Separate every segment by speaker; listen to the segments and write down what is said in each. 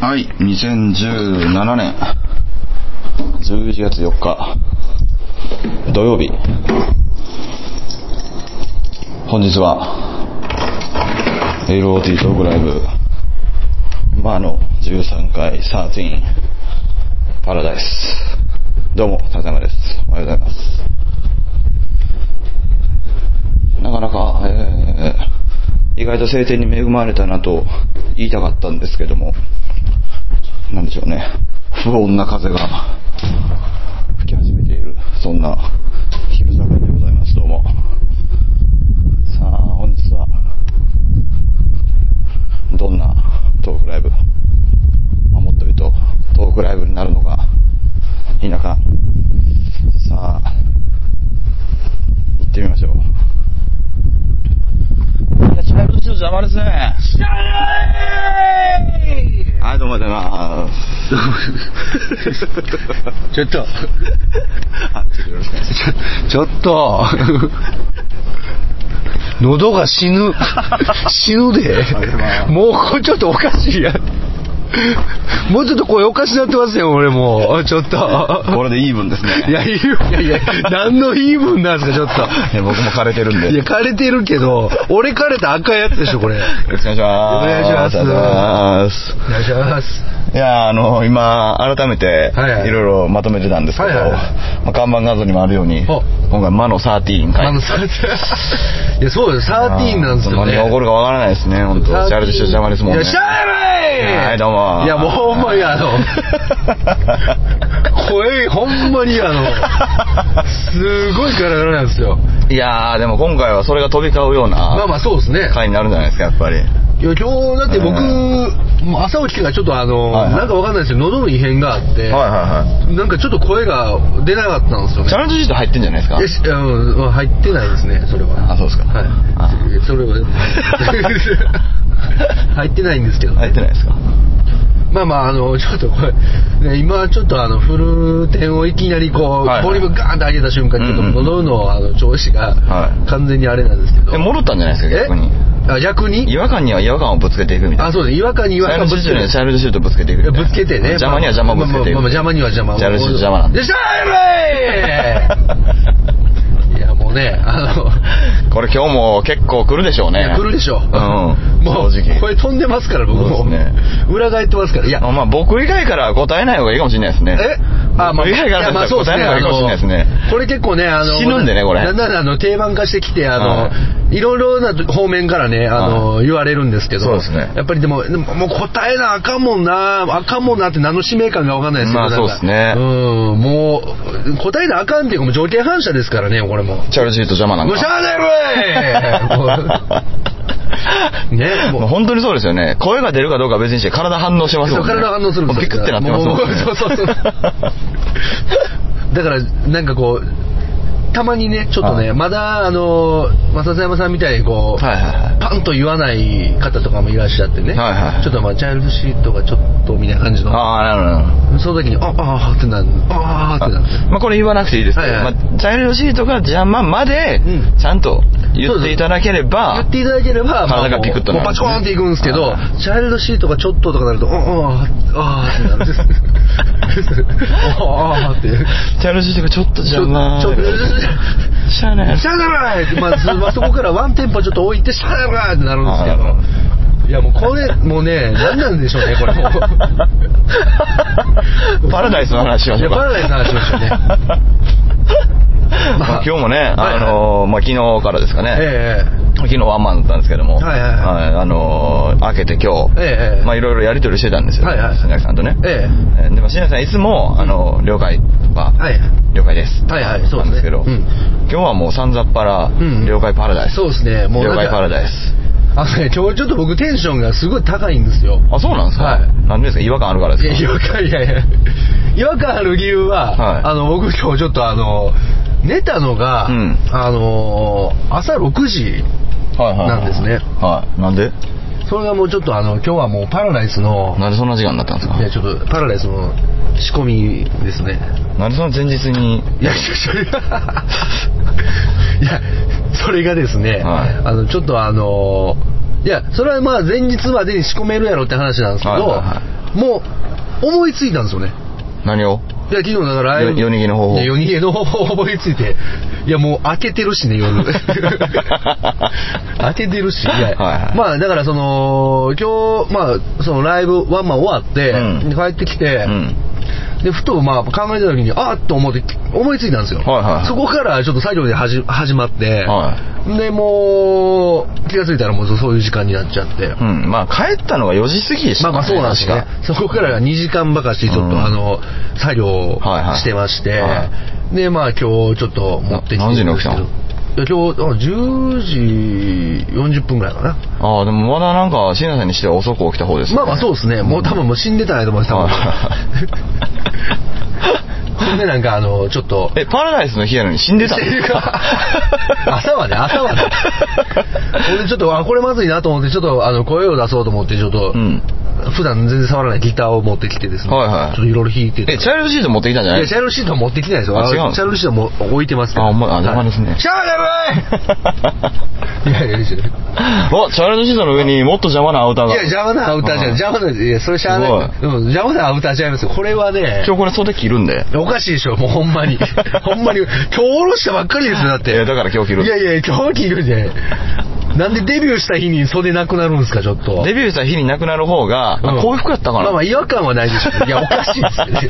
Speaker 1: はい、2017年11月4日土曜日本日は LOT トークライブ魔の13回13パラダイスどうも高山ですおはようございますなかなか、えー意外と晴天に恵まれたなと言いたかったんですけどもなんでしょうね、不穏な風が吹き始めている、そんな昼下がりでございます、どうも。さあ、本日は、どんなトークライブ、まあ、もっと言うと、トークライブになるのか、否か。さあ、行ってみましょう。いや、チャイルドシー邪魔ですね。はい、どうもだな。
Speaker 2: ちょっと、
Speaker 1: あ、ちょっとよろしくお願いします。
Speaker 2: ちょっと、喉が死ぬ、死ぬで
Speaker 1: あれは、
Speaker 2: もうこれちょっとおかしいやん。もうちょっと声おかしなってますよ、俺もう。ちょっと。
Speaker 1: これでイーブンですね。
Speaker 2: いや、いやいや、何の言い分なんですか、ちょっ
Speaker 1: いや僕も枯れてるん
Speaker 2: と。
Speaker 1: で。
Speaker 2: いや、枯れてるけど、俺枯れた赤いやつでしょ、これ。
Speaker 1: よろしくお願いします。
Speaker 2: お願い
Speaker 1: あ
Speaker 2: します
Speaker 1: りがとうございます。
Speaker 2: お願いします。
Speaker 1: いや、あの、今、改めて、
Speaker 2: はいはい
Speaker 1: いろいろまとめてたんですけど、
Speaker 2: はいはいはい
Speaker 1: まあ、看板画像にもあるように、
Speaker 2: お
Speaker 1: 今回、魔の13回。
Speaker 2: あの、さいや、そうです、13なんですよね。
Speaker 1: 何が起こるかわからないですね、本当。シャルジュシャマですもんね。
Speaker 2: いや、シャレー
Speaker 1: はいどうも
Speaker 2: いや、もうほんまに あの、声、ほんまにあの、すごいガラガラなんですよ。
Speaker 1: いやー、でも今回はそれが飛び交うよう
Speaker 2: まあま
Speaker 1: な
Speaker 2: あ、そうですね。
Speaker 1: 回になるんじゃないですか、やっぱり。
Speaker 2: いや、今日、だって僕、
Speaker 1: え
Speaker 2: もう朝起きてからちょっとあの、
Speaker 1: はいはい
Speaker 2: なんかわかんないですけど、喉の異変があっ
Speaker 1: は
Speaker 2: て、
Speaker 1: いはいは
Speaker 2: なんかちょっと声が出なかったんですよ
Speaker 1: い。シャ
Speaker 2: ね。
Speaker 1: ルジュシャ入ってんじゃないですか
Speaker 2: えしうんまあ入ってないですね、それは。
Speaker 1: あ、そうですか。あ
Speaker 2: はい。それは、 入ってないんですけど、ね。
Speaker 1: 入ってないですか
Speaker 2: まあまあ、あの、ちょっとこれ、ね、今ちょっとあの、フル点をいきなりこう、
Speaker 1: はいはい
Speaker 2: ボリュームガーンって上げた瞬間に、ちょっと
Speaker 1: うんうん
Speaker 2: 喉のあの調子が
Speaker 1: はい
Speaker 2: 完全にあれなんですけど。
Speaker 1: え、戻ったんじゃないですか、逆に。
Speaker 2: あ、逆に
Speaker 1: 違和感には違和感をぶつけていくみたいな。
Speaker 2: あ、そうです。違和感に違和感
Speaker 1: シャイルドシュートにはシャイルドシュートぶつけていくみたいな。
Speaker 2: ぶつけてね。
Speaker 1: 邪魔には邪魔ぶつけていく。
Speaker 2: まあまあまあまあ邪魔には邪魔。
Speaker 1: シャイルドシュート邪魔なんで
Speaker 2: で。しゃ ーれいや、もうね、あの、
Speaker 1: これ今日も結構来るでしょう
Speaker 2: い
Speaker 1: ね。
Speaker 2: や来るでしょ。
Speaker 1: うん。
Speaker 2: もう、
Speaker 1: 正直。
Speaker 2: これ飛んでますから、僕
Speaker 1: そ
Speaker 2: も。
Speaker 1: うですね
Speaker 2: 裏返ってますから。いや、
Speaker 1: あまあ僕以外から答えない方がいいかもしれないですね。
Speaker 2: え
Speaker 1: あ、まあ、僕以外から
Speaker 2: いやまあそうで
Speaker 1: 答
Speaker 2: す
Speaker 1: え
Speaker 2: ね。
Speaker 1: ない方がいいかもしれないですね。
Speaker 2: あのこれ結構ね、あの、
Speaker 1: 死ぬんでねこれ
Speaker 2: だんだんあの定番化してきて、あの、、
Speaker 1: はい
Speaker 2: ろいろな方面からね、あの、言われるんですけど、
Speaker 1: そうですね
Speaker 2: やっぱりでも、でももう答えなあかんもんな、あかんもんなって何の使命感がわかんないですよ
Speaker 1: まあ
Speaker 2: なん
Speaker 1: そう
Speaker 2: か
Speaker 1: ですね
Speaker 2: うん、もう、答えなあかんっていうか、もう条件反射ですからね、これも。
Speaker 1: チャールジュート邪魔なん
Speaker 2: もうし
Speaker 1: だ。
Speaker 2: ゃあねえ、ねえ、もう
Speaker 1: もう本当にそうですよね。声が出るかどうかは別にして体反応しますもんね。
Speaker 2: そう体反応するんですよ
Speaker 1: もうピクってなってますもんね。
Speaker 2: もうそうそうそう だからなんかこうたまにねちょっとね、
Speaker 1: はい
Speaker 2: まだあの笹山さんみたいにこう、
Speaker 1: はいはいはい。
Speaker 2: パンと言わない方とかもいらっしゃってね、
Speaker 1: はいはい
Speaker 2: ちょっとまあチャイルドシートがちょっとみたいな感じの
Speaker 1: ああ、なるほどなるほど。
Speaker 2: その時にああーってなるああってなる
Speaker 1: まあ、これ言わなくていいですけど、
Speaker 2: はいはい
Speaker 1: まあ、チャイルドシートが邪魔まで
Speaker 2: うん
Speaker 1: ちゃんと言っていただければ、
Speaker 2: 言っていただければ、
Speaker 1: 体が
Speaker 2: もう
Speaker 1: ピクッとなる
Speaker 2: もうパチコーンっていくんですけど、
Speaker 1: は
Speaker 2: チャイルドシートがちょっととかなると、うんうんあーあーってなるんです。あーあーって。
Speaker 1: チャイルドシートがちょっと
Speaker 2: ち
Speaker 1: 邪
Speaker 2: ょ
Speaker 1: 魔
Speaker 2: ちょ
Speaker 1: しゃあない
Speaker 2: シャーラーってまず、まあ、そこからワンテンポちょっと置いて、シャーラーってなるんですけど。いやもうこれもうね何なんでしょうねこれもう
Speaker 1: パラダイスの話しましょうか
Speaker 2: いやパラダイスの話しましょうね
Speaker 1: まあ今日もね、
Speaker 2: はい
Speaker 1: あのーまあ、昨日からですかね、
Speaker 2: え
Speaker 1: 昨日ワンマンだったんですけども、
Speaker 2: はいはいはい
Speaker 1: あのー開けて今
Speaker 2: え
Speaker 1: 日、
Speaker 2: ええええ
Speaker 1: まあ、いろいろやり取りしてたんですよ、
Speaker 2: はいはい
Speaker 1: 新垣さんとね、
Speaker 2: ええ
Speaker 1: えーでも新垣さんいつも、あのー了解は、
Speaker 2: えはい
Speaker 1: 了解です
Speaker 2: はいはいそう
Speaker 1: な
Speaker 2: で
Speaker 1: んで
Speaker 2: すね
Speaker 1: すけど、
Speaker 2: うん
Speaker 1: 今日はもうさんざっぱら、
Speaker 2: ん
Speaker 1: 了解パラダイス
Speaker 2: そうですねもう
Speaker 1: 了
Speaker 2: なん
Speaker 1: 解パラ
Speaker 2: か
Speaker 1: ダイス
Speaker 2: あのね今日ちょっと僕テンションがすごい高いんですよ
Speaker 1: あそうなんですか、
Speaker 2: はい
Speaker 1: なんでですか違和感あるから
Speaker 2: い
Speaker 1: で
Speaker 2: や
Speaker 1: す
Speaker 2: 違和感いやいや違和感ある理由は、
Speaker 1: はい
Speaker 2: あの僕今日ちょっとあの寝たのが、
Speaker 1: うん
Speaker 2: あの朝6時
Speaker 1: かはいはいはい
Speaker 2: なんですね
Speaker 1: はいなんで
Speaker 2: それがもうちょっとあの今日はもうパラダイスの
Speaker 1: なんでそんな時間になったんですか
Speaker 2: いやちょっとパラダイスの仕込みですね
Speaker 1: なんでその前日に
Speaker 2: いやそれがいやそれがですね、
Speaker 1: はい
Speaker 2: あのちょっとあのいやそれはまあ前日までに仕込めるやろって話なんですけど、
Speaker 1: はいはいはい
Speaker 2: もう、思いついたんですよね。
Speaker 1: 何を
Speaker 2: いや、昨日だからライブ
Speaker 1: よ夜逃げの方法
Speaker 2: いや夜逃げの方法を思いついて。いや、もう開けてるしね、 夜。開けてるし。いや
Speaker 1: はいはい
Speaker 2: まあ、だからその、今日、まあ、そのライブワンマン終わって、
Speaker 1: うん
Speaker 2: 帰ってきて、
Speaker 1: うん。
Speaker 2: で、ふとまあ考えた時に、あーっと思って、思いついたんですよ。
Speaker 1: はいはい
Speaker 2: そこからちょっと作業で始始まって、
Speaker 1: は
Speaker 2: で、もう、気がついたらもうそういう時間になっちゃって。
Speaker 1: うん。まあ、帰ったのが4時過ぎでした
Speaker 2: まあ
Speaker 1: ね
Speaker 2: まあそうなんですね
Speaker 1: 確か。
Speaker 2: そこから2時間ばかし、ちょっと、
Speaker 1: うん
Speaker 2: あの、作業を
Speaker 1: はいはい
Speaker 2: してまして、
Speaker 1: は
Speaker 2: で、まあ今日ちょっと持ってきて
Speaker 1: な何時に起きたの
Speaker 2: いや今日、あ10時40分ぐらいかな。
Speaker 1: ああ、でもまだなんか、椎名さんにしては遅く起きた方ですよね。
Speaker 2: まあまあそうですね。もう多分もう死んでたんやと思います、多分。それでなんかあの、ちょっと、
Speaker 1: え、パラダイスの日やのに死んでた
Speaker 2: っていう か朝はね、朝はね。俺ちょっと、あ、これまずいなと思って、ちょっと、あの、声を出そうと思って、ちょっと、
Speaker 1: うん。
Speaker 2: 普段全然触らないギターを持ってきてですね。
Speaker 1: はいはい
Speaker 2: ちょっといろいろ弾いてて。
Speaker 1: え、チャイルドシート持ってきたんじゃない
Speaker 2: いや、チャイルドシートは持ってきてないですよ。
Speaker 1: あ
Speaker 2: あの
Speaker 1: 違うの
Speaker 2: チャイルドシートはもう置いてますから。
Speaker 1: あほんまあ邪魔
Speaker 2: はい
Speaker 1: ですね
Speaker 2: シャー ダルーいいやいや、いいですよね
Speaker 1: お、チャイルドシートの上にもっと邪魔なアウター
Speaker 2: い
Speaker 1: が。
Speaker 2: や、邪魔なアウターじゃん。
Speaker 1: うん
Speaker 2: 邪魔な、いや、それしゃあない。
Speaker 1: す
Speaker 2: うん邪魔なアウター違いますよ。これはね、
Speaker 1: 今日これ袖着るんで。
Speaker 2: おかしいでしょ、もうほ んまに。ほんまに。今日おろしたばっかりですよ、だっ
Speaker 1: い
Speaker 2: て。
Speaker 1: や、だから今日着る。
Speaker 2: いやいや、今日着るんじゃない。なんでデビューした日に袖なくなるんですか、ちょっと。
Speaker 1: デビューした日になくなる方が、
Speaker 2: う
Speaker 1: あ
Speaker 2: ん
Speaker 1: こういう服やったか
Speaker 2: まあまあ、
Speaker 1: な。
Speaker 2: 違和感はないでしょ。いや、おかしいですよね。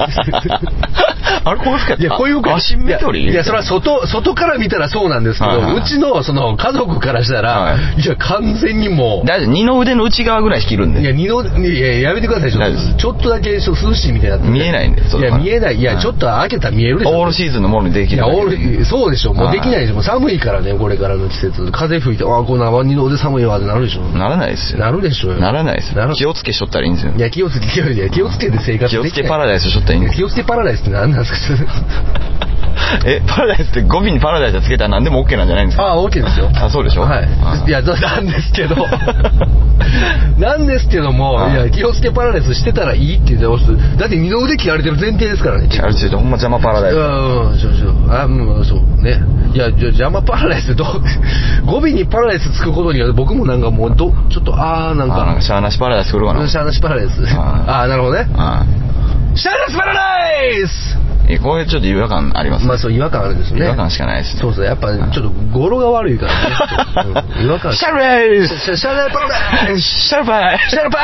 Speaker 1: あれ、こういう服やった
Speaker 2: いや、こういう
Speaker 1: アシンメトリー
Speaker 2: いや、いやそれは外、外から見たらそうなんですけど、
Speaker 1: はいはいう
Speaker 2: ちの、その、家族からしたら、、
Speaker 1: はい
Speaker 2: や、完全にも
Speaker 1: 大丈夫。二の腕の内側ぐらい引けるん
Speaker 2: う、い
Speaker 1: で。
Speaker 2: や、二度、いや、やめてください、ちょ
Speaker 1: 大
Speaker 2: っ
Speaker 1: 丈夫で
Speaker 2: と。ちょっとだけ、ちょっと涼しいみたいになってて
Speaker 1: 見えないんで、
Speaker 2: い
Speaker 1: 外か
Speaker 2: や、
Speaker 1: ら
Speaker 2: 見えない。いや、ちょっと開けたら見えるでしょ。
Speaker 1: オールシーズンのものにでき
Speaker 2: い
Speaker 1: る
Speaker 2: や、
Speaker 1: だけで。
Speaker 2: 俺、そうでしょ。もう
Speaker 1: はい
Speaker 2: できないでしょ。もう寒いからね、これからの季節。風吹いて、ああ、こんなワニの腕寒いわってなるでしょ。
Speaker 1: ならないですよ。
Speaker 2: なるでしょよ。
Speaker 1: ならないです
Speaker 2: な
Speaker 1: よ。
Speaker 2: る
Speaker 1: 気をつけしとったらいいんですよ
Speaker 2: い。や、気をつけ、いやいや気をつけて生活できない。
Speaker 1: 気をつけパラダイスしとったらいいん
Speaker 2: い
Speaker 1: で
Speaker 2: や
Speaker 1: すよ。
Speaker 2: 気をつけパラダイスって何なんですか、それ
Speaker 1: え、パラダイスって語尾にパラダイスつけたら何でも OK なんじゃないんですか
Speaker 2: ああ、OK ですよ。
Speaker 1: あそうでしょ
Speaker 2: は
Speaker 1: あ
Speaker 2: い。いや、だなんですけ ど、なんですけども、
Speaker 1: はい
Speaker 2: いや、気をつけパラダイスしてたらいいって言ってますだって二の腕切られてる前提ですからね。
Speaker 1: チャールズシートほんま邪魔パラダイス。
Speaker 2: うんうん、そうそう。あ、うん、そうね。いや、じゃ邪魔パラダイスってどう、 語尾にパラダイスつくことには僕もなんかもう、ど、ちょっと、あー、なん
Speaker 1: あ、なん
Speaker 2: か
Speaker 1: か、シャーナシパラダイス来るかな。
Speaker 2: シャーナシパラダイス。あー、なるほどね。
Speaker 1: あ
Speaker 2: シャーナシパラダイス
Speaker 1: え、こういうちょっと違和感あります。
Speaker 2: まあそう、違和感あるんですよ
Speaker 1: 違
Speaker 2: ね。
Speaker 1: 和感しかないですね。
Speaker 2: そうそう、やっぱちょっと語呂が悪いからね。うん違和感。
Speaker 1: シャルレイス
Speaker 2: シャシャラパラダイス
Speaker 1: シャルバイ
Speaker 2: シャラパ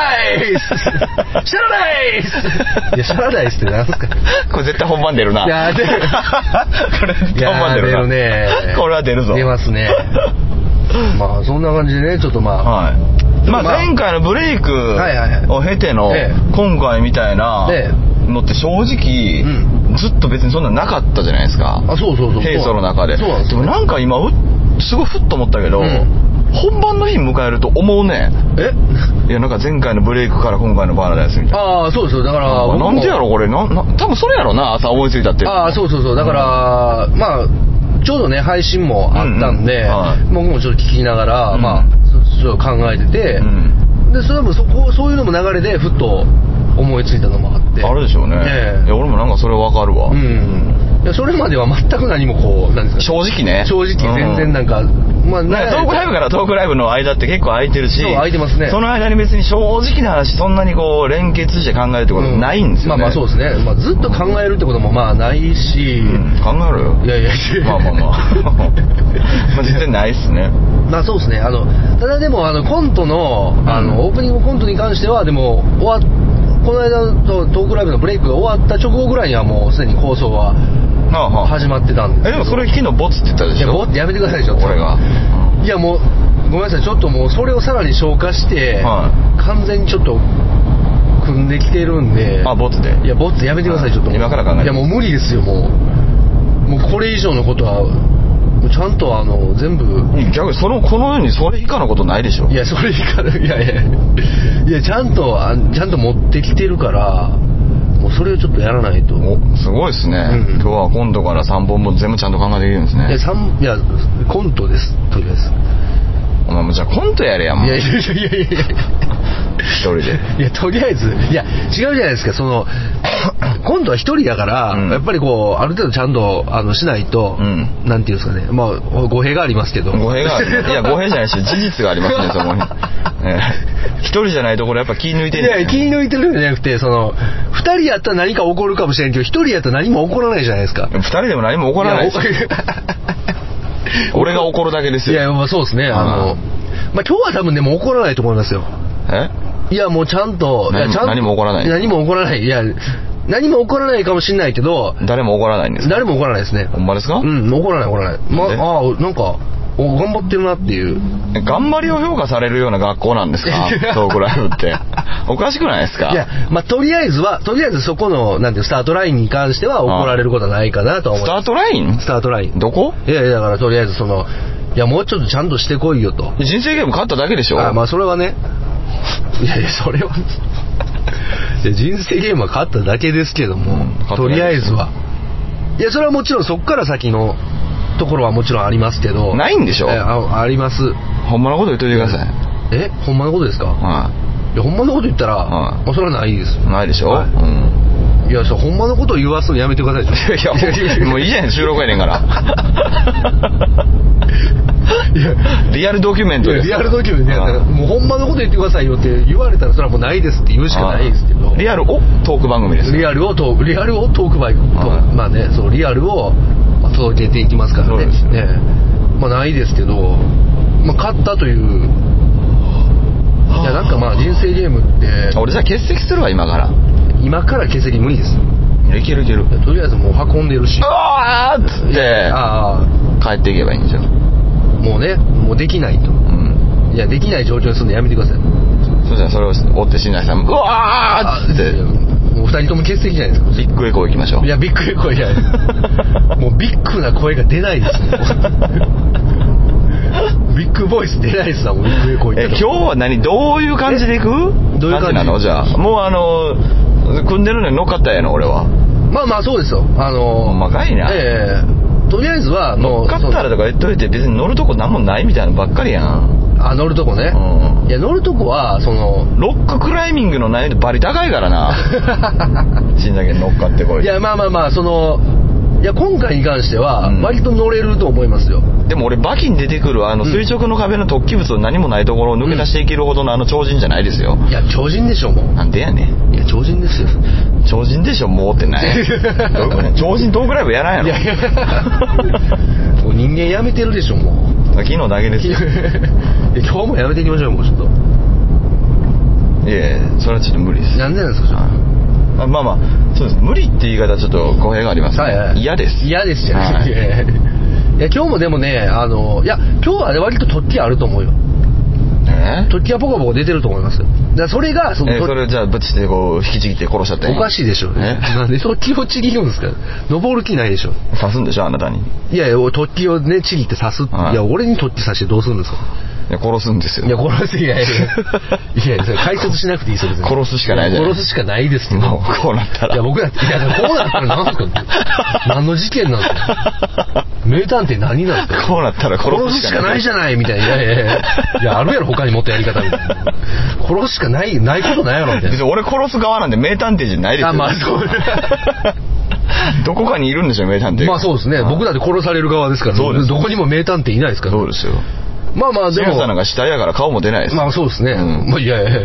Speaker 2: イスシャラダイスいや、シャラダイスって何すか
Speaker 1: これ絶対本番出るな。
Speaker 2: いや出 る
Speaker 1: これ絶
Speaker 2: い
Speaker 1: 対本
Speaker 2: や
Speaker 1: 番
Speaker 2: ー
Speaker 1: 出
Speaker 2: 出
Speaker 1: るな。
Speaker 2: るね
Speaker 1: これは出るぞ。
Speaker 2: 出ますね。まあそんな感じでね、ちょっとまあ、
Speaker 1: はい。まあ
Speaker 2: まあ
Speaker 1: 前回のブレイク
Speaker 2: いはいはい
Speaker 1: を経ての
Speaker 2: え
Speaker 1: 今回みたいな
Speaker 2: え
Speaker 1: のって正直
Speaker 2: うん
Speaker 1: ずっと別にそんななかったじゃないですか。
Speaker 2: あ、そうそうそう。
Speaker 1: 平素の中で。
Speaker 2: そうなんです
Speaker 1: もなんか今うすごいふっと思ったけど、
Speaker 2: うん
Speaker 1: 本番の日迎えると思うね。
Speaker 2: え
Speaker 1: いやなんか前回のブレイクから今回のパラダイスみたいな。
Speaker 2: ああ、そうですよ。だから、僕も
Speaker 1: なんでやろこれなな多分それやろな朝思いついたって
Speaker 2: ああ、そうそうそう。だから、まあ、ちょうどね、配信もあったんで、
Speaker 1: うんうんはい
Speaker 2: 僕もちょっと聞きながら、
Speaker 1: うん
Speaker 2: まあ、ちょっと考えてて、
Speaker 1: うん
Speaker 2: で、それもそこ、そういうのも流れで、ふっと思いついたのもあって。
Speaker 1: あるでしょうね、
Speaker 2: ええ
Speaker 1: いや俺もなんかそれわかるわ、
Speaker 2: うん。いや、それまでは全く何もこう、なんですか、
Speaker 1: 正直ね
Speaker 2: 正直、全然なんか、まあ、
Speaker 1: うんなんかトークライブからトークライブの間って結構空いてるし
Speaker 2: そう空いてますね
Speaker 1: その間に別に正直な話そんなにこう連結して考えるってことないんですよね、
Speaker 2: まあまあそうですね。まあ、ずっと考えるってこともまあないし、
Speaker 1: うん考えろよ
Speaker 2: いやいやいや
Speaker 1: まあまあまあまあ実際ないっすね
Speaker 2: まあそうですね。あの、ただでも、あの、コントの、あ
Speaker 1: うん
Speaker 2: の、オープニングコントに関しては、でも、終わっこの間のトークライブのブレイクが終わった直後ぐらいにはもうすでに構想は
Speaker 1: ああはあ
Speaker 2: 始まってたんです
Speaker 1: えで
Speaker 2: けど
Speaker 1: もそれ昨日ボツって言ったで
Speaker 2: い
Speaker 1: し
Speaker 2: や、
Speaker 1: ょ
Speaker 2: もうやめてください、ちょっと。
Speaker 1: 俺が、うん
Speaker 2: いや、もう、ごめんなさい、ちょっともう、それをさらに消化して、
Speaker 1: は
Speaker 2: 完全にちょっと、組んできてるんで、
Speaker 1: あボツで
Speaker 2: いや、ボッツやめてください、ちょっと。
Speaker 1: 今から考えます
Speaker 2: いや、もう無理ですよ、もう。もうこれ以上のことは、もうちゃんとあの、全部、
Speaker 1: 逆にそのこの世にそれ以下のことないでしょ
Speaker 2: いや、それ以下の、いやいや、いや、ちゃんと、あちゃんと持ってきてるから、もうそれをちょっとやらないと。い
Speaker 1: おすごいですね、
Speaker 2: うん
Speaker 1: 今日は今度から3本も全部ちゃんと考えてきてるんですね
Speaker 2: や、さんいや、コントです、とりあえず。
Speaker 1: お前もうじゃあコントやれやもう
Speaker 2: いやいやいやいやいや。
Speaker 1: 一人で
Speaker 2: いや、とりあえず、いや、違うじゃないですか、その、 今度は一人だから、
Speaker 1: うん
Speaker 2: やっぱりこう、ある程度ちゃんと、あの、しないと、
Speaker 1: うん
Speaker 2: なんていうんですかね、まあ、語弊がありますけど。
Speaker 1: 語弊がある。 いや、語弊じゃないし、事実がありますね、そこに。ええ一人じゃないところやっぱ気抜いて
Speaker 2: い
Speaker 1: るん
Speaker 2: や、
Speaker 1: です
Speaker 2: 気
Speaker 1: よ
Speaker 2: に抜いてるんじゃなくて、その、二人やったら何か起こるかもしれんけど、一人やったら何も起こらないじゃないですか。
Speaker 1: 二人でも何も起こらないし
Speaker 2: いや
Speaker 1: 俺が怒るだけ です
Speaker 2: い
Speaker 1: よ。
Speaker 2: や、まあそうですね。あの、
Speaker 1: うん
Speaker 2: まあ今日は多分でも怒らないと思いますよ。
Speaker 1: え
Speaker 2: いや、もうちゃんと、いや
Speaker 1: 何も
Speaker 2: ちゃんと
Speaker 1: 何も起こらない
Speaker 2: 何も起こらない。いや、何も起こらないかもしれないけど、
Speaker 1: 誰も怒らないんですか
Speaker 2: 誰も怒らないですね。
Speaker 1: ほんまですか
Speaker 2: うん、怒らない、怒らない。ま
Speaker 1: なんで
Speaker 2: あ、あーなんか、お頑張ってるなっていう。
Speaker 1: 頑張りを評価されるような学校なんですかトークライブって。おかしくないですか
Speaker 2: いや、まあ、とりあえずは、とりあえずそこの、なんていう、スタートラインに関しては怒られることはないかなとは思
Speaker 1: ス
Speaker 2: い
Speaker 1: タ
Speaker 2: ま
Speaker 1: ートライン
Speaker 2: す。スタートライン。
Speaker 1: どこ
Speaker 2: いやいや、だからとりあえずその、いや、もうちょっとちゃんとしてこいよと。
Speaker 1: 人生ゲーム勝っただけでしょ
Speaker 2: あまあ、それはね。いやいや、それは。 いや人生ゲームは勝っただけですけども、
Speaker 1: 勝っただけです
Speaker 2: とりあえずは。いや、それはもちろんそこから先のところはもちろんありますけど。
Speaker 1: ないんでしょ
Speaker 2: えああります。
Speaker 1: ほんまのこと言っといてください。
Speaker 2: えほんまのことですか
Speaker 1: はい
Speaker 2: や、ほんまのこと言ったら、
Speaker 1: はい
Speaker 2: まあそれはないです。
Speaker 1: いないでしょ、
Speaker 2: はい
Speaker 1: うん。
Speaker 2: いや、そうほんまのことを言わすのやめてください。
Speaker 1: いや、ほんもういいじゃん、収録やねんから。
Speaker 2: いや
Speaker 1: リアルドキュメントです
Speaker 2: リアルドキュメントやったら、
Speaker 1: はい
Speaker 2: もうほんまのこと言ってくださいよって言われたら、それはもうないですって言うしかないですけど。
Speaker 1: はいリアルをトーク番組です。
Speaker 2: リアルをトーク、リアルをトークバイク、
Speaker 1: はい
Speaker 2: まあね、そう、リアルをまあ届けていきますからね。
Speaker 1: そうですよ
Speaker 2: ええまあないですけど、まあ勝ったという、いやなんかまあ人生ゲームって、
Speaker 1: 俺じゃあ欠席するわ、今から。
Speaker 2: 今から欠席無理です。
Speaker 1: いやいけるいける。
Speaker 2: いやとりあえずもう運んでるし
Speaker 1: う、わーっつって、
Speaker 2: ああ、
Speaker 1: 帰っていけばいいんじゃん。
Speaker 2: もうね、もうできないと。
Speaker 1: うん。
Speaker 2: いや、できない状況にするのやめてください。
Speaker 1: そうじゃん、それを追って信頼さん、うわーっつ
Speaker 2: いや
Speaker 1: っ
Speaker 2: もう二人とも欠席じゃないですか。
Speaker 1: て、ビッグエコー行きましょう。
Speaker 2: いや、ビッグな声じ ゃない。もうビッグな声が出ないですね。ビッグボイス出ないですな、もうビッグエコー
Speaker 1: え
Speaker 2: 言っ
Speaker 1: 今
Speaker 2: て
Speaker 1: 日は何どういう感じでいく
Speaker 2: どういう感じ
Speaker 1: なのじゃあもうあの組んでるのに乗っかったんやの俺は
Speaker 2: まあまあそうですよ。あのー、
Speaker 1: 細かいな
Speaker 2: ええとりあえずは、も
Speaker 1: 乗
Speaker 2: う、
Speaker 1: っかったらとか言っといて別に乗るとこなんもないみたいなのばっかりやん、
Speaker 2: そのあ、乗るとこ
Speaker 1: う
Speaker 2: ね。
Speaker 1: ん、
Speaker 2: いや、乗るとこは、そ の、
Speaker 1: ロッククライミングの難易度バリ高いから な死んだけ乗っかってこい
Speaker 2: いや、まあまあまあ、その、いや、今回に関しては
Speaker 1: うん、
Speaker 2: 割と乗れると思いますよ。
Speaker 1: でも俺バキに出てくるあの
Speaker 2: うん
Speaker 1: 垂直の壁の突起物の何もないところを抜け出していけるほどのあの超人じゃないですよ
Speaker 2: いや、超人でしょ、も
Speaker 1: なんでやねん
Speaker 2: う。いや、超人ですよ。
Speaker 1: 超人でしょもうって ないどういうことね超人トークライブやらん
Speaker 2: い
Speaker 1: や
Speaker 2: やいや
Speaker 1: ろ
Speaker 2: もう人間やめてるでしょ、も う。
Speaker 1: 昨日だけ ですよ
Speaker 2: いや今日もやめていきましょうよもうちょっと
Speaker 1: いやいやそれはちょっと無理です
Speaker 2: なんでなんですかちょっ
Speaker 1: あまあまあそうです無理って言い方はちょっと語弊があります
Speaker 2: と
Speaker 1: ね、嫌です
Speaker 2: 嫌ですじゃな
Speaker 1: はいい
Speaker 2: いやいやいや今日もでもねあのいや今日はね割と突起あると思うよ
Speaker 1: え
Speaker 2: 突起はポコポコ出てると思いますよだからそれがその
Speaker 1: えそれじゃあぶっちってこう引きちぎって殺しちゃって
Speaker 2: おかしいでしょ
Speaker 1: え
Speaker 2: なんで突起をちぎるんですか登る気ないでしょ
Speaker 1: 刺すんでしょあなたにい
Speaker 2: いやいや突起をねちぎって刺すって、
Speaker 1: はい
Speaker 2: い、や俺に突起刺してどうするんですか
Speaker 1: や殺すんですよ
Speaker 2: いや殺すいやいやい やいやそれ解説しなくていいですよ別に
Speaker 1: 殺すしかないじゃない
Speaker 2: 殺すしかないですけど
Speaker 1: もうこうなったら
Speaker 2: いや、僕だって、いや、こうなったら何すか何の事件なんですか名探偵何なんですか
Speaker 1: こうなったら殺
Speaker 2: 殺
Speaker 1: す
Speaker 2: す
Speaker 1: し
Speaker 2: し
Speaker 1: か
Speaker 2: か
Speaker 1: な
Speaker 2: ないいじゃないみたいな。いやいやいやいや、あるやろ、他にもっとやり方みたいな。殺すしかない、ないことないやろ、みたい
Speaker 1: 別に俺殺す側なんで名探偵じゃないです
Speaker 2: な。
Speaker 1: よ
Speaker 2: あ、まあ、そう。
Speaker 1: どこかにいるんでしょ名探偵
Speaker 2: まあ、そうですね。
Speaker 1: はい
Speaker 2: 僕だって殺される側ですから、
Speaker 1: そうです
Speaker 2: どこにも名探偵いないですから。
Speaker 1: そうですよ
Speaker 2: まあまあ、で
Speaker 1: 強さなん
Speaker 2: も、
Speaker 1: か死体やから顔も出ないです、
Speaker 2: まあ、そうですね。
Speaker 1: うん
Speaker 2: まあ、いやいやいや、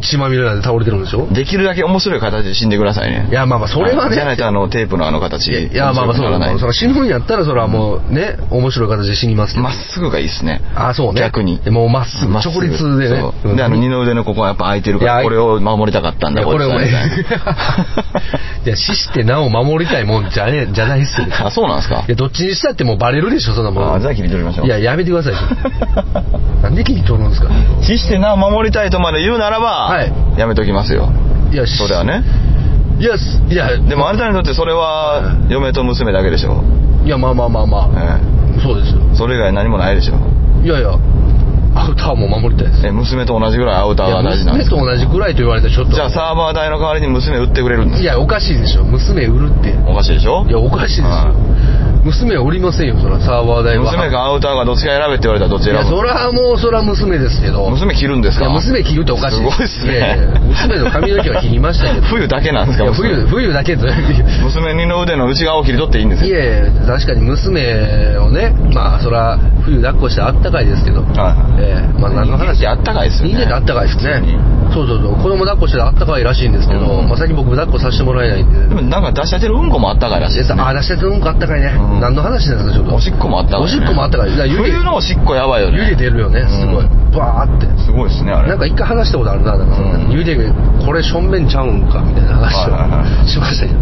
Speaker 2: 血まみれなんで倒れてるんでしょ
Speaker 1: できるだけ面白い形で死んでくださいね
Speaker 2: いや、まあまあ、それはね。
Speaker 1: じゃないとあのテープのあの形
Speaker 2: いや、まあま
Speaker 1: 面
Speaker 2: あ、そう
Speaker 1: 白くならない
Speaker 2: その死ぬんやったら、それはもうね、面白い形で死にますけど。
Speaker 1: まっすぐがいいですね。
Speaker 2: あそうね
Speaker 1: 逆に。
Speaker 2: もうまっすぐ
Speaker 1: まっすぐ
Speaker 2: 直立でね
Speaker 1: そう
Speaker 2: うん
Speaker 1: で、あの二の腕のここはやっぱ空いてるから、
Speaker 2: いや
Speaker 1: これを守りたかったん
Speaker 2: い
Speaker 1: だ、
Speaker 2: や、これ
Speaker 1: いつ
Speaker 2: も
Speaker 1: は
Speaker 2: ね。
Speaker 1: みた いな。
Speaker 2: いや、死してなお守りたいもんじゃねえ、じゃないっすよ。い
Speaker 1: あ、そうなんですか
Speaker 2: や、どっちにしたってもうバレるでしょ、そんなも
Speaker 1: あ、
Speaker 2: ん
Speaker 1: じ。ゃあ切り取りましょう。
Speaker 2: いや、やめてくださいよ。なんで切り取るんですかい
Speaker 1: 死してな、守りたいとまで言うならば、
Speaker 2: はい
Speaker 1: やめときますよ。
Speaker 2: や、
Speaker 1: それはね。
Speaker 2: いや、すいや、
Speaker 1: でもあなたにとってそれは、嫁と娘だけでしょ。
Speaker 2: いや、まあまあまあまあ。
Speaker 1: え
Speaker 2: そうですよ。
Speaker 1: えそれ以外何もないでしょ。
Speaker 2: いやいや、アウターも守りたいです。
Speaker 1: え、娘と同じぐらいアウター
Speaker 2: いや、
Speaker 1: が大事なんで
Speaker 2: 娘
Speaker 1: す
Speaker 2: と
Speaker 1: か
Speaker 2: 同じくらいと言われたらちょっと。
Speaker 1: じゃあサーバー代の代わりに娘売ってくれるんです
Speaker 2: い
Speaker 1: か
Speaker 2: や、おかしいでしょ。娘売るって。
Speaker 1: おかしいでしょ
Speaker 2: いや、おかしいですよ
Speaker 1: は。
Speaker 2: 娘はおりませんよそらサーバー代は
Speaker 1: 娘がアウターがどっちが選べって言われたらどっち
Speaker 2: い
Speaker 1: 選
Speaker 2: やそ
Speaker 1: ぶ
Speaker 2: らもうそら娘ですけど
Speaker 1: 娘着るんです
Speaker 2: い
Speaker 1: か
Speaker 2: や娘切るっておかしい
Speaker 1: すごいっすね
Speaker 2: いやいや娘の髪の毛は切りましたけど
Speaker 1: 冬だけなんですか
Speaker 2: いや冬冬だけどい
Speaker 1: 娘二の腕の内側を切り取っていいんですよ
Speaker 2: や いや確かに娘をねまあそら冬抱っこしてあったかいですけど
Speaker 1: はい
Speaker 2: ええまあ何の話
Speaker 1: 人間ってあったかいですよね
Speaker 2: 人間ってあったかいです
Speaker 1: 普
Speaker 2: ね
Speaker 1: 通に
Speaker 2: そうそうそう子供抱っこしてあったかいらしいんですけど、
Speaker 1: うん
Speaker 2: まあ最近僕抱っこさせてもらえないんで
Speaker 1: でもなんか出し当てるうんこもあったかいらしいですね
Speaker 2: ああ出してるのかあったかいね、
Speaker 1: うん
Speaker 2: 何の話なんですかちょっと
Speaker 1: おしっこもあったかい、
Speaker 2: おしっこもあったかいだから湯気
Speaker 1: 冬のおしっこやばいよね
Speaker 2: 湯気出るよねすごい、
Speaker 1: うん
Speaker 2: バーって
Speaker 1: すごいですねあれ
Speaker 2: なんか一回話したことあるななんかそんな
Speaker 1: うん
Speaker 2: 湯気これ正面ちゃうんかみたいな
Speaker 1: は
Speaker 2: 話
Speaker 1: いはいは
Speaker 2: をしましたけど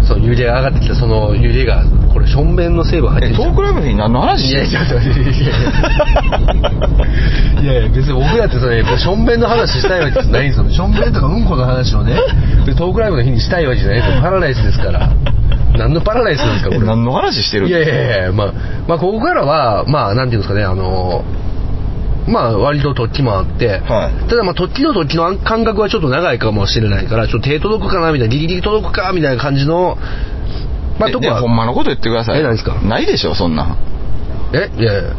Speaker 2: そう湯気が上がってきたその湯気がこれ正面の成分入って
Speaker 1: え
Speaker 2: る
Speaker 1: トークライブに何の話し
Speaker 2: い
Speaker 1: てる
Speaker 2: やいやちょっと待っていやいやいやいや別に僕だってそれしょんべんの話したいわけじゃないんですよしょんべんとかうんこの話 をねでトークライブの日にしたいわけじゃないですよパラダイスですから何のパラダイスなんですか
Speaker 1: え
Speaker 2: これ
Speaker 1: 何の話してる
Speaker 2: いやいやいや、まあ、まあ、ここからは、まあ、なんていうんですかね、あの、まあ、割と突起もあって、
Speaker 1: はい
Speaker 2: ただ、まあ、突起の突起の間隔はちょっと長いかもしれないから、ちょっと手届くかな、みたいな、ギリギリ届くか、みたいな感じの、まあ、
Speaker 1: え
Speaker 2: とこ
Speaker 1: ねえほん
Speaker 2: は、
Speaker 1: まのこと言ってください
Speaker 2: え何ですか
Speaker 1: ないでしょそんなん
Speaker 2: え、いやいや、いや、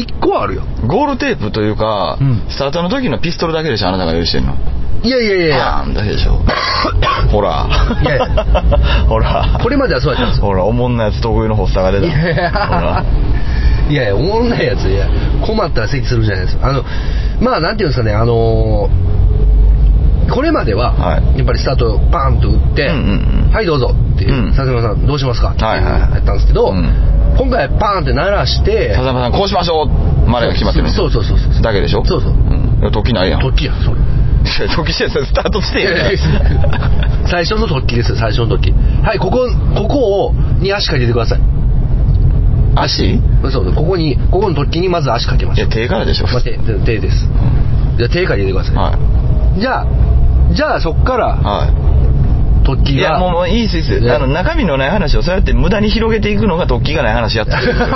Speaker 2: 一個はあるよ。
Speaker 1: ゴールテープというか、
Speaker 2: うん
Speaker 1: スタートの時のピストルだけでしょあなたが用意してるの
Speaker 2: いやいやいやいや、
Speaker 1: パーンだけでしょ ほら
Speaker 2: いやい
Speaker 1: ほら
Speaker 2: これまではそうやったんで すよ。
Speaker 1: ほらおもんなやつ得意の発作が出
Speaker 2: いやい
Speaker 1: たほら
Speaker 2: やいやいや、おもんないやつ、いや、困ったら咳するじゃないですか。あの、まあ、なんていうんですかね、あのこれまでは、
Speaker 1: はい
Speaker 2: やっぱりスタートバーンと打って、
Speaker 1: うんうんうん
Speaker 2: はいどうぞっていう、
Speaker 1: うん
Speaker 2: 佐々木さんどうしますかっていう
Speaker 1: はいはい
Speaker 2: やったんですけど、
Speaker 1: うん
Speaker 2: 今回パーンって鳴らして
Speaker 1: 風間さんこうしましょうまでが決まってるんです
Speaker 2: そうそうそうそう
Speaker 1: だけでしょ
Speaker 2: そうそうん
Speaker 1: いや時ないやん
Speaker 2: 突起やそれ
Speaker 1: いや時してさスタート地点や
Speaker 2: いやいや 最初の突起ですよ最初の突起はいここここをに足かけてください
Speaker 1: 足い
Speaker 2: そうここにここの突起にまず足かけましょ
Speaker 1: や
Speaker 2: う
Speaker 1: 手からでしょ
Speaker 2: まあ手手手ですじゃあ手かけてください、
Speaker 1: は
Speaker 2: じゃあじゃあそっか
Speaker 1: い
Speaker 2: ら
Speaker 1: は
Speaker 2: 突
Speaker 1: い
Speaker 2: 起
Speaker 1: いや
Speaker 2: が
Speaker 1: もう もういいですいいです
Speaker 2: いや
Speaker 1: あの中身のない話をそうやって無駄に広げていくのが突起がない話やったんですよ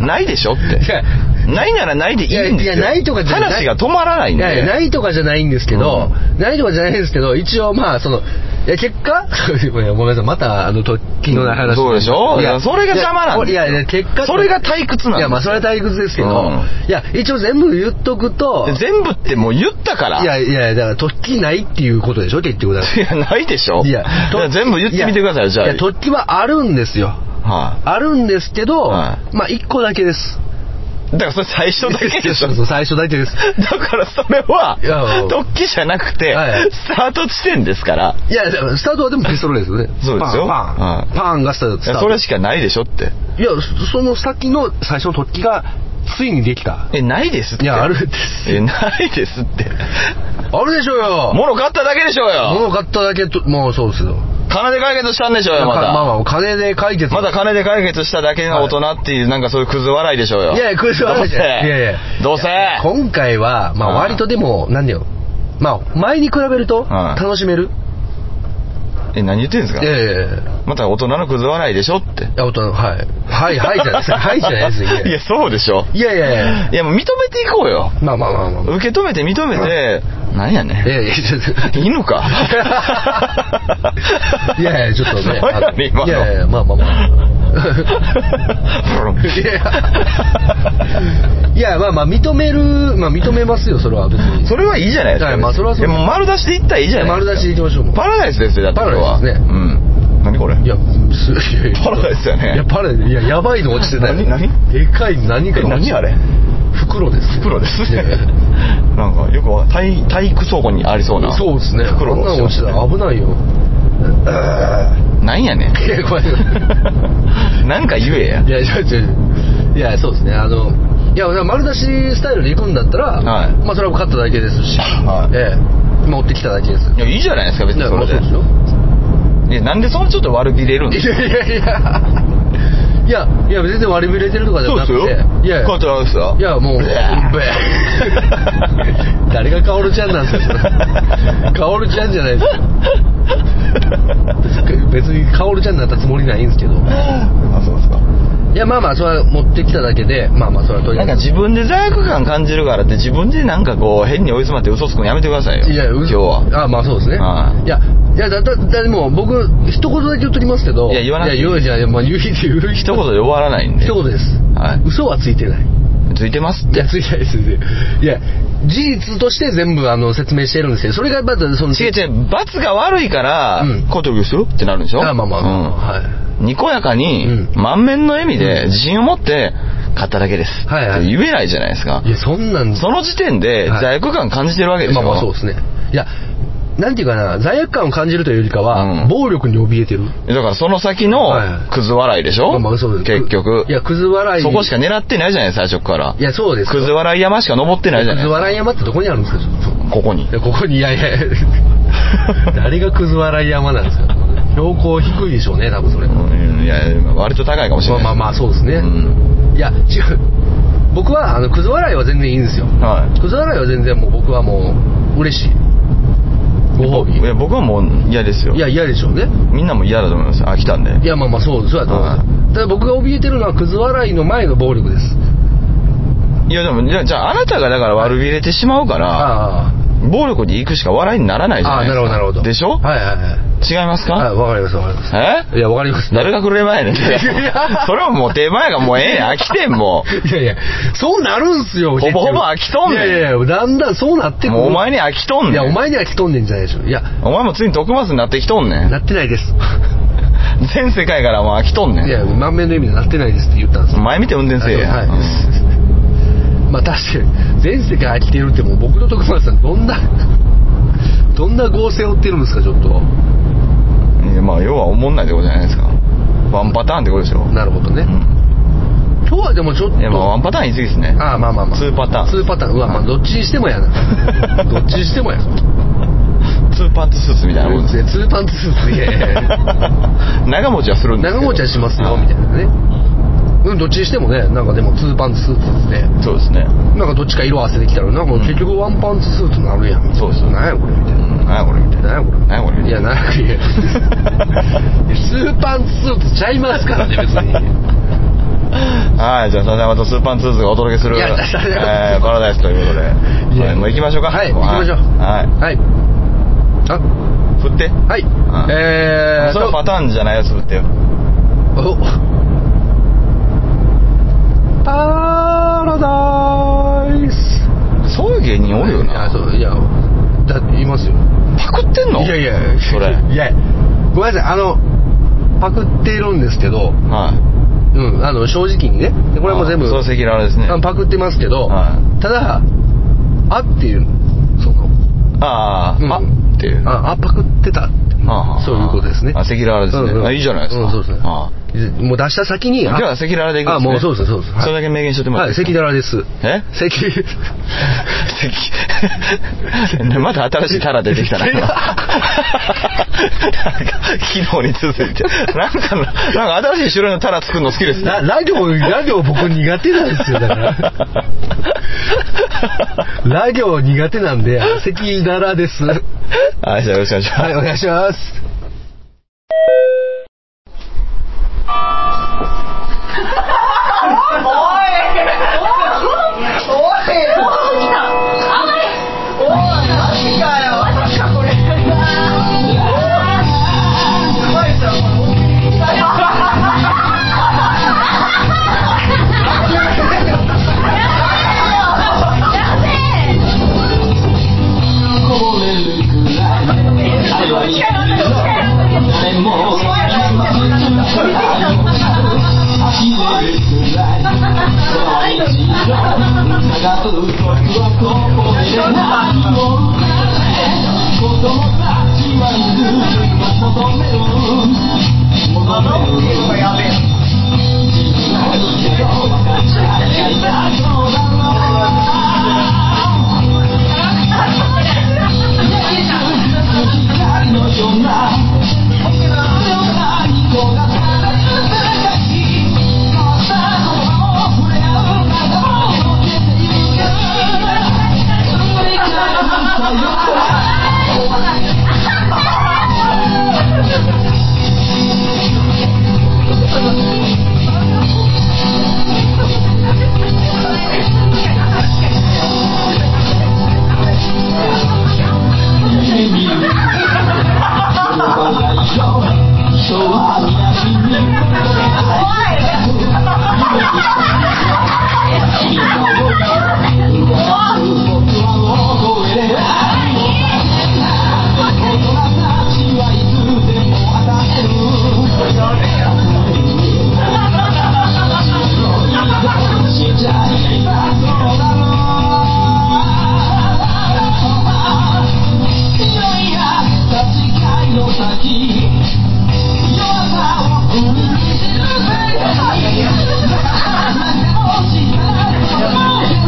Speaker 1: ないでしょって
Speaker 2: いや
Speaker 1: ないならないでいいんですよ
Speaker 2: いやいやないとかじゃない
Speaker 1: 話が止まらないん
Speaker 2: い
Speaker 1: で
Speaker 2: やいやないとかじゃないんですけど、
Speaker 1: う
Speaker 2: ないとかじゃないんですけど、一応まあ、その、いや、結果 いやごめんなさい、また、あの、突起のない話。
Speaker 1: そうでしょいやそれが邪魔なんです
Speaker 2: い
Speaker 1: よ
Speaker 2: や、いや、結果
Speaker 1: それが退屈なんですよ
Speaker 2: いや、まあ、それは退屈ですけど、
Speaker 1: うん
Speaker 2: いや、一応全部言っとくと、
Speaker 1: で全部ってもう言ったから
Speaker 2: いや、いや、だから突起ないっていうことでしょ、結局だか
Speaker 1: いや ないでしょ
Speaker 2: ら。いや、
Speaker 1: いや
Speaker 2: 突起
Speaker 1: 全部言ってみてくださいよじゃあ
Speaker 2: いや、突起はあるんですよ。
Speaker 1: は
Speaker 2: あるんですけど、
Speaker 1: は
Speaker 2: まあ、一個だけです。
Speaker 1: いだからそれ最初だけでしょ
Speaker 2: そうそう最初だけです。
Speaker 1: だからそれはい
Speaker 2: や
Speaker 1: 突起じゃなくて、
Speaker 2: はい
Speaker 1: スタート地点ですから。
Speaker 2: いや、だからスタートはでもピストルですよね
Speaker 1: そうですよ
Speaker 2: パン、パン。
Speaker 1: はい
Speaker 2: パンがスタート。
Speaker 1: いやそれしかないでしょって
Speaker 2: いや、そその先の最初の突起がついにできた。
Speaker 1: えないですって
Speaker 2: いや、あるんです。
Speaker 1: えないですって
Speaker 2: あるでしょうよ。
Speaker 1: 物買っただけでしょうよ
Speaker 2: 物買っただけと、もうそうですよ。
Speaker 1: 金で解決したんでしょうよま
Speaker 2: かまあ
Speaker 1: だ
Speaker 2: まあ、金で解決。
Speaker 1: まだ金で解決しただけの大人っていうなんかそういうクズ笑いでしょうよ
Speaker 2: いやいや、これは
Speaker 1: どうせ
Speaker 2: いやいや。
Speaker 1: どうせ
Speaker 2: 今回は、まあ
Speaker 1: うん
Speaker 2: 割とでも、なんだよ。まあ、前に比べると、
Speaker 1: うん
Speaker 2: 楽しめる。
Speaker 1: え何言ってんですか
Speaker 2: いやいやいやい
Speaker 1: また大人のクズ笑いでしょって
Speaker 2: や、大人、はい。はい、はいじゃない です。はいじゃないです。
Speaker 1: いやそうでしょ
Speaker 2: いやいやいやいや。
Speaker 1: いやもう認めていこうよ
Speaker 2: まあまあまあまあまあ。
Speaker 1: 受け止めて認めて何やねん
Speaker 2: いやいや、ちょっと。
Speaker 1: 犬か
Speaker 2: いやいや、ちょっと ね。
Speaker 1: 何やねん今の
Speaker 2: いやいや、まあまあまあ。いや、いやまあまあ、認める、まあ認めますよ、それは別に。
Speaker 1: それはいいじゃないです
Speaker 2: い
Speaker 1: か
Speaker 2: やまあそれはそ
Speaker 1: で
Speaker 2: う
Speaker 1: も丸出しでいったらいいじゃない
Speaker 2: 丸出しでいきましょうもう
Speaker 1: パラダイスですよだってこれは
Speaker 2: パラダイスですね
Speaker 1: うん何これ
Speaker 2: いや、すいやいや
Speaker 1: パラダイスだよね
Speaker 2: いや、パラダイス。いや、やばいの落ちてない。
Speaker 1: 何何
Speaker 2: でかい何か
Speaker 1: え
Speaker 2: が落
Speaker 1: 何
Speaker 2: ちて
Speaker 1: あれ
Speaker 2: 袋です。
Speaker 1: 袋です
Speaker 2: いやいや
Speaker 1: なんかよくわ体体育倉庫にありそうな
Speaker 2: そうですね。
Speaker 1: 袋
Speaker 2: あんなの落ちたら危ないよ。
Speaker 1: なんやねん
Speaker 2: いや、これ。
Speaker 1: なんか言えや
Speaker 2: いや、ちょちょいや、そうですね。あの、いや、丸出しスタイルで行くんだったら、
Speaker 1: はい
Speaker 2: まあ、それは買っただけですし、
Speaker 1: はい
Speaker 2: ええ、持ってきただけです。
Speaker 1: いやいいじゃないですか別に
Speaker 2: だ
Speaker 1: そ
Speaker 2: からま
Speaker 1: れ
Speaker 2: あ
Speaker 1: で
Speaker 2: そうですよ。
Speaker 1: いやなんでそのちょっと悪びれるん
Speaker 2: い
Speaker 1: ですか
Speaker 2: やいやいや。いや、いや、全然割り振れてるとかじゃ
Speaker 1: そう
Speaker 2: な
Speaker 1: で
Speaker 2: く
Speaker 1: す
Speaker 2: て。
Speaker 1: よ
Speaker 2: いやい
Speaker 1: カート
Speaker 2: や、
Speaker 1: ラウスだ
Speaker 2: いやもう、
Speaker 1: うわ
Speaker 2: ブエ ー誰がカオルちゃんなんですか。カオルちゃんじゃないですよ。別に薫ちゃんになったつもりないんですけど
Speaker 1: あそうですか
Speaker 2: いやまあまあそれは持ってきただけでまあまあそれはとりあ
Speaker 1: なん
Speaker 2: え
Speaker 1: か
Speaker 2: ず
Speaker 1: 自分で罪悪感感じるからって自分でなんかこう変に追い詰まって嘘つくのやめてくださいよ
Speaker 2: いや、う
Speaker 1: 今日は
Speaker 2: あまあそうですね。
Speaker 1: はい
Speaker 2: や、いや、だ、だ、だでも僕、一言だけ言っときますけど。
Speaker 1: いや言わなくていい
Speaker 2: や、言うじゃん。まあ、言う、言う
Speaker 1: 一言で終わらないんで
Speaker 2: 一言です。
Speaker 1: は
Speaker 2: 嘘はついてない。
Speaker 1: いついてますっ
Speaker 2: い
Speaker 1: て
Speaker 2: や、ついてないです。いや、事実として全部、あの、説明してるんですけど、それが、また、その、
Speaker 1: 違う違う罰が悪いから、
Speaker 2: うん
Speaker 1: コトリするってなるんでしょ
Speaker 2: あまあまあ、まあはい。
Speaker 1: うんにこやかに、
Speaker 2: うん
Speaker 1: 満面の笑みで
Speaker 2: うん
Speaker 1: 自信を持って買っただけです、
Speaker 2: はいはい
Speaker 1: って言えないじゃないですか
Speaker 2: いや、そんなん、
Speaker 1: その時点で
Speaker 2: はい
Speaker 1: 罪悪感感じてるわけでし
Speaker 2: ま
Speaker 1: ょ、
Speaker 2: あまあ、そうですね。いや、なんていうかな、罪悪感を感じるというよりか
Speaker 1: う
Speaker 2: は、
Speaker 1: ん
Speaker 2: 暴力に怯えてる。
Speaker 1: だからその先の
Speaker 2: はい
Speaker 1: クズ笑いでしょ、
Speaker 2: まあまあそうです
Speaker 1: 結局
Speaker 2: いや、クズ笑い。
Speaker 1: そこしか狙ってないじゃない最初から
Speaker 2: いや、そうですよ。
Speaker 1: クズ笑い山しか登ってないじゃ
Speaker 2: ク
Speaker 1: ないで
Speaker 2: ズ
Speaker 1: す
Speaker 2: 笑い山ってどこにあるんですかちょっと
Speaker 1: かここに
Speaker 2: いやここにいやいや 誰がくず笑い山なんですか標高低いでしょうね多分それま
Speaker 1: うんいや割と高いかもしれ
Speaker 2: あ
Speaker 1: ない
Speaker 2: まあまあそうですね、
Speaker 1: うん
Speaker 2: いや違う僕はあのくず笑いは全然いいんですよ
Speaker 1: は
Speaker 2: くず笑いは全然もう僕はもう嬉しいご褒美
Speaker 1: いいや僕はもう嫌ですよ
Speaker 2: いや嫌でしょうね
Speaker 1: みんなも嫌だと思います飽きたんで
Speaker 2: いやまあまあそうそうやと思います、ただ僕が怯えてるのはくず笑いの前の暴力です
Speaker 1: いやでもいやじゃああなたがだから悪びれてしまうから
Speaker 2: あ
Speaker 1: 暴力に行くしか笑いにならな
Speaker 2: あ
Speaker 1: いじゃ
Speaker 2: あ
Speaker 1: な
Speaker 2: あ
Speaker 1: いで
Speaker 2: な
Speaker 1: すか
Speaker 2: るほどなるほど
Speaker 1: でしょ
Speaker 2: はいはいはい
Speaker 1: 違います
Speaker 2: はい
Speaker 1: か
Speaker 2: わかりますわかります
Speaker 1: え
Speaker 2: いやわかります
Speaker 1: 誰がくれ前やねん
Speaker 2: や
Speaker 1: それはもう手前がもうええやん飽きてんもう
Speaker 2: いやいや、そうなるんすよ、
Speaker 1: ほぼほぼ飽き
Speaker 2: 結局
Speaker 1: とんねん
Speaker 2: いやいや、だんだんそうな ってくる。
Speaker 1: もうお前に飽きとんねん
Speaker 2: いや、お前には飽きとんねんじゃないでしょ。いや、
Speaker 1: お前もついに毒マスになってきとんね
Speaker 2: なんってない です。
Speaker 1: 全世界からもう飽きとんね
Speaker 2: い
Speaker 1: ん
Speaker 2: や、満面の意味でなってないですって言ったんですよ。
Speaker 1: 前見て運転せえや
Speaker 2: はい。
Speaker 1: うん
Speaker 2: まあ確かに、全世界飽きてるってもう僕と徳松さん、どんな、どんな合成を追ってるんですか、ちょっと。
Speaker 1: いやまあ要は思んないってことじゃないですかワンパターンってことでしょ
Speaker 2: なるほどね
Speaker 1: う。ん
Speaker 2: 今日はでもちょっと。
Speaker 1: いやまあワンパターン言い過ぎですね
Speaker 2: ああ、まあまあまあ。
Speaker 1: ツーパターン
Speaker 2: ツーパターン。うわ、まあどっちにしても やな。どっちにしてもや。
Speaker 1: ツーパンツスーツみたいなもんです
Speaker 2: ツーパンツスーツ、いやいやいや。
Speaker 1: 長持ちはするんですけ
Speaker 2: 長
Speaker 1: ど
Speaker 2: 持ちはしますよみたいなねうんどっちにしてもねなんかでもツーパンツスーツで
Speaker 1: そうですね
Speaker 2: なんかどっちか色合わせできたらなんか結局ワンパンツスーツになるやん
Speaker 1: そうですよ
Speaker 2: なんやこれみたい
Speaker 1: うん何やこれみたいな
Speaker 2: ななんやこれ
Speaker 1: 何やこれみた
Speaker 2: い
Speaker 1: いな
Speaker 2: やなん かいやツーパンツスーツちゃいますからね別に
Speaker 1: はい、じゃあ、笹山とスーパンツーズがお届けする、
Speaker 2: いや笹山とスーパン
Speaker 1: えーパラダイスということで、
Speaker 2: いや
Speaker 1: はいもう行きましょうか。
Speaker 2: はい
Speaker 1: も
Speaker 2: 行きましょう
Speaker 1: は
Speaker 2: はいあ
Speaker 1: い。振って。
Speaker 2: はい
Speaker 1: ん
Speaker 2: えー
Speaker 1: それはパターンじゃないやつ振ってよ。
Speaker 2: おパラダイス
Speaker 1: そういう芸人おるよ
Speaker 2: いや
Speaker 1: な。
Speaker 2: そういやだっていますよ
Speaker 1: パクってんの
Speaker 2: いやいや
Speaker 1: それ。
Speaker 2: いやごめんなさいあのパクってるんですけど
Speaker 1: は
Speaker 2: うんあの正直にねで
Speaker 1: い。
Speaker 2: これはもう全部
Speaker 1: あそう、赤裸々ですね。
Speaker 2: あのパクってますけど
Speaker 1: は
Speaker 2: ただあっていうその
Speaker 1: あ
Speaker 2: うん
Speaker 1: あ、あっていう。
Speaker 2: ああパクってたって
Speaker 1: はあはあ
Speaker 2: そういうことですね
Speaker 1: あ、赤裸々ですね
Speaker 2: うんうん
Speaker 1: あいいじゃないですか
Speaker 2: うんそうですね
Speaker 1: ああ
Speaker 2: もう出した先に
Speaker 1: 今
Speaker 2: あ
Speaker 1: 日は赤裸々でいくんですね
Speaker 2: あもうそうですそうですはい
Speaker 1: それだけ明言しといてもら
Speaker 2: は
Speaker 1: っ
Speaker 2: い
Speaker 1: て
Speaker 2: 赤
Speaker 1: いいです
Speaker 2: 裸々です
Speaker 1: かえ 咳また新しいタラ出てきた な今なんか昨日に続いてなんかのなんか新しい種類のタラ作るの好きですね
Speaker 2: なラジオラジオ僕苦手なんですよだからラジオ苦手なんで赤裸々ですは
Speaker 1: はいじゃあよろしくお願いします
Speaker 2: いお願いします
Speaker 3: 「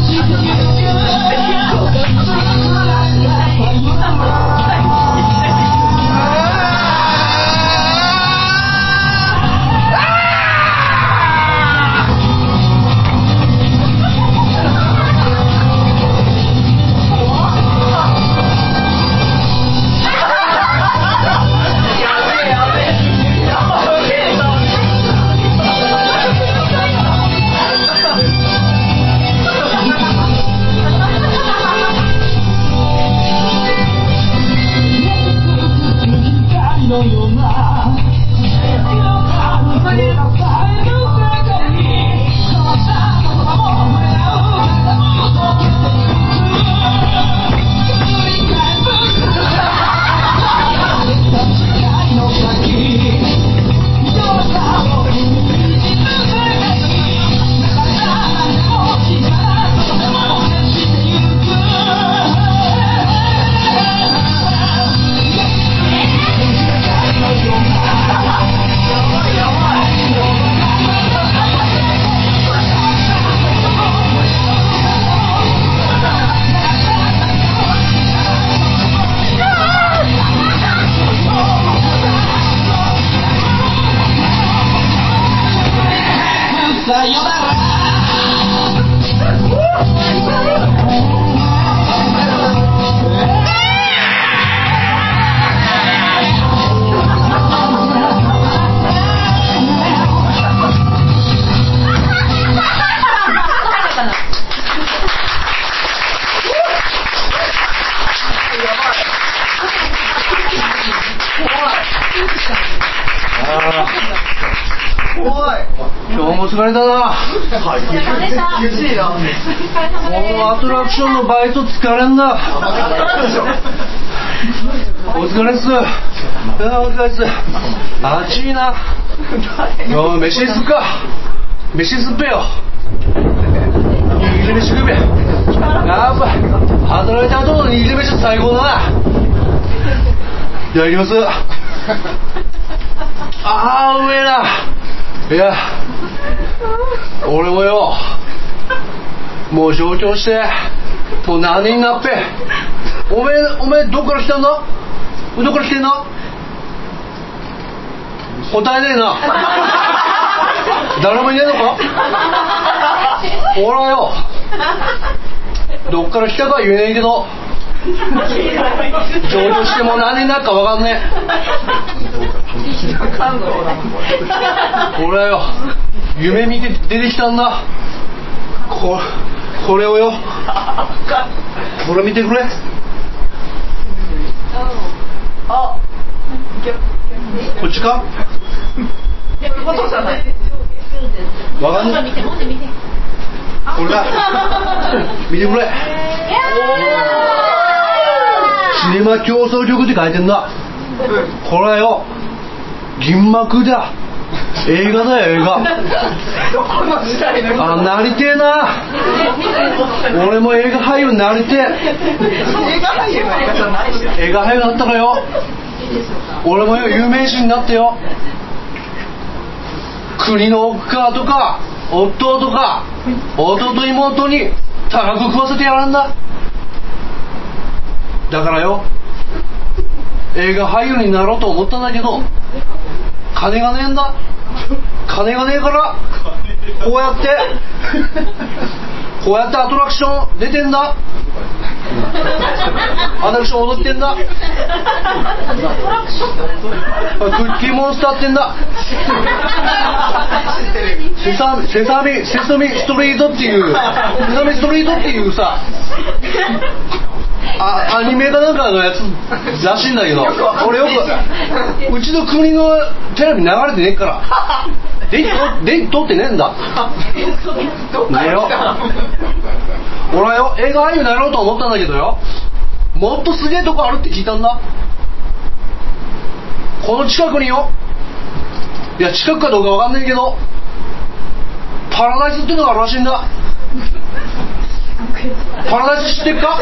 Speaker 2: 今日も疲れたなこのアトラクションのバイト疲れんなお疲れっすあお疲れっす暑いな今日飯すっか飯すっぺよ握り飯食うべやっぱ働いた後の握り飯は最高だないただきますああうめえないや俺もよもう上京してもう何になっぺおめえおめえどっから来たんだどっから来てんだ答えねえな誰もいねえのか俺はよどっから来たかは言えねえけど上京してもう何になるか分かんねえ俺はよ夢見て出てきたんだここれをよこれ見てくれこっちかわかんないこれだ見てくれシネマ競争曲って書いてんだこれよ銀幕だ映画だよ映画あなりてえな俺も映画俳優になりてえ映画俳優になったからよ俺もよ有名人になってよ国の奥母とか夫とか弟と妹にたらこ食わせてやらんだだからよ映画俳優になろうと思ったんだけど金がねえんだ金がねえからこうやってこうやってアトラクション出てんだアトラクション踊ってんだクッキーモンスターってんだセサミセサミセサミストリートっていうセサミストリートっていうさあアニメかなんかのやつらしいんだけど俺よくうちの国のテレビ流れてねえから電気電気通ってねえんだねえよ俺はよ映画俳優になろうと思ったんだけどよもっとすげえとこあるって聞いたんだこの近くによいや近くかどうかわかんないけどパラダイスっていうのがあるらしいんだパラダイス知ってっか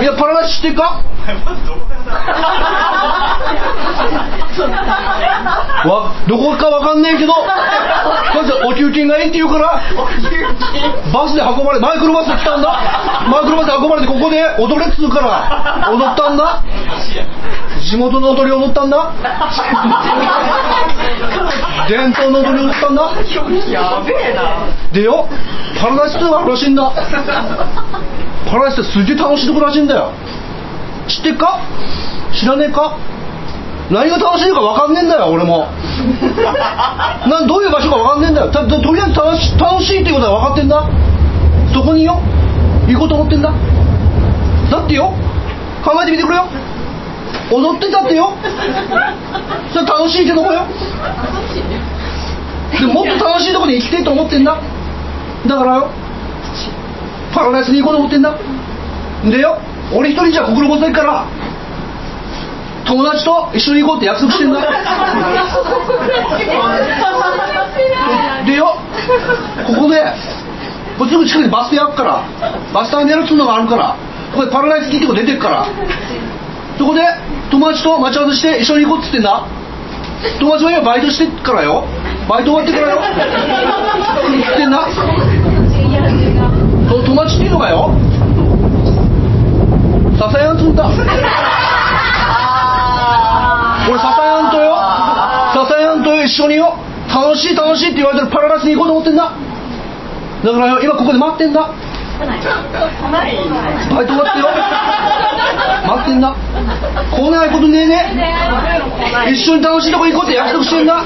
Speaker 2: いやパラダイス知ってっかわどこかわかんないけどとりあえずお給金がいいって言うからバスで運ばれマイクロバスで来たんだマイクロバスで運ばれてここで踊れっつうから踊ったんだ地元の踊り踊ったんだ伝統の踊り踊ったんだ
Speaker 3: やべえな
Speaker 2: でよパラダイス2があるらしいんだパラダイスってすげえ楽しいとこらしいんだよ知ってっか知らねえか何が楽しいのか分かんねえんだよ俺もなんどういう場所か分かんねえんだよたととりあえず楽し楽しいっていうことは分かってんだそこによ行こうと思ってんだだってよ考えてみてくれよ踊ってたってよそれ楽しいけどもよでももっと楽しいとこに行きたいと思ってんだだからよパラダイスに行こうと思ってんだでよ俺一人じゃ国語せっから友達と一緒に行こうって約束してんだでよここでもうすぐ近くにバス停あるからバスターミナルっつうのがあるからここでパラダイスキーってとこ出てっからそこで友達と待ち合わせして一緒に行こうっつってんだ友達は今バイトしてっからよバイト終わってからよ行ってんだと友達っていうのがよ笹山っつうんだ俺笹山とよ笹山とよ一緒によ楽しい楽しいって言われてるパラダイスに行こうと思ってんだだからよ今ここで待ってんだバイト終わってよ待ってんだ来ないことねえね一緒に楽しいとこ行こうって約束してんだ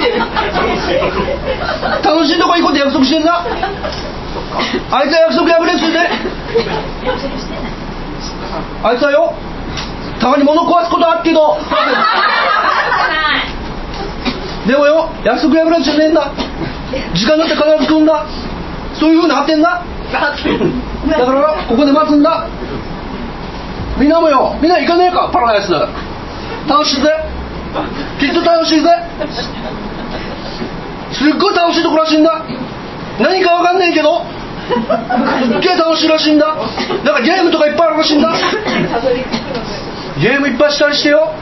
Speaker 2: 楽しいとこ行こうって約束してんだあいつは約束破れっつってあいつはよたまに物壊すことあっけどでもよ約束破れんじゃねえんだ時間だって必ず来るんだそういうふうになってんだだからここで待つんだみんなもよみんな行かねえかパラダイス楽しいぜきっと楽しいぜすっごい楽しいとこらしいんだ何かわかんないけどすっげえ楽しいらしいんだなんかゲームとかいっぱいあるらしいんだゲームいっぱいしたりしてよ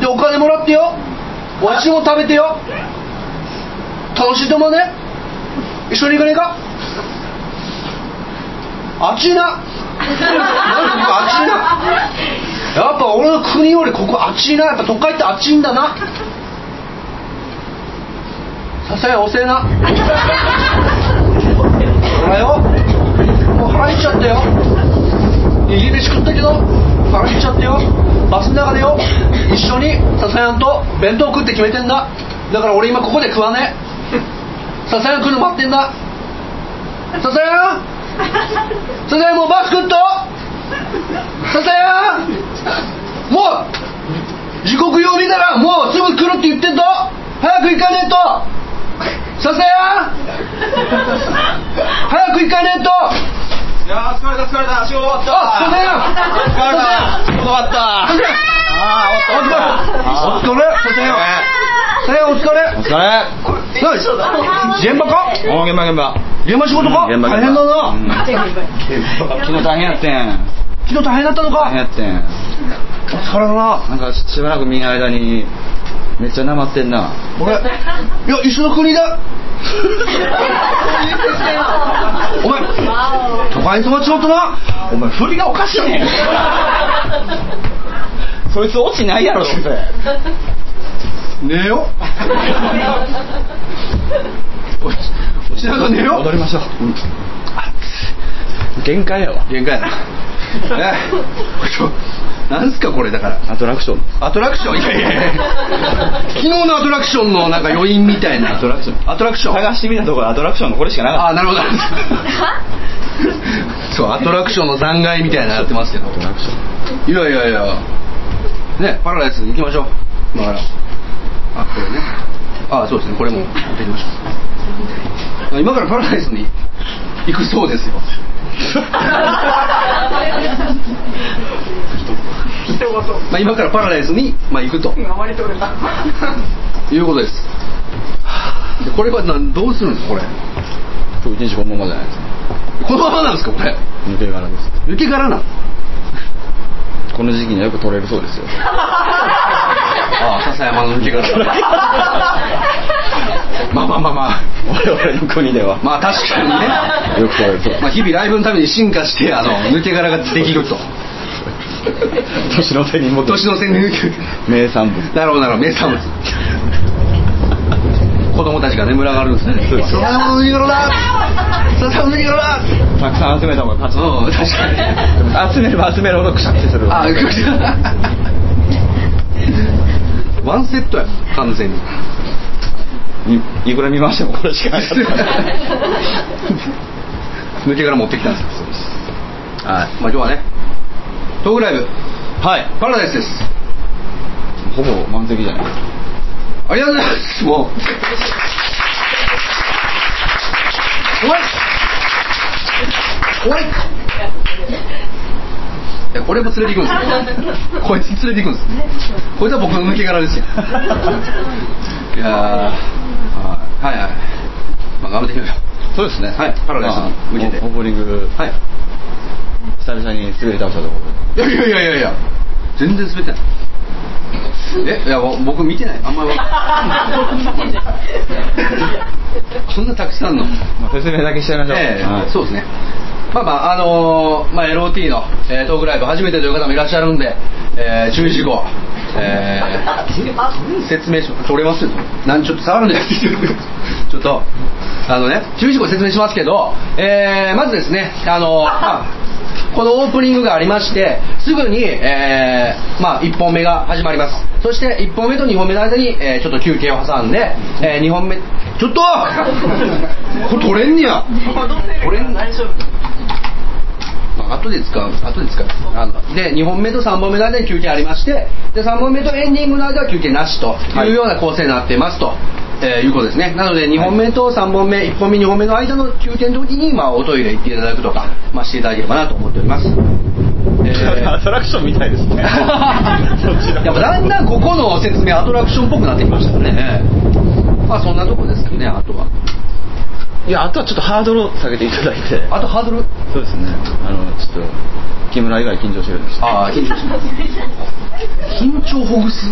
Speaker 2: でお金もらってよお味も食べてよ楽しいと思うね一緒に行かねえか暑いななんか暑いなやっぱ俺の国よりここ暑いなやっぱ都会って暑いんだなさすがに遅えなほらよもう腹いっちゃったよ握り飯食ったけど腹いっちゃったよバスの中でよ一緒に笹山と弁当食って決めてんだだから俺今ここで食わねえ笹山来るの待ってんだ笹山笹山もうバス食っと笹山もう時刻表見たらもうすぐ来るって言ってんぞ早く行かねえと笹山早く行かねえと
Speaker 1: いやー疲れた疲れた仕事終わった
Speaker 2: あ笹山
Speaker 1: 疲れた仕
Speaker 2: 笹
Speaker 1: 事終わった
Speaker 2: 山
Speaker 1: あー終わ
Speaker 2: あ
Speaker 1: っ
Speaker 2: ー
Speaker 1: た
Speaker 2: お疲れ笹山お疲れ
Speaker 1: お疲れお疲れ
Speaker 2: 何現場か
Speaker 1: おー現場現場
Speaker 2: 現場仕事か、
Speaker 1: 現場現場
Speaker 2: 大変だな、
Speaker 1: うん昨日大変やってん
Speaker 2: 昨日大変だったの
Speaker 1: 大変や
Speaker 2: か
Speaker 1: ってん
Speaker 2: お疲れだな
Speaker 1: なんかしばらく見ん間にめっちゃなまってんな
Speaker 2: 俺いや一緒の国 だお前都会に染まっちまったなお前振りがおかしい ね
Speaker 1: そいつ落ちないやろそれ
Speaker 2: 寝よう落ちながら寝よう
Speaker 1: 戻りましょう、限界やわ
Speaker 2: 限界 だなねちょなんすかこれだから
Speaker 1: アトラクション
Speaker 2: アトラクションいやいやい や昨日のアトラクションのなんか余韻みたいな
Speaker 1: アトラクション
Speaker 2: アトラクション
Speaker 1: 探してみたところアトラクションのこれしかな
Speaker 2: あ
Speaker 1: かっ
Speaker 2: あなるほど そうアトラクションの残骸みたいなのやってますけど
Speaker 1: たアトラクション
Speaker 2: いやいやいやねパラダイス行きましょうだからあこれねあそうですねこれも持ってきましょう今からパラダイスに行くそうですよ まあ今からパラダイスに、まあ、行くということですでこれはなんどうするんですかこれ
Speaker 1: 今日一日このままじゃないですか
Speaker 2: このままなんですかこれ
Speaker 1: 抜け殻です
Speaker 2: 抜け殻なの
Speaker 1: この時期によく取れるそうですよ
Speaker 2: ああ笹山の抜 け殻
Speaker 1: まあまあまあまあ我々の国では、ま
Speaker 2: まあ確かに
Speaker 1: あ、
Speaker 2: ね
Speaker 1: よくそうそう
Speaker 2: まあ、日々ライブのために進化してあの抜け殻ができると
Speaker 1: 年の瀬に戻
Speaker 2: 年の瀬に抜け
Speaker 1: 名産物
Speaker 2: なるほどなるほど名産物子供たちが眠らがるんですね
Speaker 1: そう
Speaker 2: 笹山の抜け殻だ笹山の抜け殻だ
Speaker 1: たくさん集めた方が勝ち
Speaker 2: うん確かに
Speaker 1: 集めれば集めるほどくしゃってする
Speaker 2: ああ ワンセットや完全に
Speaker 1: いいくら見ましてもこれしかなかった
Speaker 2: 抜け殻持ってきたんですよはいまあ今日はねトークライブ
Speaker 1: はい
Speaker 2: パラダイスです
Speaker 1: ほぼ満席じゃないですか
Speaker 2: ありがとうございますもう怖い怖いいやこれも連れて行くんですよこいつ連れて行くんですこいつは僕の抜け殻ですよいやーはいはいはいまあ頑張っていきましょ
Speaker 1: そうですね
Speaker 2: はいパラダイス
Speaker 1: まあ
Speaker 2: 向けて
Speaker 1: ボボーリング
Speaker 2: うはい
Speaker 1: 久々に滑り倒したところ
Speaker 2: いやいやいやいやいや全然滑ってないえいやぼ僕見てないあんまりわ そんなたくさんの
Speaker 1: で、まあ、説明だけしちゃいましょう、
Speaker 2: ええ
Speaker 1: はい
Speaker 2: そうですねまあまああのーまあ LOT の、えートークライブ初めてという方もいらっしゃるんで、えー注意事項、えー説明書取れますなんちょっと触るんです ちょっとあのね注意事項説明しますけど、えーまずですねあのーまあこのオープニングがありましてすぐに、えーまあ、1本目が始まりますそして1本目と2本目の間に、えーちょっと休憩を挟んで、え2本目ちょっとこれ取れんねや俺の
Speaker 3: 大丈夫
Speaker 2: まあ後で使う後で使うあので2本目と3本目の間に休憩ありましてで3本目とエンディングの間は休憩なしと
Speaker 1: はい
Speaker 2: いうような構成になってますと、えーいうことですねなので2本目と3本目1本目2本目の間の休憩の時に、まあ、おトイレ行っていただくとか、まあ、していただければなと思っております、え
Speaker 1: ア
Speaker 2: ー
Speaker 1: トラクションみたいです ね
Speaker 2: やっぱだんだんここの説明アトラクションっぽくなってきましたねまあそんなとこですかねあとはい
Speaker 1: やあとはちょっとハードルを下げていただいて
Speaker 2: あとハードル
Speaker 1: そうですねあのちょっと木村以外緊張してるんです
Speaker 2: ああ緊張します緊張ほぐす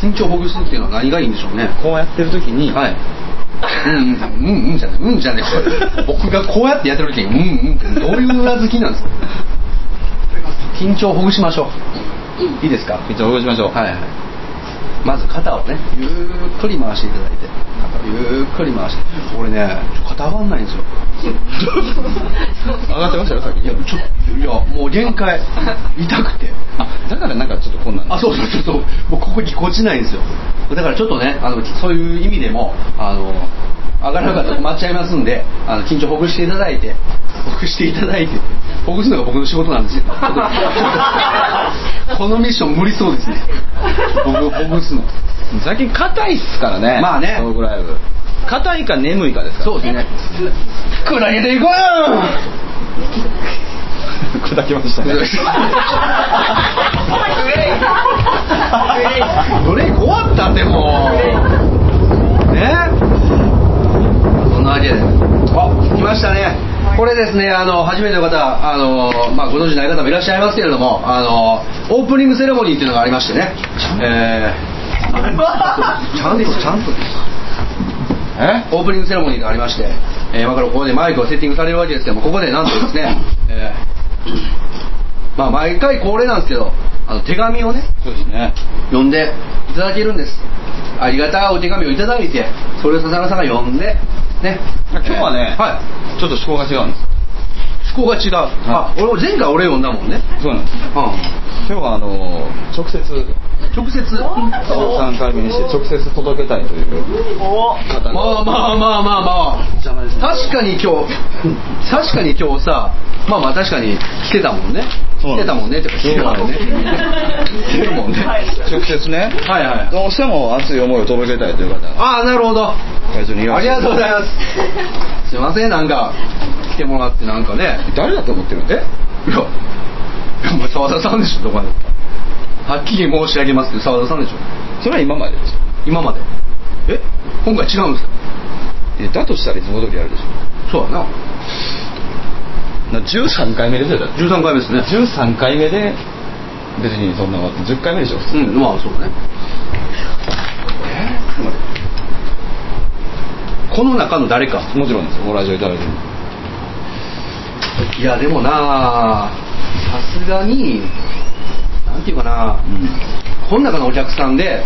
Speaker 2: 緊張ほぐすっていうのは何がいいんでしょうね
Speaker 1: こうやってる時に、
Speaker 2: はいうんうんうんうんじゃないうんじゃない僕がこうやってやってる時にうんうんってどういう裏付きなんですか緊張ほぐしましょういいですか
Speaker 1: 緊張をほぐしましょう
Speaker 2: はいまず肩をねゆっくり回していただいて肩をゆっくり回して俺ね肩上がんないんですよ
Speaker 1: 上がってましたよさっき
Speaker 2: いやちょっといやもう限界痛くて
Speaker 1: あだからなんかちょっとこんなん
Speaker 2: あ、そうそうそうそう、もうここぎこちないんですよ。だからちょっとね、あの、そういう意味でも、あの。上がらなかったら困っちゃいますんで、あの緊張ほぐしていただいて、ほぐしていただいて、ほぐすのが僕の仕事なんですよ。このミッション無理そうですね。僕をほぐすの。
Speaker 1: 最近硬いっすからね
Speaker 2: まあね
Speaker 1: トークライブ硬いか眠いかですから
Speaker 2: そうですね。砕けていこうよ。
Speaker 1: 砕きましたね
Speaker 2: ブレイク終わったってもうねそんなわけであ来ましたねこれですねあの初めての方あの、まあ、ご存知ない方もいらっしゃいますけれどもあのオープニングセレモニーっていうのがありましてねえーちゃんとちゃんと
Speaker 1: え
Speaker 2: オープニングセレモニーがありまして、えー今からここでマイクをセッティングされるわけですけどもここでなんとですね、えーまあ毎回恒例なんですけどあの手紙をね
Speaker 1: そうですね
Speaker 2: 読んでいただけるんですありがたいお手紙をいただいてそれを笹山さんが読んでね
Speaker 1: 今日はね
Speaker 2: えーはい
Speaker 1: ちょっと思考が違うんです
Speaker 2: 思考が違う、あ俺も前回俺読んだもんね
Speaker 1: そうなんです
Speaker 2: う
Speaker 1: 今日はあの直接
Speaker 2: ん直接
Speaker 1: 3回目にして直接届けたいという方
Speaker 2: まあまあまあまあまあ確かに今日 確かに今日さまあまあ確かに来てたもんね
Speaker 1: そう
Speaker 2: 来てたもんねってか来てたもん
Speaker 1: そう
Speaker 2: ね来てるもんねはい
Speaker 1: 直接ね
Speaker 2: はい
Speaker 1: どうしても熱い思いを届けたいという方が
Speaker 2: ああなるほどあ
Speaker 1: 会場にいらっ
Speaker 2: り
Speaker 1: しゃ
Speaker 2: が
Speaker 1: る
Speaker 2: とうございますすいませんなんか来てもらってなんかね
Speaker 1: 誰だと思ってるんで
Speaker 2: いやいやお前澤田さんでしょどこにはっきり申し上げますけど澤田さんでしょ
Speaker 1: それは今までですよ
Speaker 2: 今までえ今回違うんですか
Speaker 1: えだとしたらいつも通りやるでしょ
Speaker 2: そうだな
Speaker 1: な13回目ですよだって
Speaker 2: 13回目ですね
Speaker 1: 13回目で別にそんな10回目でしょ普通
Speaker 2: うんまあそうだねえーちょっと待ってこの中の誰か
Speaker 1: もちろんですよラジオいただいても
Speaker 2: いやでもなさすがになんていうかな、この中のお客さんで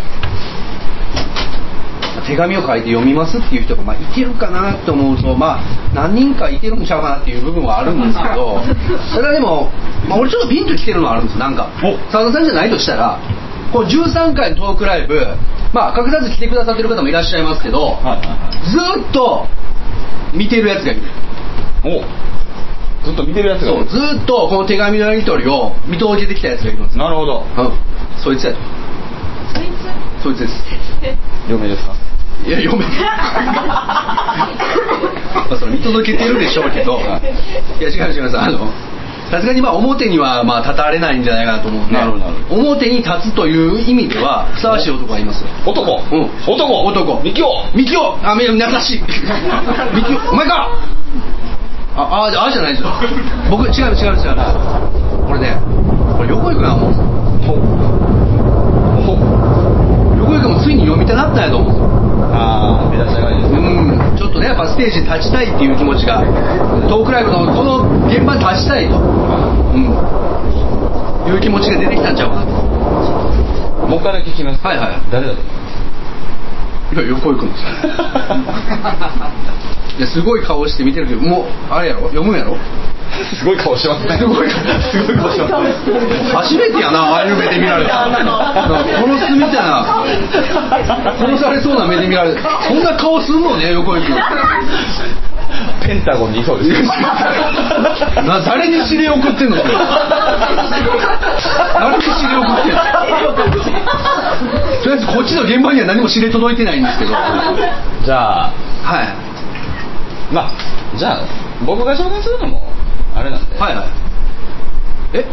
Speaker 2: 手紙を書いて読みますっていう人がまあいてるかなと思うとまあ何人かいてるんちゃうかなっていう部分はあるんですけどそれはでも、まあ、俺ちょっとピンときてるのはあるんですなんか
Speaker 1: お
Speaker 2: 澤田さんじゃないとしたらこう13回のトークライブまあ隠さず来てくださってる方もいらっしゃいますけど、
Speaker 1: はいは
Speaker 2: ずーっと見てるやつがいる
Speaker 1: いはいおずっと見てるやつが
Speaker 2: そうずーっとこの手紙のやり取りを見届けてきたやつがいるんですよ
Speaker 1: なるほど
Speaker 2: うんそいつやとそいつです
Speaker 1: 嫁ですか
Speaker 2: いや読めまあそれ見届けてるでしょうけど
Speaker 1: はい
Speaker 2: いや違う違うあのさすがにまあ表にはまあ立たれないんじゃないかなと思うんで
Speaker 1: なるほどなるほ
Speaker 2: 表に立つという意味ではふさわしい男がいますよ
Speaker 1: 男、
Speaker 2: うん
Speaker 1: 男
Speaker 2: 男
Speaker 1: ミキオ
Speaker 2: みきおあめ優しいみきおお前かああじゃあじゃないですよ僕違う違う違うこれねこれ横井君はもう
Speaker 1: ほほ
Speaker 2: 横井君もついに読みたなったんやと思うんですよ
Speaker 1: ああ目立ち上がりですね
Speaker 2: うんちょっとねやっぱステージに立ちたいっていう気持ちがトークライブのこの現場に立ちたいと、うん、いう気持ちが出てきたんちゃうかなと
Speaker 1: もう一回だけ聞きます
Speaker 2: はいはい
Speaker 1: 誰だと
Speaker 2: いや横井君ですよいやすごい顔して見てるけどもうあれやろ読むんやろ
Speaker 1: すごい顔してますね
Speaker 2: すごい
Speaker 1: すごい顔してますね
Speaker 2: 初めてやなああいう目で見られたの殺すみたいな殺されそうな目で見られるそんな顔すんのね横井君
Speaker 1: ペンタゴンにいそう ですね
Speaker 2: な誰に指令送ってんのそれ誰に指令送ってんのとりあえずこっちの現場には何も指令届いてないんですけどは
Speaker 1: じゃあ
Speaker 2: い
Speaker 1: まあじゃあ僕が紹介するのもあれなんで、
Speaker 2: はいはいえ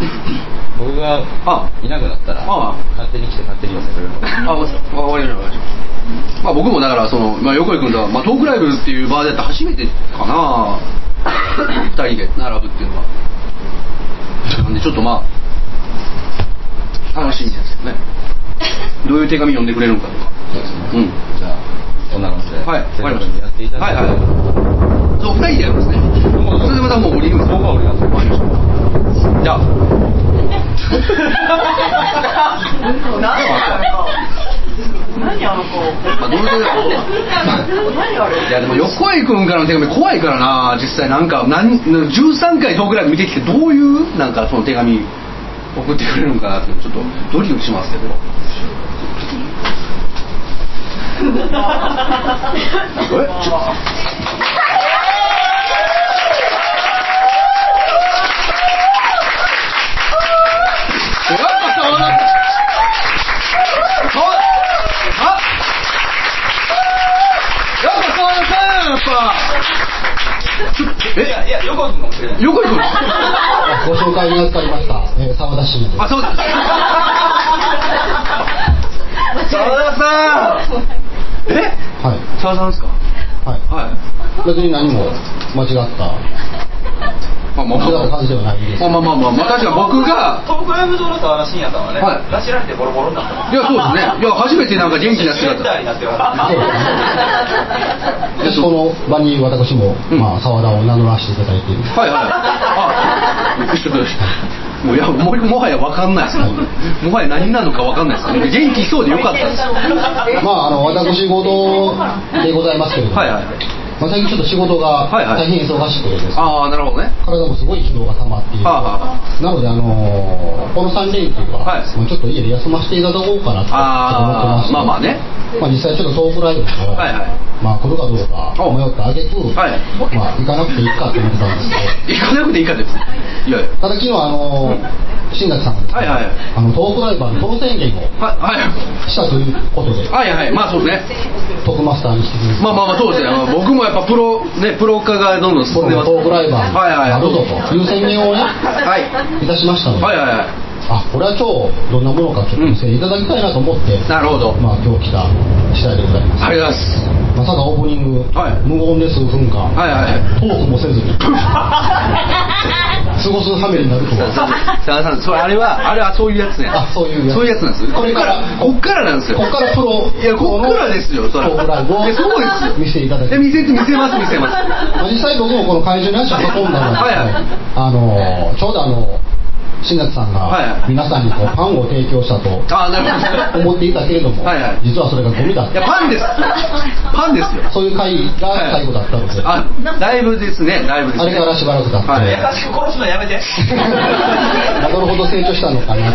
Speaker 1: 僕が
Speaker 2: あ
Speaker 1: いなくなったら
Speaker 2: ああ
Speaker 1: 勝手に来て勝手に寄せてくれるの
Speaker 2: あ、わかりましたわかりました。まあ僕もだからその、まあ、横井君とは、まあ、トークライブっていう場でやったら初めてかな二人で並ぶっていうのはなんでちょっとまあ楽しみですよねどういう手紙読んでくれるのかとか
Speaker 1: そうですね
Speaker 2: うん
Speaker 1: じゃあこんな感じで
Speaker 2: はいわかりま
Speaker 1: 全部やって
Speaker 2: した
Speaker 1: いただいて
Speaker 2: はいはいそう二人でやるんですねそれでまたもう降りるんです
Speaker 1: 僕は降ります
Speaker 2: わかりましたじゃあ
Speaker 3: 何あの子何あの子
Speaker 2: まあ、どういうこと
Speaker 3: 何あれ
Speaker 2: いやでも横井君からの手紙怖いからな実際なんか何13回トークライブ見てきてどういうなんかその手紙送ってくれるのかなってちょっとドキドキしますけどえちょやっぱ触らない触らあやっぱ触らないやっぱ
Speaker 1: いやい や横井君かもしれない
Speaker 2: 横井君
Speaker 4: ご紹介に預かりました、えー、沢田市議です
Speaker 2: あ、そうだ。 澤田さん。え、
Speaker 4: はい、
Speaker 2: 澤田さんですか。
Speaker 4: はい、
Speaker 2: は
Speaker 4: 別に何も間違った
Speaker 2: い。まあ、まあ、
Speaker 4: 間違った
Speaker 2: ま
Speaker 4: 感じではないです
Speaker 2: あ、まあ、まあ、まあ、まあ、確かに僕が。
Speaker 1: トークライブ上の沢田信也さんはね、
Speaker 2: はい
Speaker 1: 拉致られてボロボロになった
Speaker 2: いや、そうですね。いや、初めてなんか元気な
Speaker 1: セ
Speaker 2: 姿。
Speaker 1: ンターになってます
Speaker 4: そうですねでその場に私も、
Speaker 2: うん
Speaker 4: まあ、沢田を名乗らせていただいている
Speaker 2: はい、はい。あ、ちょっと。もういやもうもはや分かんないですもはや何なのか分かんないです元気そうでよかったです
Speaker 4: まああの私事でございますけれども、
Speaker 2: はいはい
Speaker 4: まあ、最近ちょっと仕事が
Speaker 2: はいはい
Speaker 4: 大変忙しくてですね、
Speaker 2: ああなるほどね
Speaker 4: 体もすごい疲労が溜まっている、
Speaker 2: はあはあ
Speaker 4: なので、あのーこの3連休は、
Speaker 2: はい
Speaker 4: もうちょっと家で休ませていただこうかなとちょっと思っ
Speaker 2: あ
Speaker 4: てまし
Speaker 2: あ
Speaker 4: て
Speaker 2: まあまあね
Speaker 4: まあ、実際ちょっとトークライブも、
Speaker 2: はいはい
Speaker 4: まあ、来るかどうか
Speaker 2: お
Speaker 4: 迷ったあげく、
Speaker 2: はい
Speaker 4: まあ、行かなくていいかと思ってたんですけ
Speaker 2: 行かなくていいかですいやいや
Speaker 4: どただ昨日、あのー新垣さんがですね、
Speaker 2: はいはい
Speaker 4: あのトークライブは当選言を
Speaker 2: はいはい
Speaker 4: したということで、
Speaker 2: はいはいまあそうですね
Speaker 4: トークマスターに引き続き、
Speaker 2: まあまあまあそうですねまあ僕もやっぱプロねプロ化がどんどん進んで
Speaker 4: 僕
Speaker 2: ま
Speaker 4: も
Speaker 2: す
Speaker 4: トークライバーに
Speaker 2: はいはい
Speaker 4: なるぞという宣言をね、
Speaker 2: はい
Speaker 4: いたしましたので、
Speaker 2: はいはいは
Speaker 4: あこれは今日どんなものかちょっと見せていただきたいなと思って、
Speaker 2: いなるほど
Speaker 4: まあ、今日来た次第でございます
Speaker 2: ありがとうございます
Speaker 4: まさかオープニング、
Speaker 2: はい
Speaker 4: 無言で数分間、
Speaker 2: はいはい
Speaker 4: トークも せずに過ごす羽目になるとは
Speaker 2: さあさあそれあれはあれはそういうやつね
Speaker 4: あそういうやつ
Speaker 2: そういうやつなんですよ
Speaker 4: これから
Speaker 2: こっからなんですよ
Speaker 4: こっからプロ
Speaker 2: いやこっからですよそれ
Speaker 4: トークライブを
Speaker 2: いやそうですよ
Speaker 4: 見せていただき
Speaker 2: え
Speaker 4: ます
Speaker 2: 見せて見せます見せます
Speaker 4: まあ実際僕もこの会場に足を運んだので、
Speaker 2: はいはい
Speaker 4: あのーちょうどあの新月さん
Speaker 2: はいはい
Speaker 4: が皆さんにこうパンを提供したと
Speaker 2: ああなるほど
Speaker 4: 思っていたけれども、
Speaker 2: はいはい
Speaker 4: 実はそれがゴミだっ
Speaker 2: いやパ
Speaker 4: た
Speaker 2: ンですパンですよ
Speaker 4: そういう会が最後だったので、
Speaker 2: あだいぶですねだいぶです
Speaker 4: あ
Speaker 2: ね
Speaker 4: れからしばらく経って、
Speaker 2: はい
Speaker 3: しく殺すのやめて。
Speaker 4: どれほど成長したのかな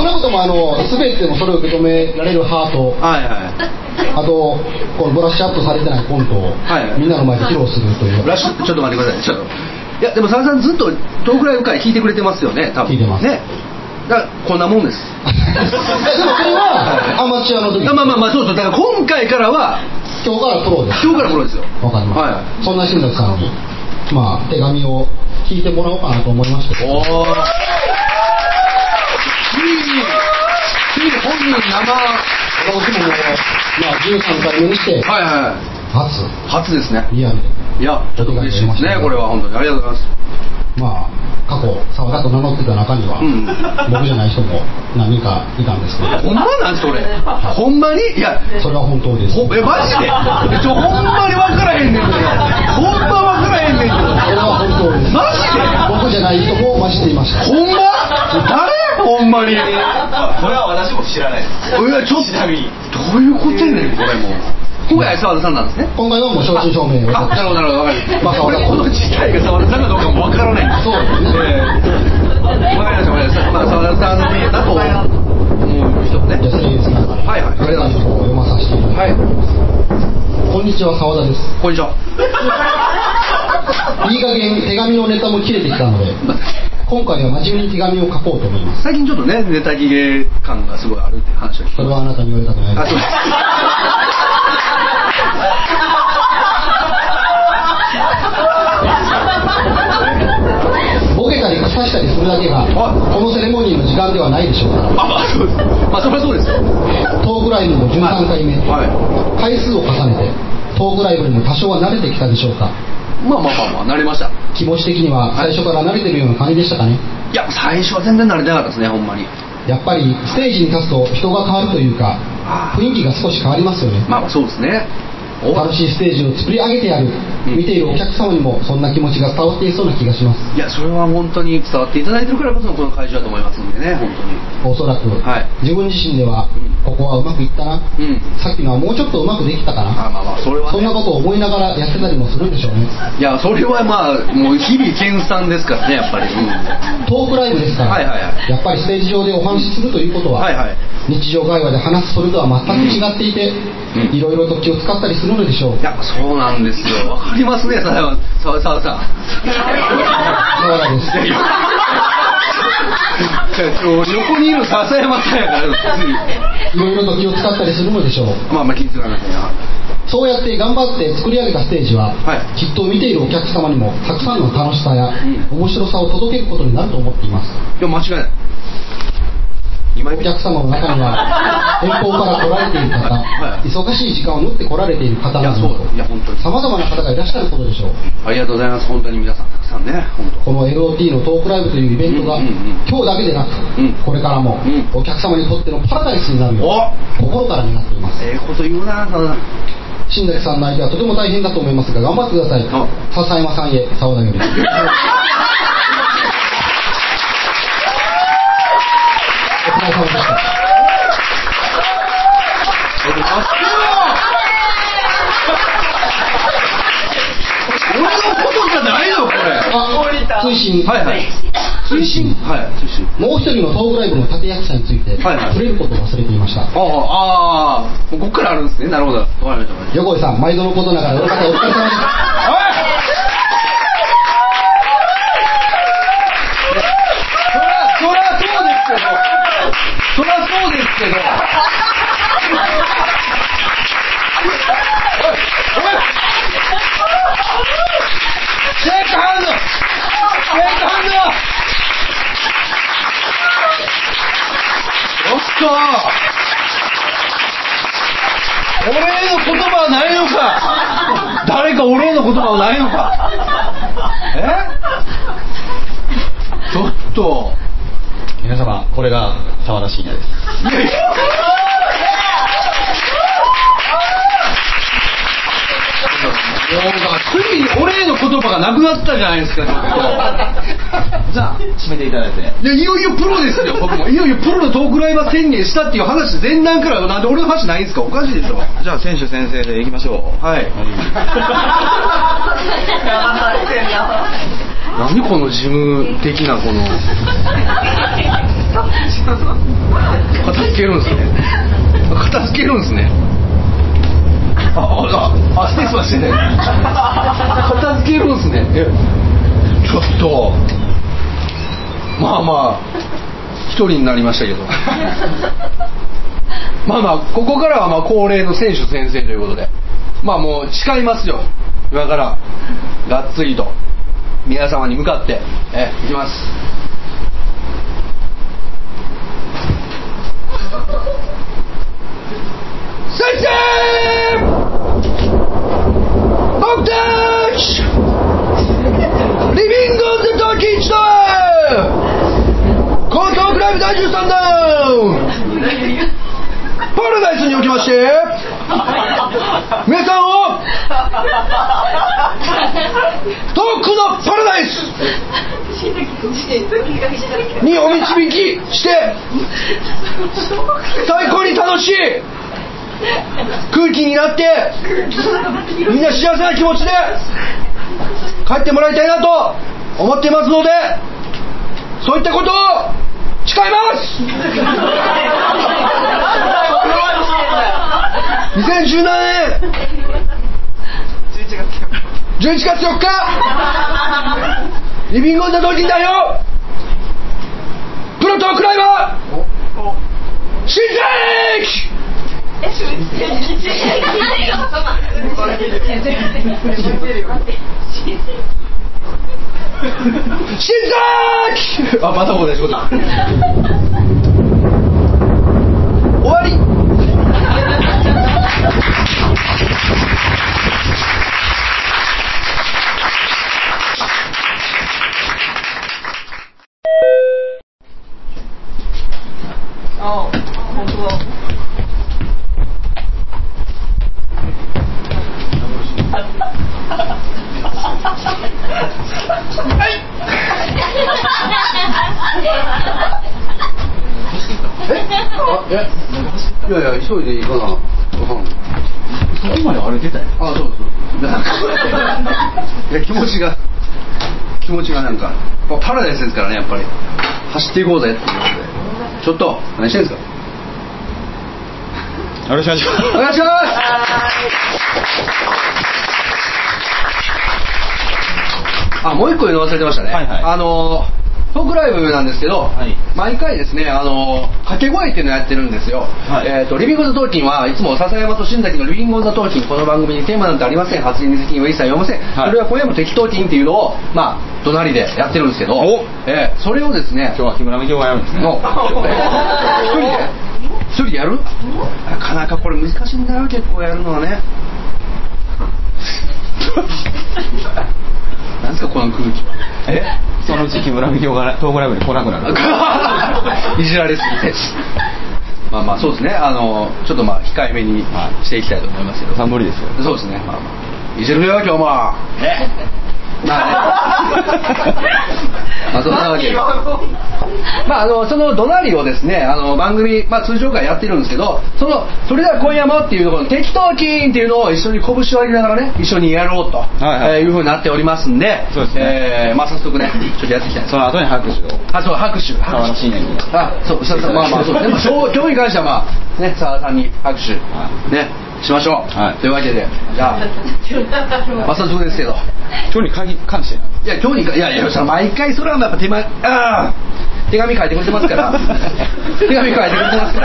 Speaker 4: 少なくともあの全てのそれを受け止められるハート
Speaker 2: はいは
Speaker 4: あとこのブラッシュアップされてないコントを
Speaker 2: はい
Speaker 4: みんなの前で披露するという、
Speaker 2: いラッシュちょっと待ってくださいちょっといやでもさださんずっとトークライブから聞いてくれてますよね多分
Speaker 4: 聞いてます
Speaker 2: ねだからこんなもんです
Speaker 4: えでもそれはアマチュアの時
Speaker 2: まあまあまあまあそうそうだから今回からは
Speaker 4: 今日からプロです
Speaker 2: 今日からこれですよ
Speaker 4: わかります、
Speaker 2: は
Speaker 4: そんな新宅さんにまあ手紙を聞いてもらおうかなと思いまして
Speaker 2: おお。ついに、ついに本人生、は
Speaker 4: 私ももう、まあ、13回目にして
Speaker 2: いは
Speaker 4: 初
Speaker 2: い、初ですね。
Speaker 4: リアルで
Speaker 2: いや、ちょっと嬉しいですね、これは本当に。ありがとうございます。
Speaker 4: まあ過去沢田と名乗ってた中には、
Speaker 2: うん
Speaker 4: 僕じゃない人も何人かいたんですけ
Speaker 2: ほ
Speaker 4: ど
Speaker 2: んまなんそれ。ほんまにいや、
Speaker 4: それは本当です
Speaker 2: ほえ、マジでえちょ、ほんまにわからへんねんけど。ほんまわからへんねんけど。
Speaker 4: それは本当です
Speaker 2: マジで
Speaker 4: 僕じゃない人も混じっていました
Speaker 2: ほんま誰ほんまに。いや、
Speaker 3: これは私も知らないです。
Speaker 2: ちょっと、どういうことやねん、これもう。今回は沢田さんなんですね。
Speaker 4: 今回はもう正真正銘
Speaker 2: あ、なるほど、なるほど、わかりま
Speaker 4: ま
Speaker 2: した。
Speaker 4: あ
Speaker 2: これ、この事態が沢田さんかどうかもわからない。
Speaker 4: そうですね
Speaker 2: ええわかりました、わかりました。まあ、沢田さんの家だと思う人もね
Speaker 4: じゃ。あそれにつながら
Speaker 2: はいはい
Speaker 4: これらの方を読まさせていただきます、
Speaker 2: はい、
Speaker 4: こんにちは沢田です
Speaker 2: こんにちは。
Speaker 4: いい加減手紙のネタも切れてきたので今回は真面目に手紙を書こうと思います
Speaker 2: 最近ちょっとね、ネタ切れ感がすごいあるって話を聞き
Speaker 4: それはあなたに言われたくない
Speaker 2: あ、
Speaker 4: です
Speaker 2: そうです。
Speaker 4: ボケたり刺したりするだけが
Speaker 2: あ
Speaker 4: このセレモニーの時間ではないでしょうから
Speaker 2: あ、まあ、そうです。まあ、そりゃそうですよ。
Speaker 4: トークライブも13回目、
Speaker 2: は
Speaker 4: 回数を重ねてトークライブにも多少は慣れてきたでしょうか
Speaker 2: い。まあまあまあまあ、慣れました。い
Speaker 4: 気持ち的には最初から慣れてるような感じでしたかね
Speaker 2: や、最初は全然慣れてなかったですね、ほんまに。
Speaker 4: やっぱりステージに立つと人が変わるというか
Speaker 2: あー
Speaker 4: 雰囲気が少し変わりますよね
Speaker 2: まあまあ、そうですね。お
Speaker 4: 楽しいステージを作り上げてやる
Speaker 2: うん
Speaker 4: 見ているお客様にもそんな気持ちが伝わっていそうな気がします
Speaker 2: いや、それは本当に伝わっていただいてるからこそのこの会場だと思いますんでね、本当に。
Speaker 4: おそらく、
Speaker 2: はい
Speaker 4: 自分自身では
Speaker 2: うん
Speaker 4: ここはうまくいったな、
Speaker 2: うん。
Speaker 4: さっきのはもうちょっとうまくできたか
Speaker 2: まあ
Speaker 4: な、
Speaker 2: まあまあ、それは、ね。
Speaker 4: そんなことを思いながらやってたりもするんでしょうね
Speaker 2: いや、それはまあ、もう日々研鑽ですからね、やっぱり。うん。
Speaker 4: トークライブですから、
Speaker 2: はいはいは
Speaker 4: やっぱりステージ上でお話しするということは、
Speaker 2: はいはい。
Speaker 4: 日常会話で話すそれとは全く違っていて、
Speaker 2: うん
Speaker 4: いろいろと気を使ったりするのでしょう
Speaker 2: いや、そうなんですよ。わかりますね、さださださださん。
Speaker 4: そうなんです
Speaker 2: いやいや横にいる笹山さんやから、別に。
Speaker 4: いろいろと気を使ったりするのでしょう
Speaker 2: まあまあ、気にする話や。
Speaker 4: そうやって頑張って作り上げたステージは、
Speaker 2: はい
Speaker 4: きっと見ているお客様にもたくさんの楽しさや、
Speaker 2: う
Speaker 4: 面白さを届けることになると思っています
Speaker 2: いや、間違いない。今
Speaker 4: お客様の中には遠方から来られている方、
Speaker 2: はい
Speaker 4: 忙しい時間を縫って来られている方
Speaker 2: い
Speaker 4: な
Speaker 2: や、
Speaker 4: ど
Speaker 2: そう。いや、本当に。
Speaker 4: さまざまな方がいらっしゃることでしょう
Speaker 2: ありがとうございます。本当に皆さん、たくさんね、本当。
Speaker 4: この LOT のトークライブというイベントが、
Speaker 2: うんうんうん
Speaker 4: 今日だけでなく、
Speaker 2: うん
Speaker 4: これからも
Speaker 2: うん
Speaker 4: お客様にとってのパラダイスになるよ
Speaker 2: お
Speaker 4: う心から願っています
Speaker 2: ええこと言うな、さださん。
Speaker 4: 新崎さんの相手はとても大変だと思いますが頑張ってください
Speaker 2: あ
Speaker 4: 笹山さんへ沢 田よりお疲れ様でした
Speaker 2: あ、そうよ俺のことじゃないの、これ。
Speaker 4: あ追伸
Speaker 2: はいはい。追伸はい、追伸。
Speaker 4: もう一人のトークライブの立役者について
Speaker 2: はいはい
Speaker 4: 触れることを忘れていました
Speaker 2: ああ、ああ、もうこっからあるんですね。なるほど。わかりましたわかりました。
Speaker 4: 横井さん毎度のことながらお疲れ様でした
Speaker 2: そら、そらそうですけど。そらそうですけど。シェイクハンドシェイクハンドおっと俺の言葉はないのか誰か俺への言葉はないのかえちょっと
Speaker 1: 皆様これが沢田信 也です
Speaker 2: ついに俺への言葉がなくなったじゃないですかちょっ とじゃあ
Speaker 1: 締めていただいて
Speaker 2: いやいよいよプロで すよ僕もいよいよプロのトークライバー宣言したっていう話前段からなんで俺の話ないんですかおかしいでしょ
Speaker 1: じゃあ選手先生でいきましょう
Speaker 2: はい
Speaker 3: 騙されてんな。
Speaker 2: 何この事務的なこの片付けるんですね片付けるんですねああああ失礼しましたね片付けるんですねえちょっとまあまあ一人になりましたけどまあまあここからはまあ恒例の選手先生ということでまあもう誓いますよ今からがっつりと皆様に向かってえいきます先生僕たちリビング・オン・ザ・時一だ高等クライブ第13弾パラダイスにおきまして皆さんをトークのパラダイスにお導きして最高に楽しい空気になってみんな幸せな気持ちで帰ってもらいたいなと思っていますのでそういったことを誓います2017年11月4日リビングオンザ同時代よプロトークライバー新世紀新世紀あまた同じことだ終わりいやいや急いで行かなそこまで歩いてたよあそうそうなんかいや気持ちが気持ちがなんか、まあ、パラダイスですからねやっぱり走っていこうぜっていうことでちょっと何してんですか
Speaker 1: よろしくお願いします
Speaker 2: お願いしますあもう一個言うの忘れてましたね、
Speaker 1: はいはい
Speaker 2: あのートークライブなんですけど、
Speaker 1: はい
Speaker 2: 毎回ですね、あのー掛け声っていうのをやってるんですよ、
Speaker 1: はい
Speaker 2: えー、とリビング・オンザ・トーキンはいつも笹山と新崎のリビング・オンザ・トーキンこの番組にテーマなんてありません発言に責任は一切読ません、
Speaker 1: はい
Speaker 2: それは今夜も適当金っていうのをまあ隣でやってるんですけど
Speaker 1: お、
Speaker 2: えーそれをですね
Speaker 1: 今日は木村美京がやるんですね
Speaker 2: の一人で一人でやるなかなかこれ難しいんだよ結構やるのはねなんですかこの空気
Speaker 1: え そのうち木村美京がトークライブに来なくなる
Speaker 2: いじられすぎてまあまあそうですねあのちょっとまあ控えめにしていきたいと思いますけど、
Speaker 1: さん無理ですよ
Speaker 2: そうですねまあまあいじるよ今日 もねまあねまあそんなわけでまあ、あのその怒鳴りをですねあの番組、まあ、通常会やってるんですけどそのそれでは今夜もっていうところの適当キーンっていうのを一緒に拳を上げながらね一緒にやろう
Speaker 1: い
Speaker 2: と、
Speaker 1: はい
Speaker 2: えーいうふうになっておりますんで
Speaker 1: そうですね
Speaker 2: えーまあ、早速ねちょっとやっていきたいです
Speaker 1: その後に拍手を
Speaker 2: あそう拍手
Speaker 1: 沢
Speaker 2: 拍
Speaker 1: 田
Speaker 2: 手
Speaker 1: 信也に
Speaker 2: あそうそうそうまあまあそうでもそう今日に関してはまあね澤田さんに拍手ねしましょう、
Speaker 1: はい
Speaker 2: というわけでじゃあまあ早速ですけど
Speaker 1: 今日に鍵関してなん
Speaker 2: いや今日にかいやいやそれ毎回それはやっぱ手前あー手紙書いてくれてますから 手紙書いてくれてますから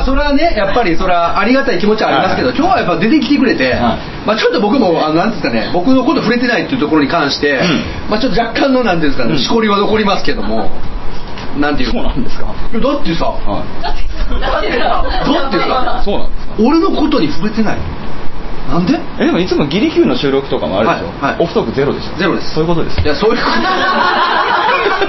Speaker 2: まあそれはねやっぱりそれはありがたい気持ちはありますけど、
Speaker 1: はい
Speaker 2: 今日はやっぱ出てきてくれて、
Speaker 1: は
Speaker 2: まあちょっと僕もあのなんですかね僕のこと触れてないっていうところに関して、
Speaker 1: ん
Speaker 2: まあちょっと若干のなんていうんですかね、
Speaker 1: うん
Speaker 2: しこりは残りますけどもなんていう
Speaker 1: そうなんですか
Speaker 2: いやだってさ、
Speaker 1: はい
Speaker 2: どうってさ
Speaker 1: そうなんですか
Speaker 2: 俺のことに触れてないなんで
Speaker 1: えでもいつもギリキューの収録とかもあるでしょ、
Speaker 2: はいはい
Speaker 1: オフトークゼロでしょ
Speaker 2: ゼロです
Speaker 1: そういうことです
Speaker 2: いやそういう こと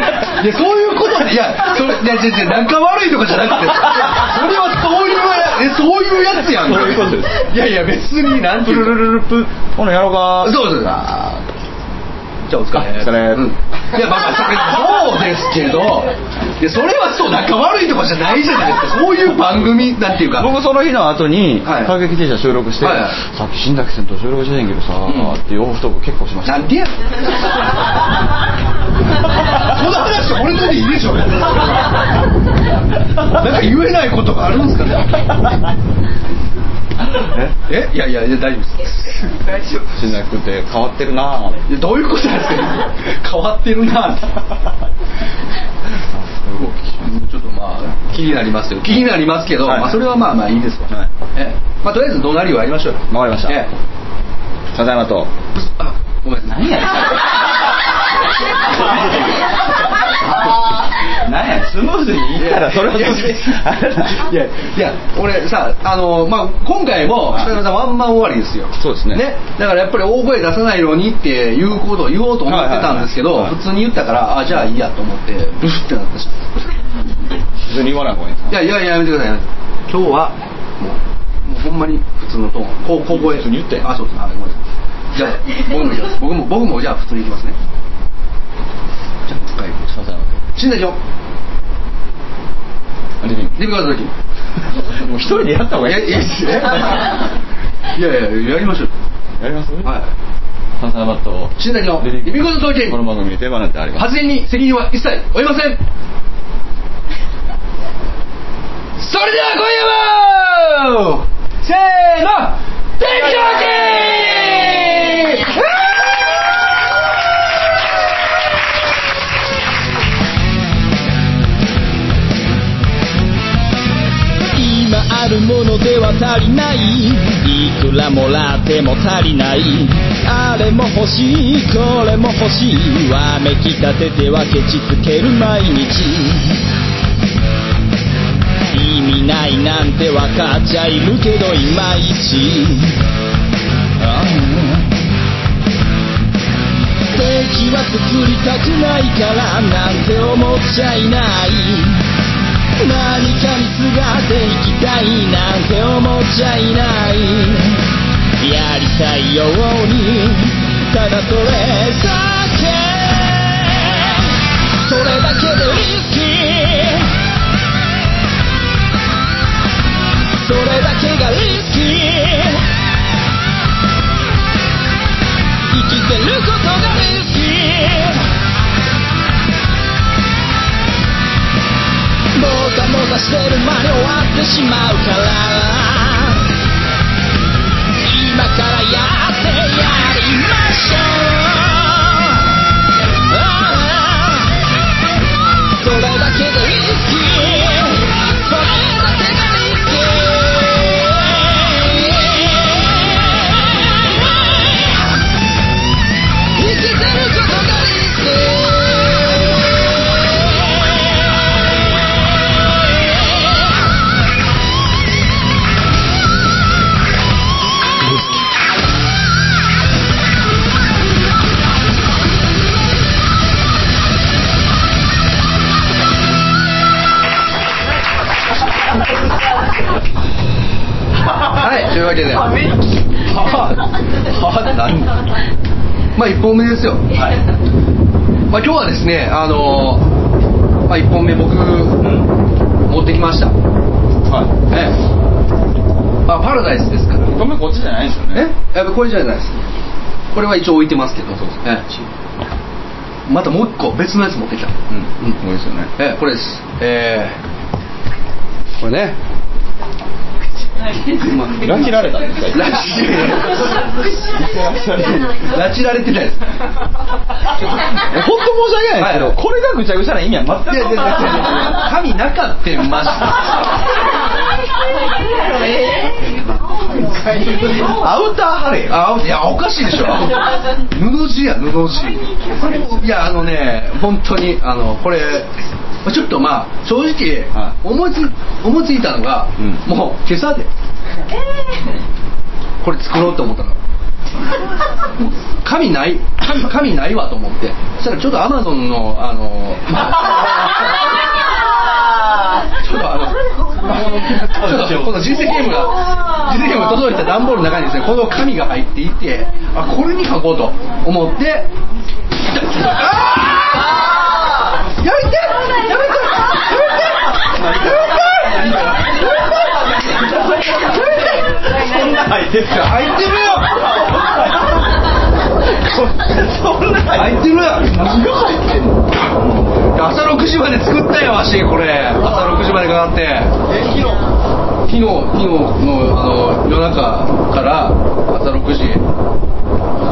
Speaker 2: いやそういうこといやそれいや違う違う仲悪いとかじゃなくてそれはそういうやえそういうやつやん
Speaker 1: そういうことです
Speaker 2: いやいや別になんて
Speaker 1: プ
Speaker 2: い
Speaker 1: ル
Speaker 2: うの
Speaker 1: ルルルプこのやろうか
Speaker 2: そうそうそう
Speaker 1: あ
Speaker 2: じゃあお疲れ
Speaker 1: あお疲れ
Speaker 2: うんいやまあまあそれそうですけどいやそれはそう仲悪いとかじゃないじゃないですかそういう番組なんていうか
Speaker 1: ー僕その日の後に
Speaker 2: はい
Speaker 1: 過激停車収録して、
Speaker 2: はい
Speaker 1: さっき新崎さんと収録してんけどさ、
Speaker 2: ん
Speaker 1: っていうオフトーク結構しました
Speaker 2: なんでやねんこの話俺のでいいでしょなんか言えないことがあるんですかねえいやいやいや大丈夫です大丈夫
Speaker 1: 新崎君って変わってるなぁ
Speaker 2: いやどういうことなんですか変わってるなちょっとまあ気になりますけど気になりますけど、
Speaker 1: はい
Speaker 2: まあ、それはまあまあいいですわ、
Speaker 1: はい
Speaker 2: ええまあ、とりあえず怒鳴りをやりましょうよ
Speaker 1: わかりました
Speaker 2: ええ
Speaker 1: ただいまと
Speaker 2: あごめん何やね
Speaker 1: 何
Speaker 2: ん
Speaker 1: やスムーズにいいからそれはそれで
Speaker 2: いやいや俺さあのまあ今回も北村さんワンマン終わりですよ
Speaker 1: そうですね
Speaker 2: だからやっぱり大声出さないようにっていうことを言おうと思ってたんですけど、
Speaker 1: はいはいはいはい
Speaker 2: 普通に言ったからあじゃあいいやと思ってブスってなったし
Speaker 1: 普通に言わない方がいいです
Speaker 2: いやいやいややめてくださいやめてください今日はもうもうほんまに普通のトーンこうこう声
Speaker 1: 普通に言って
Speaker 2: あそうですあごめんなさいじゃあ僕も行き ます僕も僕もじゃあ普通に行きますねじゃあもう一回行く
Speaker 1: ただいま
Speaker 2: 死んだよ
Speaker 1: とリビン
Speaker 2: リビングの時
Speaker 1: グもう一人でやった方がいい
Speaker 2: いや いやいやいややりましょう
Speaker 1: やります
Speaker 2: はい
Speaker 1: サンサーバット
Speaker 2: 新崎のリビングのトーキン
Speaker 1: この番組にテーマなんてあります
Speaker 2: 発言に責任は一切負いませんそれでは今夜もせーの天気の
Speaker 5: 今あるものでは足りないいくらもらっても足りないあれも欲しいこれも欲しいわめきたててはケチつける毎日意味ないなんてわかっちゃいるけどいまいちああ敵は作りたくないからなんて思っちゃいない何かにすがっていきたいなんて思っちゃいないやりたいようにただそれだけそれだけでリスキーそれだけがリスキー生きてることがリスキーもたもたしてる間に終わってしまうから今からやってやりましょうああそれだけでいいそれだけがいい生きてることがいい
Speaker 2: はいというわけでは
Speaker 3: めっち
Speaker 2: はあなんまあ一本目ですよ
Speaker 3: ゃ
Speaker 2: まあ今日はですねあのーまあ一本目僕持ってきました
Speaker 1: はい
Speaker 2: ええまあパラダイスですから
Speaker 1: ごめんこっちじゃないですよ
Speaker 2: え
Speaker 1: ね
Speaker 2: やっぱこれじゃないですこれは一応置いてますけどええまたもう一個別のやつ持ってきた
Speaker 1: うんうん多いですよね
Speaker 2: ええこれですええこれねまあ
Speaker 1: 裏切られたん ですか
Speaker 2: 拉致拉致られて ないです
Speaker 1: 本当申し訳ないですけど、
Speaker 2: はい
Speaker 1: これがぐちゃぐちゃな意味は全
Speaker 2: い
Speaker 1: く
Speaker 2: やいやいやいや神なかってま アウターハレーあいやおかしいでしょ布地や布地いやあのね本当にあのこれまあちょっとまあ正直
Speaker 1: は
Speaker 2: 思いつ思いついたのが、
Speaker 1: うん
Speaker 2: もう今朝でこれ作ろうと思ったの紙ない紙紙ないわと思ってそしたらちょっとアマゾンのあ のちょっとあの、ちょっとこの人生ゲームが、人生ゲームが届いた段ボールの中にですね、この紙が入っていて、あ、これに書こうと思って、あーやめてやめてやめてやめて
Speaker 1: そんな入ってる
Speaker 2: いや入ってるよそんな入ってるよ何が入ってんの朝6時まで作ったよわしこれ朝6時までかかって昨日昨日のあの夜中から朝6時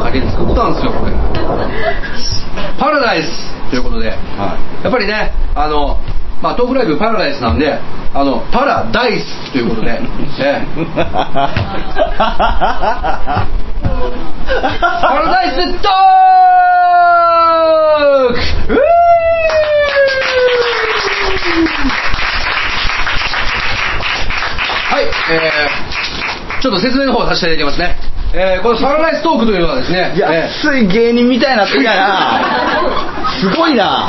Speaker 2: かけて作ったんですよこれパラダイスということで
Speaker 1: は
Speaker 2: やっぱりね、あの、まあ、トークライブパラダイスなんで、あの、パラダイスという ことで、ええパラダイストークうーはい、えーちょっと説明の方をさせていただきますね。えーこのパラダイストークというのはですね、
Speaker 1: いい や
Speaker 2: ええ
Speaker 1: 安い芸人みたいになってきたなすごいな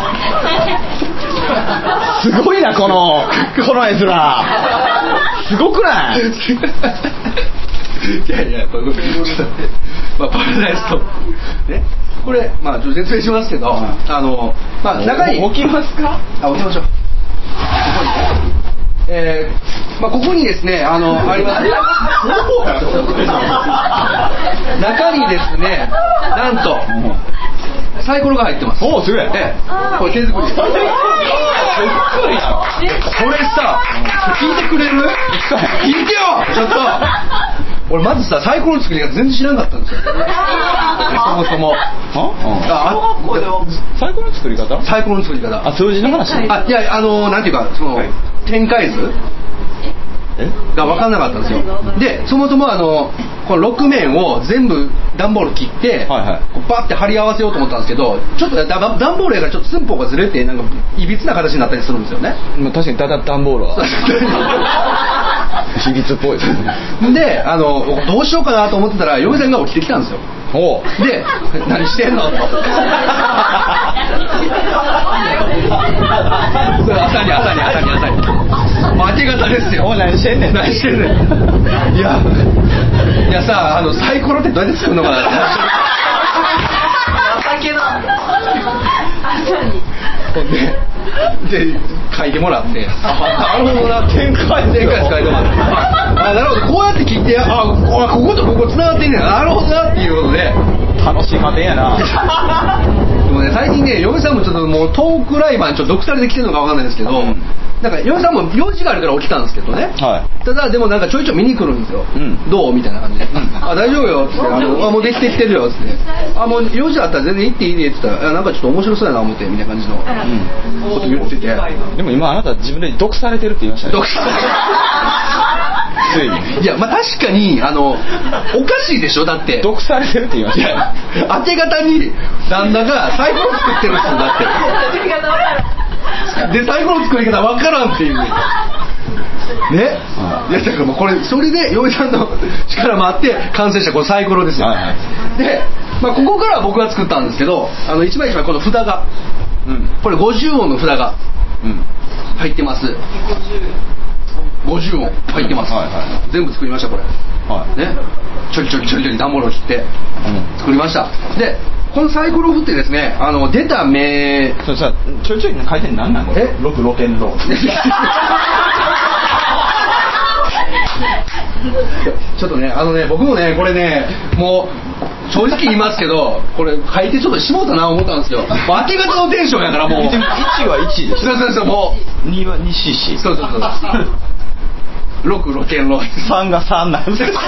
Speaker 1: すごいなこのこの絵面すごく ない
Speaker 2: いやいや、これ、これまあ、パラダイスと。ね、これ、まあ、ちょっと説明しますけど、あの、まあ、中に。
Speaker 1: お置きますか
Speaker 2: あ、置きましょう。ここにねえーまあ、ここにですね、あの、あります。中にですね、なんと、サイコロが入ってます。
Speaker 1: おおすごい
Speaker 2: ええこれ手作り。これさ、聞いてくれる？聞いてよ、ちょっと。俺まずさサイコロの作りが全然知らなかったんですよ。そもそも。
Speaker 1: あ
Speaker 2: あ、あ
Speaker 1: 最高の作り方
Speaker 2: サイコロの作り方。
Speaker 1: あ数字の話
Speaker 2: あ、いやあのなんていうかその、
Speaker 1: はい
Speaker 2: 展開図
Speaker 1: え
Speaker 2: が分かんなかったんですよ。で、そもそもあのこの6面を全部段ボール切って、
Speaker 1: はいはい
Speaker 2: こうバッて貼り合わせようと思ったんですけど、ちょっとねだ段ボールやからちょっと寸法がずれてなんかいびつな形になったりするんですよね。
Speaker 1: まあ確かにダダダンボール は比率っぽいですね
Speaker 2: であのどうしようかなと思ってたら嫁さんが起きてきたんですよ
Speaker 1: おお
Speaker 2: で「何してんの?」 とそう朝に朝に朝に朝に明け方ですよ
Speaker 1: おい何してんねん
Speaker 2: 何してんねんいやいやさあのサイコロってどうやって作るのかなほんでで書いてもらってあなるほどな展開展開図書いてもらってあなるほどこうやって聞いてあここことここ繋がってんねんなるほどなっていうことで
Speaker 1: 楽しい家庭やな
Speaker 2: でもね最近ね嫁さんもちょっともうトークライバーにちょっと毒されてきてるのかわかんないですけど、
Speaker 1: うん
Speaker 2: なんか嫁さんも用事があるから起きたんですけどね、
Speaker 1: は
Speaker 2: ただでもなんかちょいちょい見に来るんですよ、
Speaker 1: うん
Speaker 2: どうみたいな感じで「あ大丈夫よ」っつってあのあ「もうできてきてるよ」っつって「あもう用事あったら全然行っていいね」っつったらあ「なんかちょっと面白そうやな思って」みたいな感じのこと言ってて
Speaker 1: いでも今あなた自分で毒されてるって言いましたね
Speaker 2: 毒さ
Speaker 1: ついに
Speaker 2: いやまあ確かにあのおかしいでしょだって
Speaker 1: 毒されてるって言いまし
Speaker 2: い
Speaker 1: た
Speaker 2: や明け方に旦那がサイコロ作ってるんですよだってで最後の作り方わからんっていうねいやだからもうこれそれで嫁さんの力もあって完成したこのサイコロですよ、
Speaker 1: はいは
Speaker 2: で、まあ、ここからは僕が作ったんですけどあの一枚一枚この札が
Speaker 1: うん
Speaker 2: これ50音の札が
Speaker 1: うん
Speaker 2: 入ってます50音入ってます、
Speaker 1: はいはいは
Speaker 2: 全部作りましたこれ
Speaker 1: はい
Speaker 2: ねちょりちょりちょりちょり段ボールを切って
Speaker 1: うん
Speaker 2: 作りましたでこのサイコロを振ってですねあの出た目
Speaker 1: それさちょいちょい書いてんの何なんこれ
Speaker 2: え
Speaker 1: ロクロケンロール
Speaker 2: ちょっとね、あのね、僕もね、これね、もう、正直言いますけど、これ書いてちょっとしもうたな思ったんですよ。もう明け方のテンションやから、もう。
Speaker 1: でも1は1です
Speaker 2: そうそうそう、も
Speaker 1: 2は 2cc
Speaker 2: う。そう そうそう。六六点六。
Speaker 1: 3が3なんです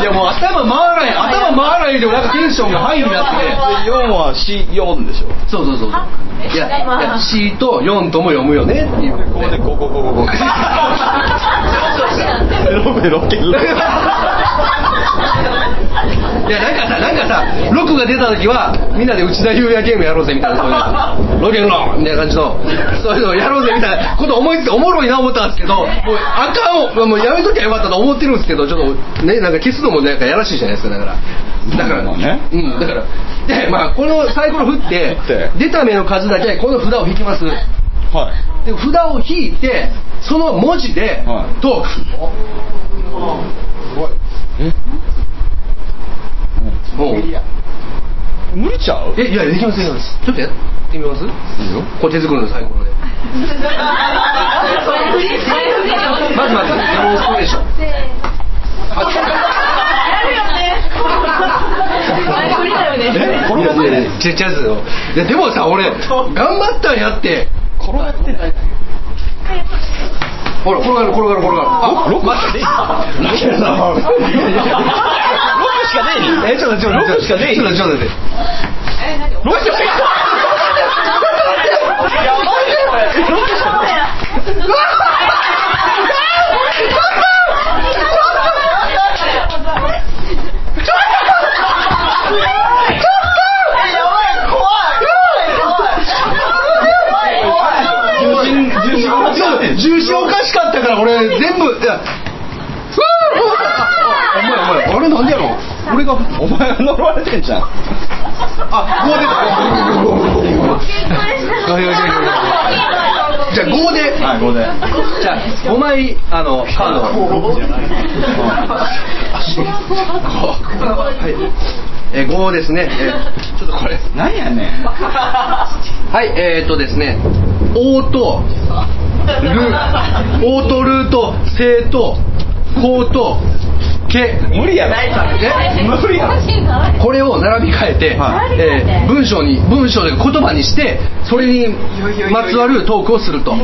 Speaker 2: いや、もう頭回らない、頭回らないでも、なんかテンションがハイになってて。
Speaker 1: 4は C4 でしょ
Speaker 2: そうそうそうそう。いや、いや、C と4とも読むよねっていう。
Speaker 1: ここで5555ロベロケンロール
Speaker 2: いやなんかさなんかさロックが出た時はみんなで内田裕也ゲームやろうぜみたいなそういうロケンローみたいな感じのそういうのをやろうぜみたいなこと思いつつおもろいな思ったんですけどもうあかんもうやめときゃよかったと思ってるんですけどちょっとねなんか消すのもなんかやらしいじゃないですかだからだから
Speaker 1: まあね
Speaker 2: うんだからでまあこのサイコロ振って
Speaker 1: 振って
Speaker 2: 出た目の数だけこの札を引きます
Speaker 1: はい
Speaker 2: で札を引いてその文字で
Speaker 1: はい
Speaker 2: トーク、
Speaker 1: すごい
Speaker 2: うん
Speaker 1: え無理ちゃう
Speaker 2: えいやできますできますちょっとやってみます
Speaker 1: いいよ
Speaker 2: これ手作りのサイコロでまずまずデモンストレーション
Speaker 1: えこれも無理
Speaker 2: いやいやちっちゃいやつよいやでもさ俺頑張ったんやって
Speaker 1: 転がってない
Speaker 2: ほら転がる転がる転がるあ
Speaker 1: ロック
Speaker 2: 待って
Speaker 1: ロックしかねえ
Speaker 2: えちょっとちょっと
Speaker 1: ロックしかねえ
Speaker 2: ちょっとちょっと待
Speaker 1: ロ
Speaker 2: って
Speaker 1: ックしかね
Speaker 2: 重心重心重心おかしかったから俺全部いやうわーお前お前あれなんでやろ俺が
Speaker 1: えお前が呪われてんじゃん
Speaker 2: あ5出たじゃあ5で
Speaker 1: はいこれで
Speaker 2: じゃあ5枚あのカードをはい、えー、5ですね、えーちょっとこれ
Speaker 1: 何やねん
Speaker 2: はいえー、っとですね「オートルオートルート正とコートけ」
Speaker 1: 無理やろ
Speaker 2: え
Speaker 1: 無理やろ
Speaker 2: これを並び替えて、
Speaker 1: はい
Speaker 2: えー文章に文章で言葉にしてそれにまつわるトークをすると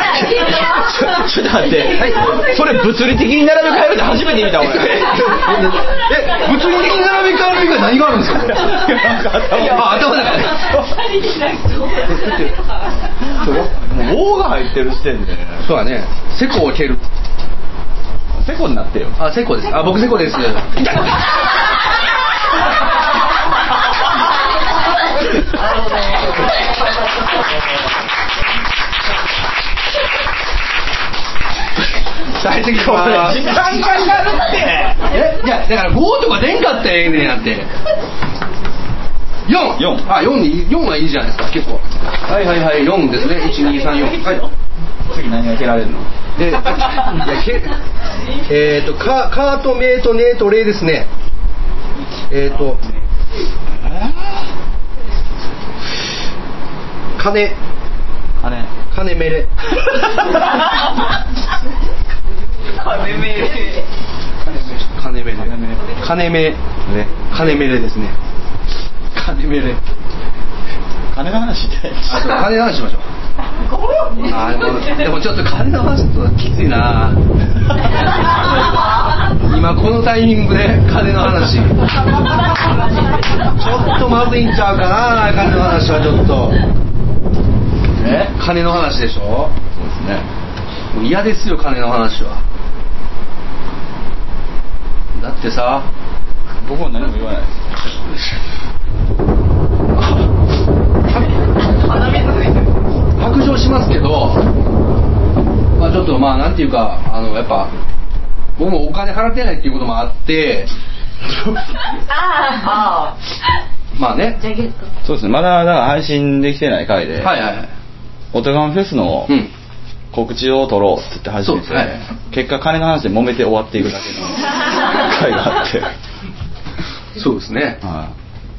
Speaker 1: ちょっと待って、それ物理的に並べ替えるって初めて見た俺
Speaker 2: え物理的に並び替える以外何があるんですかこれあ頭だ
Speaker 1: もう棒が入ってる時点で
Speaker 2: そうだねセコを蹴る
Speaker 1: セコになってよ
Speaker 2: あセコですあ僕セコ です最適
Speaker 1: これ時間かかるって
Speaker 2: えいやだから5とか出んかったらええねんやって4
Speaker 1: 四
Speaker 2: あ四に4はいいじゃないですか結構はいはいはい4ですね1234はい
Speaker 1: 次何が蹴られるの
Speaker 2: で いやけえっ、とカカートメイトネートレイですねえっ、と金
Speaker 1: あれ
Speaker 2: 金メレ金メレ
Speaker 1: 金メレ
Speaker 2: 金メ
Speaker 1: ね
Speaker 2: 金メレですね金メレ
Speaker 1: 金の話で
Speaker 2: あそう金の話しましょうあーでもでもちょっと金の話とはきついな今このタイミングで金の話ちょっとまずいんちゃうかな金の話はちょっと
Speaker 1: え
Speaker 2: 金の話でしょ
Speaker 1: そうですね
Speaker 2: もう嫌ですよ金の話はだってさ
Speaker 1: 僕も何も言わないです
Speaker 2: 白状しますけどまあちょっとまあなんていうかあのやっぱ僕もお金払ってないっていうことも あってまあね
Speaker 1: そうですねまだだから配信できてない回で、
Speaker 2: はいはいはい
Speaker 1: オトガンフェスの
Speaker 2: うん
Speaker 1: 告知を取ろうって言って始め
Speaker 2: そう
Speaker 1: て、
Speaker 2: ですはい
Speaker 1: 結果金の話で揉めて終わっていくだけの回があって、
Speaker 2: そうですね、
Speaker 1: は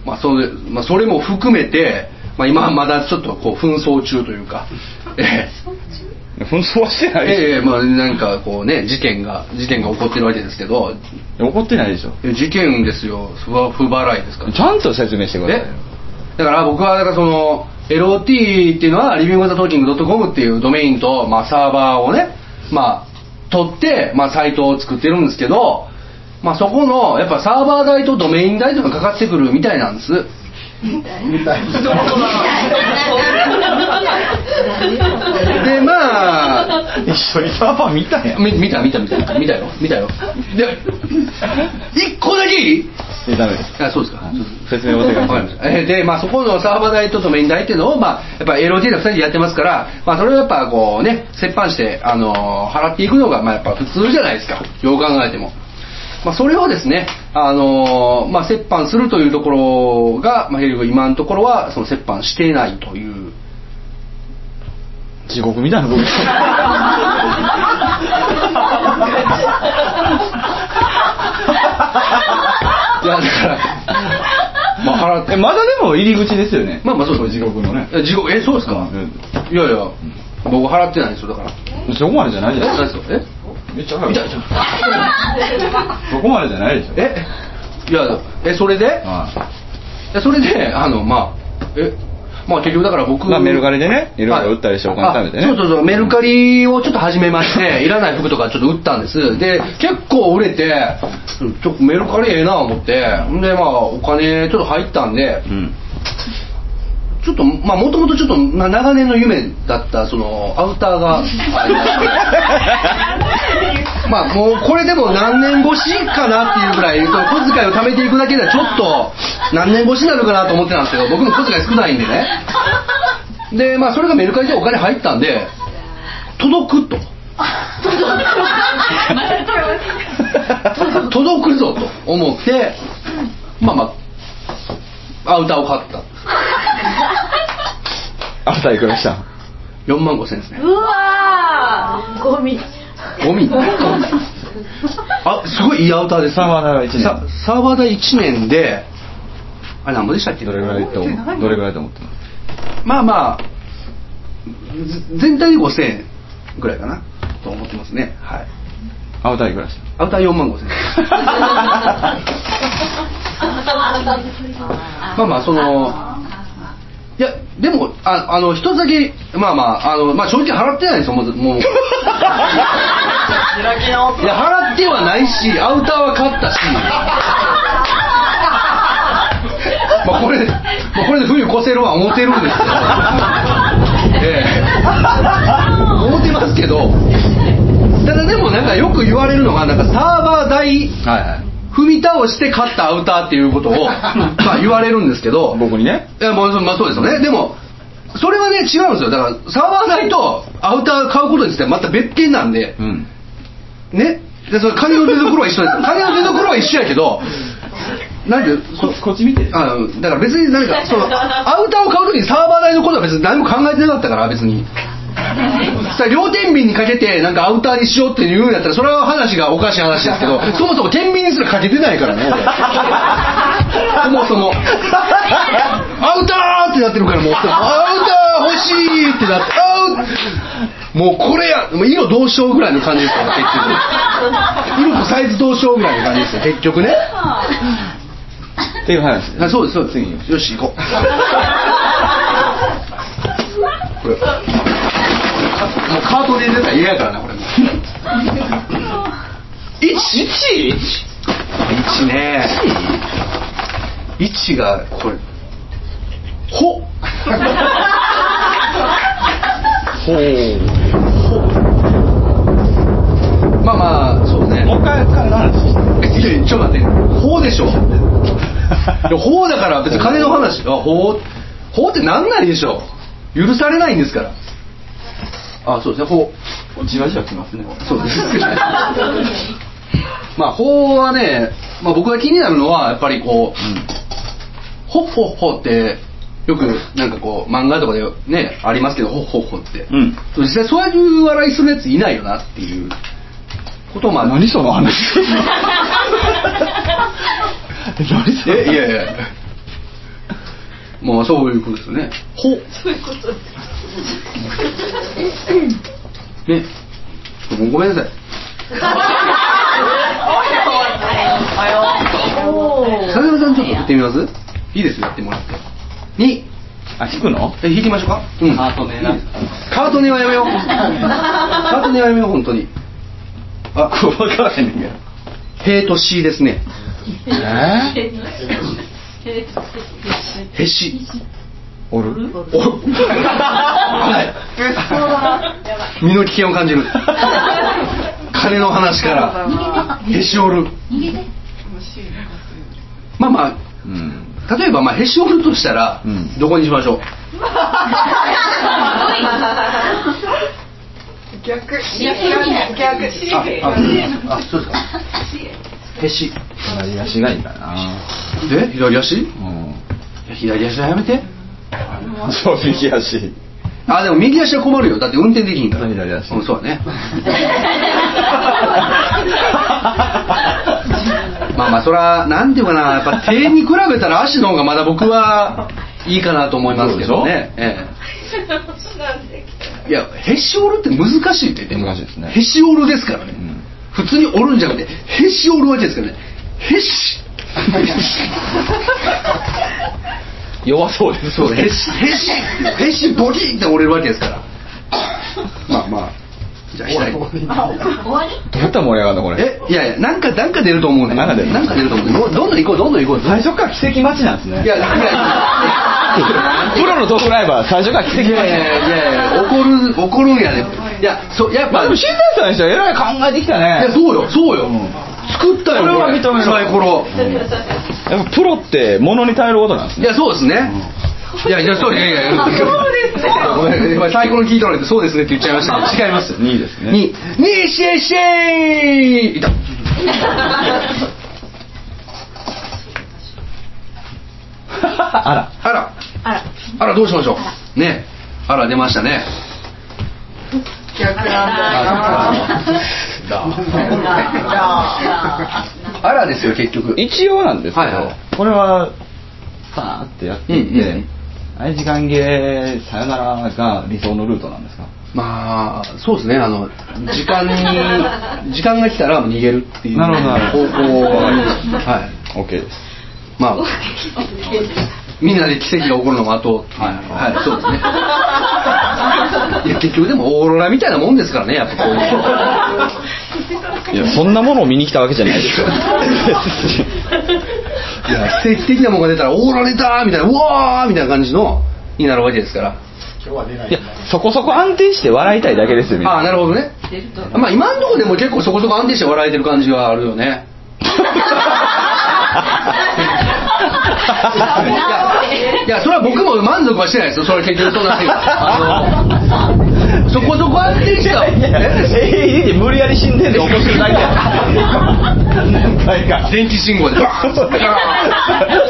Speaker 2: まあそれまあ、それも含めて、まあ、今はまだちょっとこう紛争中というか、え
Speaker 1: い、紛争はして
Speaker 2: え
Speaker 1: ない
Speaker 2: え
Speaker 1: で
Speaker 2: えまあ、なんかこうね事件が事件が起こってるわけですけど
Speaker 1: しょ怒ってないでしょ
Speaker 2: え事件ですよ不不払いですから
Speaker 1: ちゃんと説明してくださいよ
Speaker 2: えだから僕はだからその LOT っていうのはリビング・ザ・トーキング .com っていうドメインと、まあ、サーバーをね、まあ、取って、まあ、サイトを作ってるんですけどまあ、そこのやっぱサーバー代とドメイン代とかかかってくるみたいなんです
Speaker 4: みたいな
Speaker 2: でまあ
Speaker 1: 一緒にサーバー見たやん
Speaker 2: み見た見た見た見たよ見たよで一個だけいい
Speaker 1: えダメです
Speaker 2: あそうですか、
Speaker 1: 説明をお願いしま
Speaker 2: わか
Speaker 1: す
Speaker 2: りましたえーで、まあ、そこのサーバー代とドメイン代っていうのを、まあ、やっぱ LOT で2人でやってますから、まあ、それをやっぱこうね、折半して、あのー払っていくのが、まあ、やっぱ普通じゃないですか。よう考えても。まあ、それをですね、あのーまあ、折半するというところが、まあ、結局今のところは、その折半していないという。
Speaker 1: 地獄みたいな 僕
Speaker 2: いや、だから、まあ、払って、
Speaker 1: えまだでも入り口ですよね
Speaker 2: まあまあそうです
Speaker 1: 地獄のね
Speaker 2: え、地獄、え、そうですか、いやいや、僕払ってないんですよ、だから。
Speaker 1: そこまでじゃない
Speaker 2: え、
Speaker 1: じゃ
Speaker 2: 何
Speaker 1: な
Speaker 2: で
Speaker 1: い
Speaker 2: すかえ
Speaker 1: めっちゃ早いそこまでじゃないでしょ
Speaker 2: えいやえそれで
Speaker 1: は
Speaker 2: えそれであのまあえまあ結局だから僕、
Speaker 1: まあメルカリでねいろいろ売ったりしてお金貯めてね
Speaker 2: あそうそうそうメルカリをちょっと始めましていらない服とかちょっと売ったんですで結構売れてちょっとメルカリええな思ってんでまあお金ちょっと入ったんで
Speaker 1: いうん
Speaker 2: ちょっとまあもともとちょっとな長年の夢だったそのアウターが ありましてまあもうこれでも何年越しかなっていうぐらいその小遣いを貯めていくだけではちょっと何年越しになるかなと思ってたんですけど僕も小遣い少ないんでねでまあそれがメルカリでお金入ったんで届くと届くぞと思ってまあまあアウターを買った
Speaker 1: 朝いくらした
Speaker 2: 4万5千円ですね
Speaker 3: うわーゴミ
Speaker 2: ゴミ。あ、すごいいいアウターです。
Speaker 1: サーバー代は一年
Speaker 2: さサーバー代一年で、あれ何本でしたっけ
Speaker 1: どれぐらいと思どれぐらいと思ってます
Speaker 2: まあまあ、ず全体で5000円ぐらいかなと思ってますね。はい。
Speaker 1: アウターいくらした
Speaker 2: アウター4万5000円。まあまあ、その、いや、でも、ああの、一つだけ、まあまあ、あの、まあ正直払ってないんですよ、もう。もうい
Speaker 3: 開き直
Speaker 2: や、払ってはないし、アウターは買ったし。 まあこれ、まあ、これで冬越せるは思ってるんですけど、ええ、思ってますけど、ただでもなんかよく言われるのが、なんかサーバー代
Speaker 1: はいはい
Speaker 2: 踏み倒して買ったアウターっていうことを、まあ言われるんですけど、
Speaker 1: 僕にね
Speaker 2: いやまあ、そうまあそうですよねでもそれはね違うんですよだからサーバー代とアウター買うことについてはまた別件なんで
Speaker 1: うん
Speaker 2: ねでそれ金の出所は 一緒です金の出所は一緒やけどなんで
Speaker 1: こっちこっち見て
Speaker 2: あだから別に何かそのアウターを買う時にサーバー代のことは別に何も考えてなかったから別にさあ両天秤にかけてなんかアウターにしようって言うんやったらそれは話がおかしい話ですけどそもそも天秤にすらかけてないからね俺そもそもアウターってなってるからもうアウター欲しいってなってアウもうこれやもう色どうしようぐらいの感じですから結局色とサイズどうしようぐらいの感じですよ結局ね
Speaker 1: っていう話
Speaker 2: あそうですそうです
Speaker 1: 次
Speaker 2: よし行こうこれもうカートで出たら嫌やからなこれも11ね1がこれほ
Speaker 1: ほう
Speaker 2: まあまあそうね
Speaker 1: もう一回彼の話して
Speaker 2: いやいやちょっと待って法でしょい や法だから別に金の話あ法法ってなんないでしょ許されないんですからあそうですね法
Speaker 1: じわじわきますね
Speaker 2: そうです けどねまあ法はね、まあ、僕が気になるのはやっぱりこう、ほっほっほってよくなんかこう漫画とかでねありますけどほっほっほって、
Speaker 1: うん
Speaker 2: 実際そういう笑いするやついないよなっていうこともあ
Speaker 1: あ
Speaker 2: る
Speaker 1: 何その話 何その話
Speaker 2: えいやいやまあそういうことですよねほそういうことねもうごめんなさい
Speaker 3: お
Speaker 2: 佐々木さんちょっと振ってみますいいですよやってもらってに
Speaker 1: あ聞くの
Speaker 2: え弾いてみましょうか、うん、カートネなカートネはやめようカートネはやめよう本当にあこう分からへんねんけど
Speaker 1: へとしですね。
Speaker 4: え
Speaker 1: へし。おるおるはい。身の危険を感じる。金の話から、へしおる。
Speaker 2: まあまあ
Speaker 1: うん。
Speaker 2: 例えばまあへし折るとしたら、
Speaker 1: うん
Speaker 2: どこにしましょう
Speaker 3: 逆逆逆
Speaker 2: あああそうですかへし
Speaker 1: 左足がいいかな。
Speaker 2: で左足い
Speaker 1: うん。
Speaker 2: や左足はやめて
Speaker 1: そう、右足。
Speaker 2: あでも右足は困るよだって運転できひんから
Speaker 1: 左足
Speaker 2: うんそうだねまあまあそらなんていうかなやっぱ手に比べたら足の方がまだ僕はいいかなと思いますけどねええいやへし折るって難しいって言っても
Speaker 1: 難しいですね
Speaker 2: へし折るですからね、
Speaker 1: ん
Speaker 2: 普通に折るんじゃなくてへし折るわけですからねへし
Speaker 1: 弱そうです。
Speaker 2: そうへしへしへしボキンって折れるわけですからまあまあじゃあ左
Speaker 1: また盛り上がるの、これ。
Speaker 2: えいやいやなんかなんか出ると思うね
Speaker 1: なんか出る
Speaker 2: なんか出ると思うねどどんどん行こうどんどん行こうい
Speaker 1: 最初から奇跡待ちなんですね。
Speaker 2: やいやいや
Speaker 1: プロのトークライバー、最初から奇
Speaker 2: いや
Speaker 1: 跡
Speaker 2: い
Speaker 1: 待ち。
Speaker 2: やいやいや怒る怒るんやねいやそうやっ
Speaker 1: まあで
Speaker 2: ぱ
Speaker 1: も、新田さんの人は偉い考えてきたね。
Speaker 2: いやそうよそうよ、作ったよ
Speaker 1: これは
Speaker 2: こ
Speaker 1: 認めろ
Speaker 2: サイコロ
Speaker 1: やっぱプロって物に頼ることなんです
Speaker 2: い
Speaker 1: ね。
Speaker 2: やそうですね、いやいやそういやいやいやそうですねごめんごめんサイコロ聞いてもらってそうですねって言っちゃいました 違います
Speaker 1: 2ですね。
Speaker 2: ににしえしえいた
Speaker 1: あら。
Speaker 2: あら
Speaker 3: あら
Speaker 2: あらどうしましょうねあら出ましたね
Speaker 3: 逆なんだよな
Speaker 2: あらですよ結局
Speaker 1: 一応なんですけど、
Speaker 2: はいはい
Speaker 1: これは、さーってやっていって、
Speaker 2: うんうん
Speaker 1: あれ時間切れ、さよならが理想のルートなんですか
Speaker 2: まあそうですねあの時 間に時間が来たら逃げるっていう
Speaker 1: な
Speaker 2: 方
Speaker 1: るほ
Speaker 2: 向
Speaker 1: どなるほど
Speaker 2: は
Speaker 1: ?OK です。
Speaker 2: いまあみんなで奇跡が起こるのもあとはい、はい、そうですねいや結局でもオーロラみたいなもんですからねやっぱ こういう
Speaker 1: いや、そんなものを見に来たわけじゃないです よ。
Speaker 2: いや奇跡的なもんが出たらオーロラ出たーみたいなうわーみたいな感じのになるわけですから
Speaker 1: いや、そこそこ安定して笑いたいだけですよ、みん
Speaker 2: ああ
Speaker 1: な。
Speaker 2: なるほどねまあ今んとこでも結構そこそこ安定して笑えてる感じがあるよねいやいやそれは僕も満足はしてないですよそれは結局そうなってるあのそこそこ安定し たえ
Speaker 1: ええ、無理やり死んでんで、面白いだけや。何回か。
Speaker 2: 電気信 号でバーン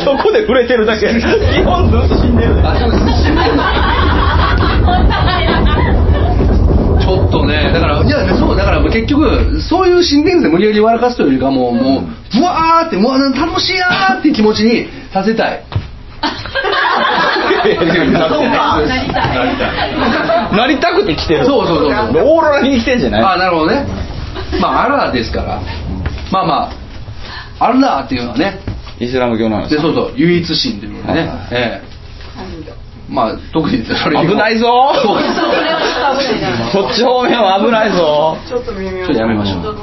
Speaker 1: そこで触れてるだけ。基本ずっと死んで る。
Speaker 2: あそうですちょっとねだからいやそうだから結局そういう心電図で無理やり笑かすというよりかもう、もうブワーってうわ楽しいなーっていう気持ちにさせたい
Speaker 1: なりたくて来てる。
Speaker 2: そうそうそうそう
Speaker 1: オーロラ見に来てんじゃない
Speaker 2: あなるほどねまあアラーですからまあまあアラーっていうのはね
Speaker 1: イスラム教の話
Speaker 2: でそうそう唯一神というので
Speaker 1: はい
Speaker 2: ね
Speaker 1: はい、
Speaker 2: ええまあ特にそれ
Speaker 1: 危ないぞ
Speaker 2: そうです
Speaker 1: そっち方面は危ないぞ
Speaker 3: ちょっと微妙
Speaker 2: ちょっとやめましょう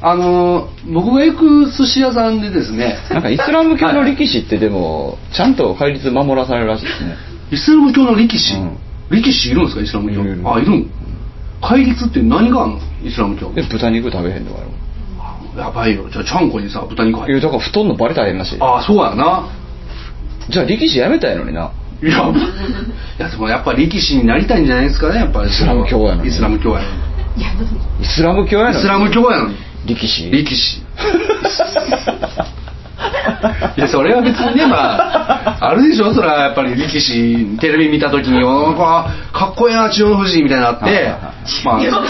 Speaker 2: あのー僕が行く寿司屋さんでですね
Speaker 1: なんかイスラム教の力士ってでもちゃんと戒律守らされるらしいですね
Speaker 2: イスラム教の力士、
Speaker 1: うん
Speaker 2: 力士いるんですかイスラム教
Speaker 1: いるいる
Speaker 2: あいるん戒律って何があるのイスラム教
Speaker 1: で豚肉食べへんとかや
Speaker 2: やばいよじゃあちゃんこにさ豚肉
Speaker 1: ろい
Speaker 2: 入
Speaker 1: や
Speaker 2: って
Speaker 1: だから太んのバレたらへんらしい
Speaker 2: ああそうやな
Speaker 1: じゃあ力士やめたいのにない
Speaker 2: や、いやでもやっぱ力士になりたいんじゃないですかね、やっぱり
Speaker 1: イスラム教やのに
Speaker 2: イスラム教やのに
Speaker 1: イスラム教や
Speaker 2: イ
Speaker 1: の
Speaker 2: スラム教やのに、
Speaker 1: 力士
Speaker 2: 力士。いや、それは別にね、まあ、あるでしょ、それはやっぱり力士、テレビ見た時に、おなんか、かっこいいな、千代の富士みたいになって、
Speaker 1: はいはい
Speaker 2: まあ、
Speaker 3: いわ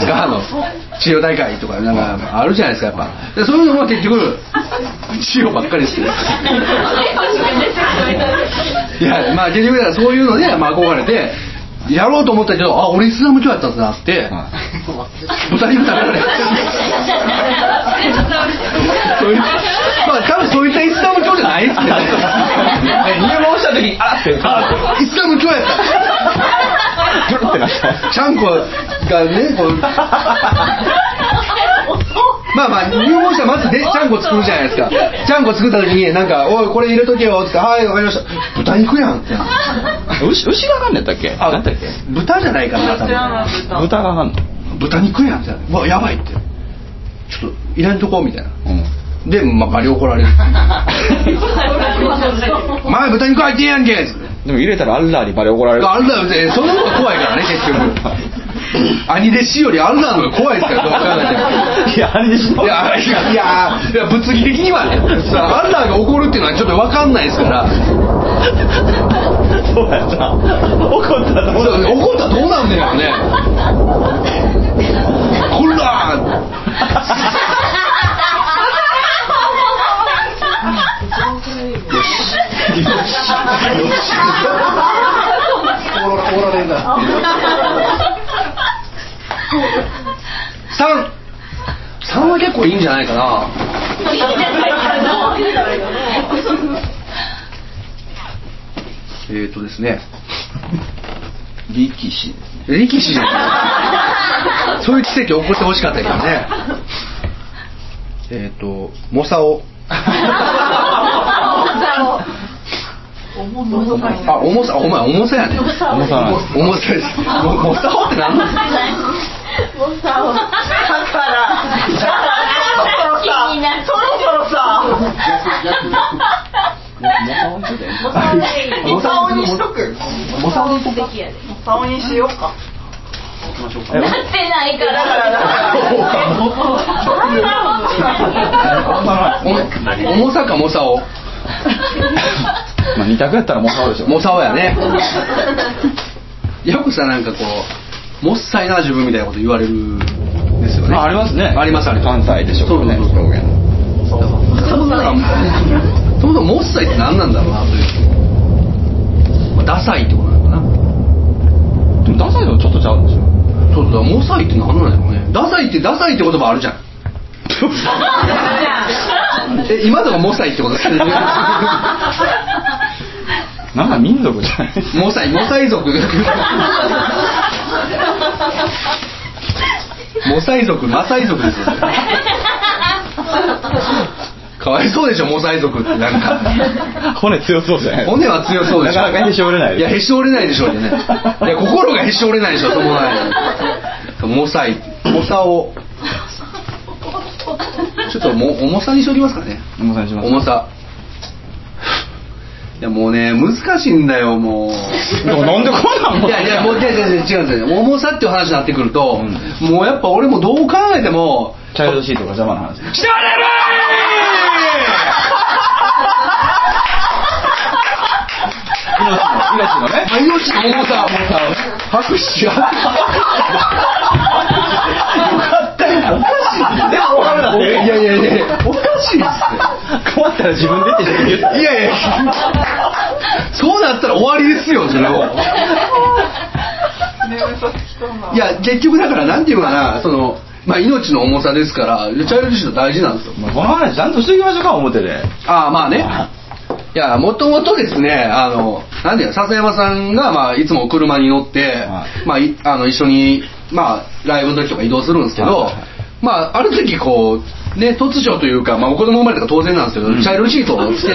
Speaker 2: ガーの千代大会とか、なんか、あるじゃないですか、やっぱ。でそういうのは結局、千代ばっかりですけど。いやまあ結局だからそういうので、まあ、憧れてやろうと思ったけどあ俺イスラム教やったんだなって、豚肉食べられ そういうまあ多分そういったイスラム教じゃないですけどね
Speaker 1: 入門した時にあって
Speaker 2: イスラム教やっ
Speaker 1: プ
Speaker 2: た
Speaker 1: ルってなった
Speaker 2: ちゃんこがねこうまあまあ入門者まずでちゃんこ作るじゃないですかちゃんこ作った時になんか「おいこれ入れとけよ」って「はいわかりました豚肉やん」って
Speaker 1: 牛牛があかんねやったっけ
Speaker 2: あ
Speaker 1: なんだっけ
Speaker 2: 豚じゃないかな多
Speaker 3: 知ら
Speaker 2: 分
Speaker 3: ない豚
Speaker 1: 豚があかんの
Speaker 2: 豚肉やんってうわやばいってちょっといらんとこみたいな
Speaker 1: うん
Speaker 2: でまあガリ怒られる
Speaker 3: 豚
Speaker 2: お前豚肉入ってんやんけっつって
Speaker 1: でも入れたらアッラーにバレ怒られる
Speaker 2: アンダーってその方が怖いからね結局兄弟子よりアンダーの方が怖いですからどう考えても
Speaker 1: いやあれにし
Speaker 2: いやいやいやいや物理的にはねアンダーが怒るっていうのはちょっと分かんないですから
Speaker 1: そうやな怒ったらどう
Speaker 2: そう怒ったらどうなんだよねこら
Speaker 4: おらおられんだ
Speaker 2: 三三は結構いいんじゃないかなえーとですね
Speaker 1: 力士
Speaker 2: 力士じゃないそういう奇跡を起こしてほしかったけどねえっ、ー、とモサオあ、重さ、お前、重さやね。重さ
Speaker 1: 重さなんです
Speaker 2: 重さです。も、もさおってなんなん。もさおのこと。
Speaker 3: 顔にしようか。
Speaker 2: 行きましょうか。
Speaker 1: え
Speaker 2: お、重さか、もさお。
Speaker 1: まあ二択やったらもうそうでしょ
Speaker 2: もさおやね。よくさ、なんかこう。もっさいな、自分みたいなこと言われる。ですよね。
Speaker 1: まあありますね
Speaker 2: あります、あります。
Speaker 1: 関西でしょ
Speaker 2: そうそうそう
Speaker 1: 表現
Speaker 2: そもそもそもそももっさいって何なんだろうなという、まあ、ダサいってことなのかな
Speaker 1: でもダサいのちょっとちゃうんでしょ
Speaker 2: そうだからモサイって何なんやろうねダサいってダサいって言葉あるじゃんえ今のがモサイってこと
Speaker 1: なんか民族じゃない
Speaker 2: モサイモサイ族モサイ族マサイ族ですよかわいそうでしょモサイ族ってなんか
Speaker 1: 骨強そうじ ゃない
Speaker 2: 骨は強そうでしょ
Speaker 1: なかなかへし折れない
Speaker 2: いやへし折れないでしょう ねいや心がへし折れないでしょそもない重さい重さをちょっとも重さにしときますかね
Speaker 1: 重さにします
Speaker 2: 重さいやもうね難しいんだよもう
Speaker 1: でもなんでこんなんも
Speaker 2: いやいやもういやいやいや違うんですよね重さっていう話になってくると、
Speaker 1: う
Speaker 2: もうやっぱ俺もどう考えても
Speaker 1: チャイルドシートが邪魔な話
Speaker 2: 汚
Speaker 1: 命のね
Speaker 2: い命の重さ拍手が
Speaker 1: でもおか
Speaker 2: いやいやいやいやおかしいっす
Speaker 1: 困ったら自分でって言って
Speaker 2: ねいやいやそうなったら終わりですよそれもいや結局だからなんていうのかなそのまあ命の重さですからチャイルドシート大事なんですよ
Speaker 1: まあこの話ちゃんとしていきましょうか表で
Speaker 2: ああまあねいやもともとですねあのなんていうの笹山さんが、まあ、いつも車に乗って、
Speaker 1: はい
Speaker 2: まあ、いあの一緒に、まあ、ライブの時とか移動するんですけど、
Speaker 1: はいはいはい
Speaker 2: まあ、ある時こうね突如というか、まあ、お子供生まれたから当然なんですけど、
Speaker 1: うん
Speaker 2: 茶色いシートをつけつ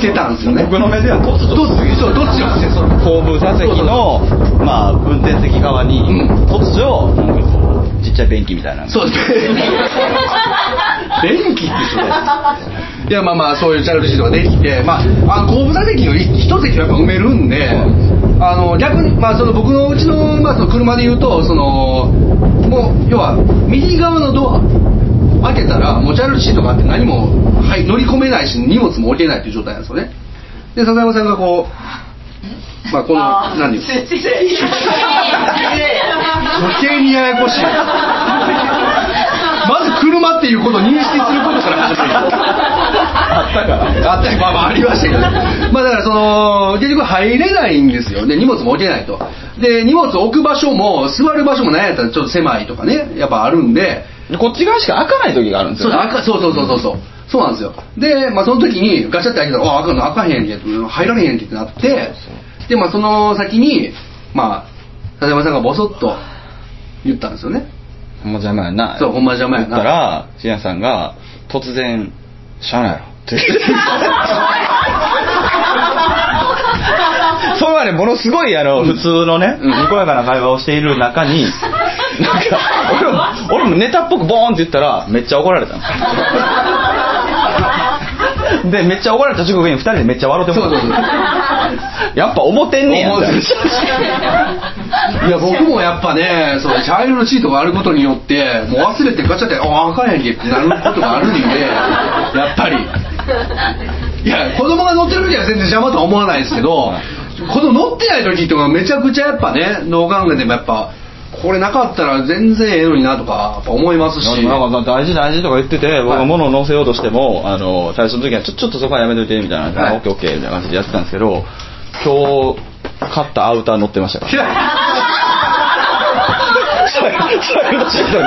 Speaker 2: けたんですよね
Speaker 1: 僕の目では突
Speaker 2: ど
Speaker 1: 如
Speaker 2: っちそうどっちがつけそう
Speaker 1: 後部座席のまあ運転席側に
Speaker 2: うん
Speaker 1: 突如なんかこうちっちゃい便器みたいなのが
Speaker 2: そう です便器ってそれいやまあまあそういうチャイルドシートができてまああの後部座席の一席はやっぱ埋めるんであの逆にまあその僕のうちの,、まあその車で言うとそのもう要は右側のドア開けたらもうチャイルドシートがあって何も、はい、乗り込めないし荷物も置けないっていう状態なんですよねで笹山さんがこうまあこの何です余計にややこしいまず車っていうことを認識することから始
Speaker 1: あったから
Speaker 2: まるあったりまあまあありましたけどまあだからその結局入れないんですよで荷物も置けないとで荷物置く場所も座る場所もないやったらちょっと狭いとかねやっぱあるんで
Speaker 1: でこっち側しか開かない時があるんです
Speaker 2: そう
Speaker 1: よね
Speaker 2: 赤そうそうそうそうそうそうなんですよで、まあ、その時にガチャって開けたら「ああかんの開かへんやんけ」入られへんやんけってなってで、まあ、その先にまあ立山さんがボソッと言ったんですよね
Speaker 1: ほんま邪魔やな。
Speaker 2: そうほんま邪魔やな
Speaker 1: 言ったら、しやさんが、突然、しゃあないやろ。って言って。それまでものすごいあの普通のね、にこやかな会話をしている中に、なんか俺も俺もネタっぽくボーンって言ったらめっちゃ怒られたのでめっちゃ怒られた直後に2人でめっちゃ笑ってもら
Speaker 2: そうそう
Speaker 1: ったやっぱ思ってんねや
Speaker 2: 思ういや僕もやっぱねそうチャイルドシートがあることによってもう忘れてガチャってああかんやんけってなることがあるんでやっぱりいや子供が乗ってる時は全然邪魔とは思わないですけど子供乗ってない時とかめちゃくちゃやっぱね脳関係でもやっぱこれなかったら全然ええのになとかやっぱ思いますし
Speaker 1: なんか大事大事とか言ってて僕
Speaker 2: は
Speaker 1: が
Speaker 2: い
Speaker 1: 物を乗せようとしても、あの最初の時はちょちょっとそこはやめといてみたいな、オッ
Speaker 2: はい
Speaker 1: ケーオッケーみたいな感じでやってたんですけど今日買ったアウター乗ってましたから
Speaker 2: いや
Speaker 1: チャイルドシート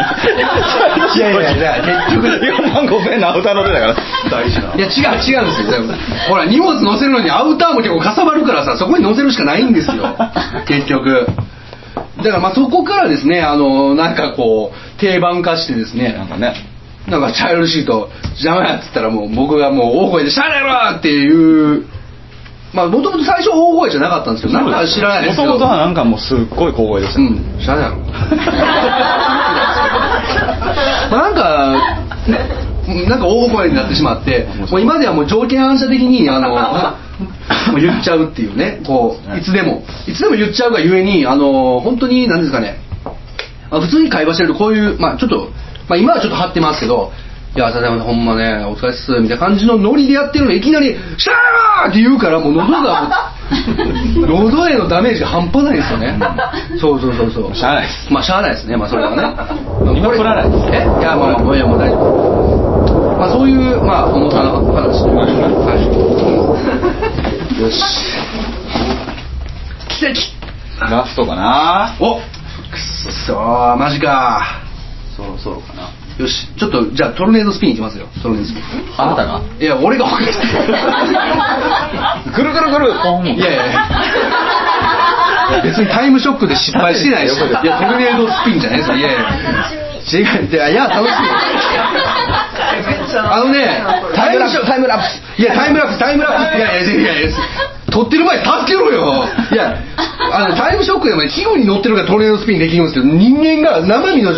Speaker 1: に。いやいやいや、結局4万5千円のアウター乗ってたから。大事
Speaker 2: いや違う違うんですよ全部ほら荷物乗せるのにアウターも結構かさばるからさそこに乗せるしかないんで すよ結局だからまあそこからですねあのなんかこう定番化してですね
Speaker 1: なんかね。
Speaker 2: なんかチャイルドシート邪魔やっつったらもう僕がもう大声で「シャレろ!」っていうまあもともと最初大声じゃなかったんですけどなんか知らないですけど
Speaker 1: もともとはなんかもうすっごい光栄でした
Speaker 2: う
Speaker 1: ね。
Speaker 2: ん知ら ないやろまあなんかねなんか大声になってしまってもう今ではもう条件反射的に あのもう言っちゃうっていうねこういつでもいつでも言っちゃうがゆえにあの本当に何ですかねあ普通に会話してるとこういうまあちょっとまあ今はちょっと張ってますけどいや、浅田山さん、ほんまね、お疲れっす、みたいな感じのノリでやってるのに、いきなり、シャーって言うから、もう喉が もう、喉へのダメージが半端ないですよね。そうそうそうそう。
Speaker 1: しゃあないです
Speaker 2: まあしゃあないですね、まあそれ はね。
Speaker 1: 今取らないです
Speaker 2: えいや、まあ、いや、もう大丈夫。まあそういう、まあ、重さの話というか、 はい。よし。奇跡
Speaker 1: ラストかな
Speaker 2: おくっそー、マジかそろそろかな。よし、ちょっと、じゃあトルネードスピンいきますよ、トルネードスピン。
Speaker 1: あなたが
Speaker 2: いや、俺が分かった。
Speaker 1: ぐるぐるぐるポン
Speaker 2: いやいやいや別にタイムショックで失敗してないしい
Speaker 1: だっ
Speaker 2: や
Speaker 1: て
Speaker 2: トルネードスピンじゃないですよいやいや違ういやいや楽しいあのねタイムラプスタイムラプスいやタイムラプスタイムラプスいやいやいやいやいや撮ってる前に助けろよいやあのタイムショックでもね器具に乗ってるからトルネードスピンできるんですけど人間が生身の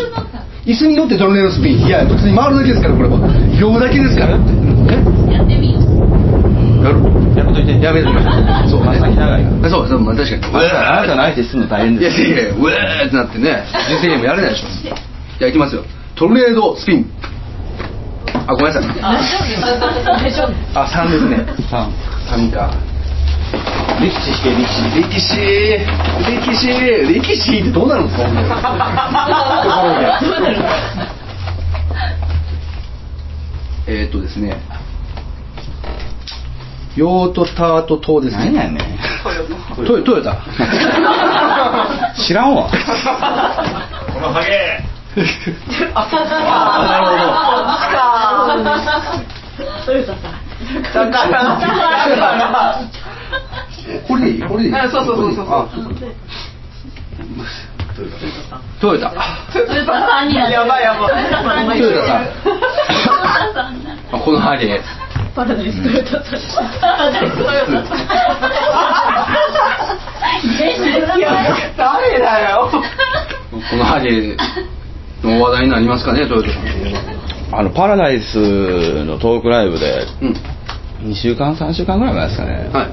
Speaker 2: 椅子に乗ってトルネードスピンいや別に回るだけですからこれも酔うだけですからえ
Speaker 3: やってみよう。
Speaker 2: やる
Speaker 1: やめといて
Speaker 2: やめ て
Speaker 1: そうまさき長いか
Speaker 2: そうそうまあ確から
Speaker 1: あなたの相手するの大変
Speaker 2: いや
Speaker 1: で
Speaker 2: い
Speaker 1: すよ
Speaker 2: やいや、ウェーってなってね、人生ゲームやれないでしょ。じゃあ行きますよ。トルネードスピン。あ、ごめんなさい。
Speaker 3: 大丈夫です。大丈夫です。
Speaker 2: あ、三ですね。
Speaker 1: さ
Speaker 2: 三か。
Speaker 1: あ力士して力士
Speaker 2: 力士、力士、力士ってどうなるんですか。 ほんで
Speaker 3: どうなる
Speaker 2: えーっとですね。用とターと塔です
Speaker 1: 何
Speaker 2: ね。
Speaker 1: やねん
Speaker 2: トヨトヨ タ。
Speaker 1: 知らんわ
Speaker 3: あなるほど。トヨタさん。だから。だから。
Speaker 2: これでいい、これでいい。
Speaker 3: あそうそうそうそう
Speaker 2: あそうそうトヨタ。
Speaker 3: トヨタさんになってる。やばいやばい。トヨタさん
Speaker 2: ト
Speaker 3: に
Speaker 2: ヨタさん。
Speaker 3: ん。
Speaker 2: あこのハリエ。
Speaker 3: パラダイストヨタさん。パラダイストヨタさん。いや誰だよ。
Speaker 2: このハリエの話題になりますかね、トヨタさん。
Speaker 1: あのパラダイスのトークライブで
Speaker 2: うん。
Speaker 1: 2週間3週間ぐらい前ですかね
Speaker 2: はい。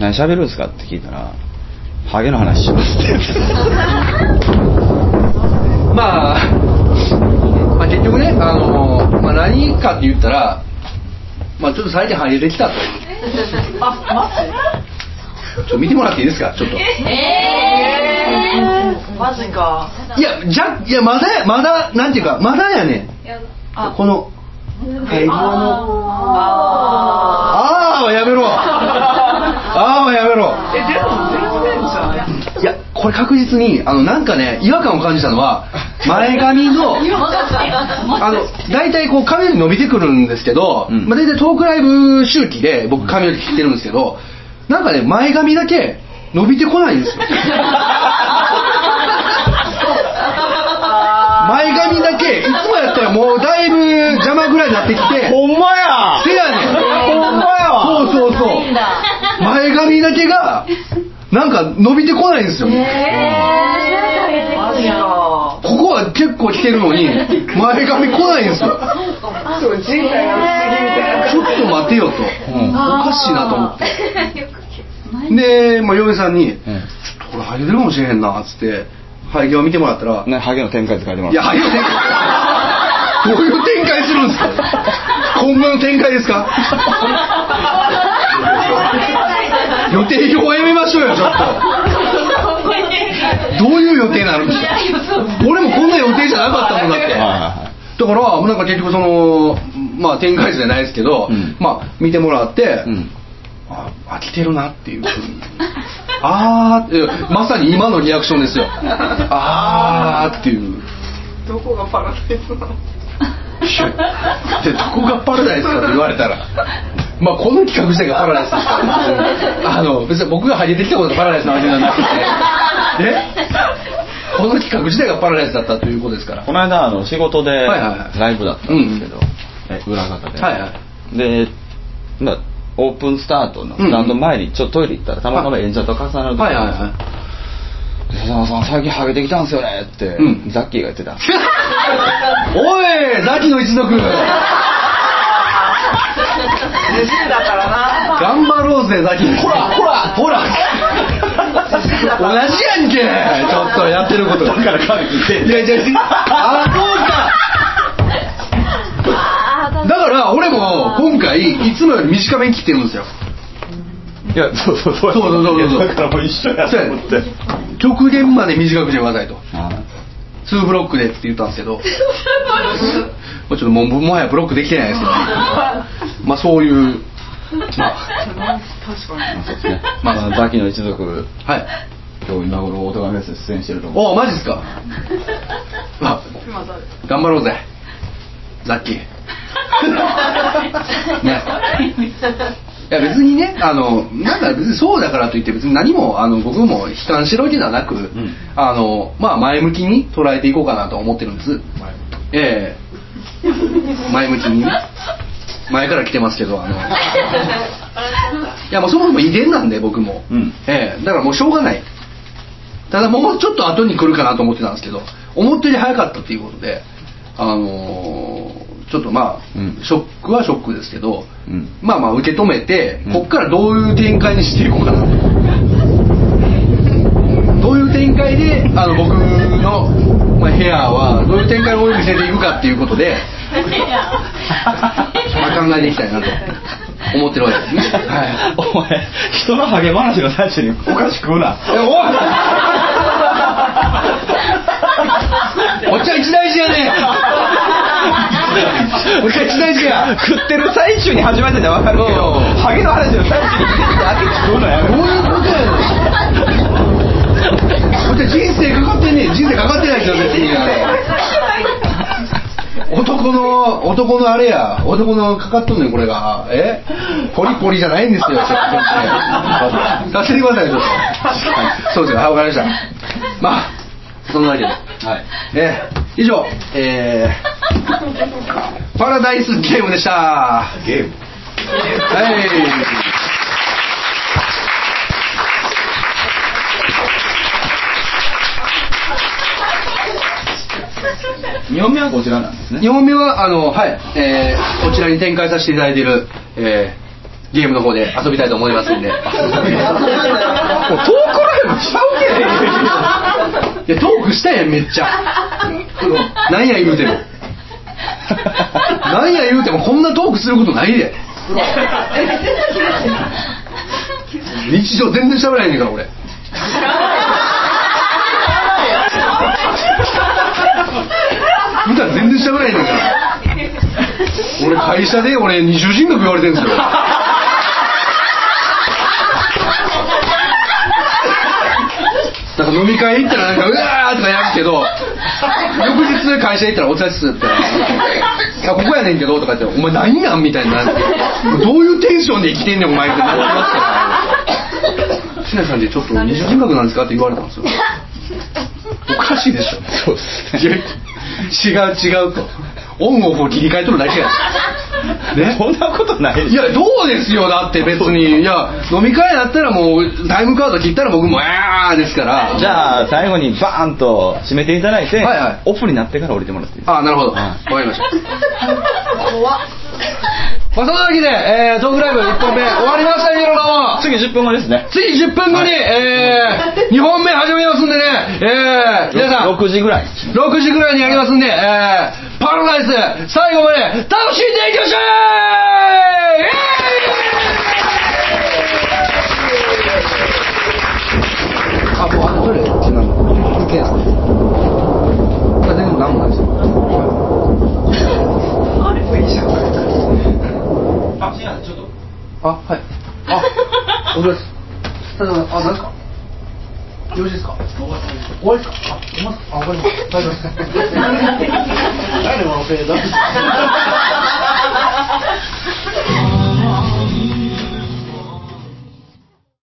Speaker 1: 何喋るんですかって聞いたらハゲの話しますって言って
Speaker 2: まあ、まあ、結局ね、あのまあ、何かって言ったら、まあ、ちょっと最近ハリエできたと。
Speaker 3: あ、
Speaker 2: ちょっと見てもらっていいですか、ちょっと。
Speaker 3: 待って。えー。マジか。
Speaker 2: いや、じゃ、いや、まだや、まだ、なんていうか、まだやねん。この。はい、今の。
Speaker 3: あ
Speaker 2: あーはや めろ。あーはやめろ。
Speaker 3: え、でも全然じゃん。
Speaker 2: いや、これ確実に、あの、なんかね、違和感を感じたのは、前髪の。 あの大体こう髪の毛伸びてくるんですけど、
Speaker 1: うん
Speaker 2: まあ、大体トークライブ周期で僕髪の毛切ってるんですけどなんかね前髪だけ伸びてこないん ですよ前髪だけいつもやったらもうだいぶ邪魔ぐらいになってきて
Speaker 1: ほんまや
Speaker 2: せやねん
Speaker 1: ほんまやわ
Speaker 2: そうそうそう
Speaker 3: いいんだ
Speaker 2: 前髪だけがなんか伸びてこないんですよ、
Speaker 3: えー、マジか
Speaker 2: ここは結構来てるのに前髪来ないんですよちょっと待てよと、おかしいなと思ってで、まあ、嫁さんに「ちょっとこれハゲてるかもしれへんな」っつってハゲを見てもらったら「
Speaker 1: ねハゲの展開図書いても
Speaker 2: いや
Speaker 1: らっ
Speaker 2: ハゲの展開どういう展開するんですか今後の展開ですか予定表はやめましょうよちょっとどういう予定になるんですか俺もこんな予定じゃなかったもんだって
Speaker 1: たは
Speaker 2: だからもうなんか結局そのまあ展開図じゃないですけど、
Speaker 1: うん
Speaker 2: まあ見てもらって、
Speaker 1: いはいはいうん
Speaker 2: あ飽きてるなっていう ああってまさに今のリアクションですよああっていうどこがパラダイスなのどこがパラダイスかって言われたらまあこの企画自体がパラダイスですからあの別に僕がハゲてきたことがパラダイスなわけじゃなくてねこの企画自体がパラダイスだったということですから
Speaker 1: この間あの仕事で
Speaker 2: はいはいはい
Speaker 1: ライブだったんですけど、え裏方で、
Speaker 2: はいはい
Speaker 1: で、まあ、オープンスタートのスタンド前にちょっとトイレ行ったらたまたま演者と重なると
Speaker 2: はいはいはい
Speaker 1: 「笹山さん最近ハゲてきたんすよね」って、
Speaker 2: うん
Speaker 1: ザッキーが言ってた
Speaker 2: おいザキの一族 頑張ろうぜザキほらほらほら同じやんけちょっとやってることだからいやいやいやあそうかだから俺も今回いつもより短めに切ってるんですよ
Speaker 1: いやそうそうそう
Speaker 2: そうそうそう
Speaker 1: いやだからもう一緒やと思って
Speaker 2: 極限まで短くしてくださいと
Speaker 1: あ
Speaker 2: 2ブロックでって言ったんですけどもうちょっともうもはやブロックできてないですけどまあそういうまあ
Speaker 1: ーそうですね、 まあ、ザッキーの一族
Speaker 2: はい
Speaker 1: 今日今頃オートガメス出演してると思う
Speaker 2: おおマジっすかまあ頑張ろうぜザッキーねいや別にねあのなんか別にそうだからといって別に何もあの僕も悲観してるわけではなく、
Speaker 1: ん
Speaker 2: あのまあ前向きに捉えていこうかなと思ってるんですええ前向きにね前から来てますけどあのいやもうそもそも遺伝なんで僕も、
Speaker 1: うん
Speaker 2: ええだからもうしょうがないただもうちょっと後に来るかなと思ってたんですけど思ったより早かったっていうことであのーちょっとまあ、
Speaker 1: うん
Speaker 2: ショックはショックですけど、
Speaker 1: うん
Speaker 2: まあまあ受け止めて、
Speaker 1: うん
Speaker 2: こっからどういう展開にしていこうかなどういう展開であの僕の、まあ、ヘアはどういう展開を見せていくかっていうことで、まあ、考えていきたいなと思ってるわけですね、はい
Speaker 1: お前人のハゲ話の最中におかしく食うな
Speaker 2: えおいおっちゃん一大事やねおっちゃん一大事や
Speaker 1: 食ってる最中に始めてて分かるけど
Speaker 2: うん
Speaker 1: ハゲの話の最中に飽きて食うのやめ
Speaker 2: どう
Speaker 1: ろ
Speaker 2: いうことやねんおっちゃん人生かかってんねん人生かかってないですよ別に男の男のあれや男のかかっとんねんこれがえポリポリじゃないんですよちょっとさせてくださいちょっと、はい、そうですよはいわかりましたまあそんなわけで
Speaker 1: はい
Speaker 2: えー以上、えー、パラダイスゲームでした。は
Speaker 1: ゲーム
Speaker 2: い。
Speaker 1: 2本目はこちらなんですね
Speaker 2: 2本目は、あの、はい、えーこちらに展開させていただいている、えーゲームの方で遊びたいと思います んで。もうトークライブちゃうけん。いや、トークしたやん、めっちゃ。なんや言うても。なんや言うても、こんなトークすることないで。日常全然喋らへんねんから、俺。普段全然喋らへんねんから俺会社で俺二重人格言われてるんですよだから飲み会行ったらなんかうわーとかやるけど翌日会社行ったらお茶室っていやここやねんけどとかってお前何なんみたいになってどういうテンションで生きてんねんお前ってなってますからしなさんでちょっと二重人格なんですかって言われたんですよおかしいでしょ
Speaker 1: そうですね
Speaker 2: いや違う違うとオンオフを切り替えとるだけやね
Speaker 1: そんなことないで
Speaker 2: い
Speaker 1: すよ
Speaker 2: やどうですよだって別にいや飲み会やったらもうタイムカード切ったら僕もああですから
Speaker 1: じゃあ最後にバーンと締めていただいて、
Speaker 2: はいはい
Speaker 1: オフになってから降りてもらっていいですか
Speaker 2: ああなるほどわかりましたまあそのわけで、えー、トークライブ1本目終わりましたけれども
Speaker 1: 次10分後ですね
Speaker 2: 次10分後に、えー、2本目始めますんでね、えー、皆さん
Speaker 1: 6時ぐらいですね
Speaker 2: 6時ぐらいにやりますんで、えー、パラダイス最後まで楽しんでいきましょうあ、もうあのどれちなみに受けなんで全然何もないですよ
Speaker 1: あ違うちょっと
Speaker 2: あ、はいあ、お疲れ様ですただあ、何ですかよろしいですか終わりですかあ、終わりですかあ、終わります大丈夫です
Speaker 4: 誰忘れた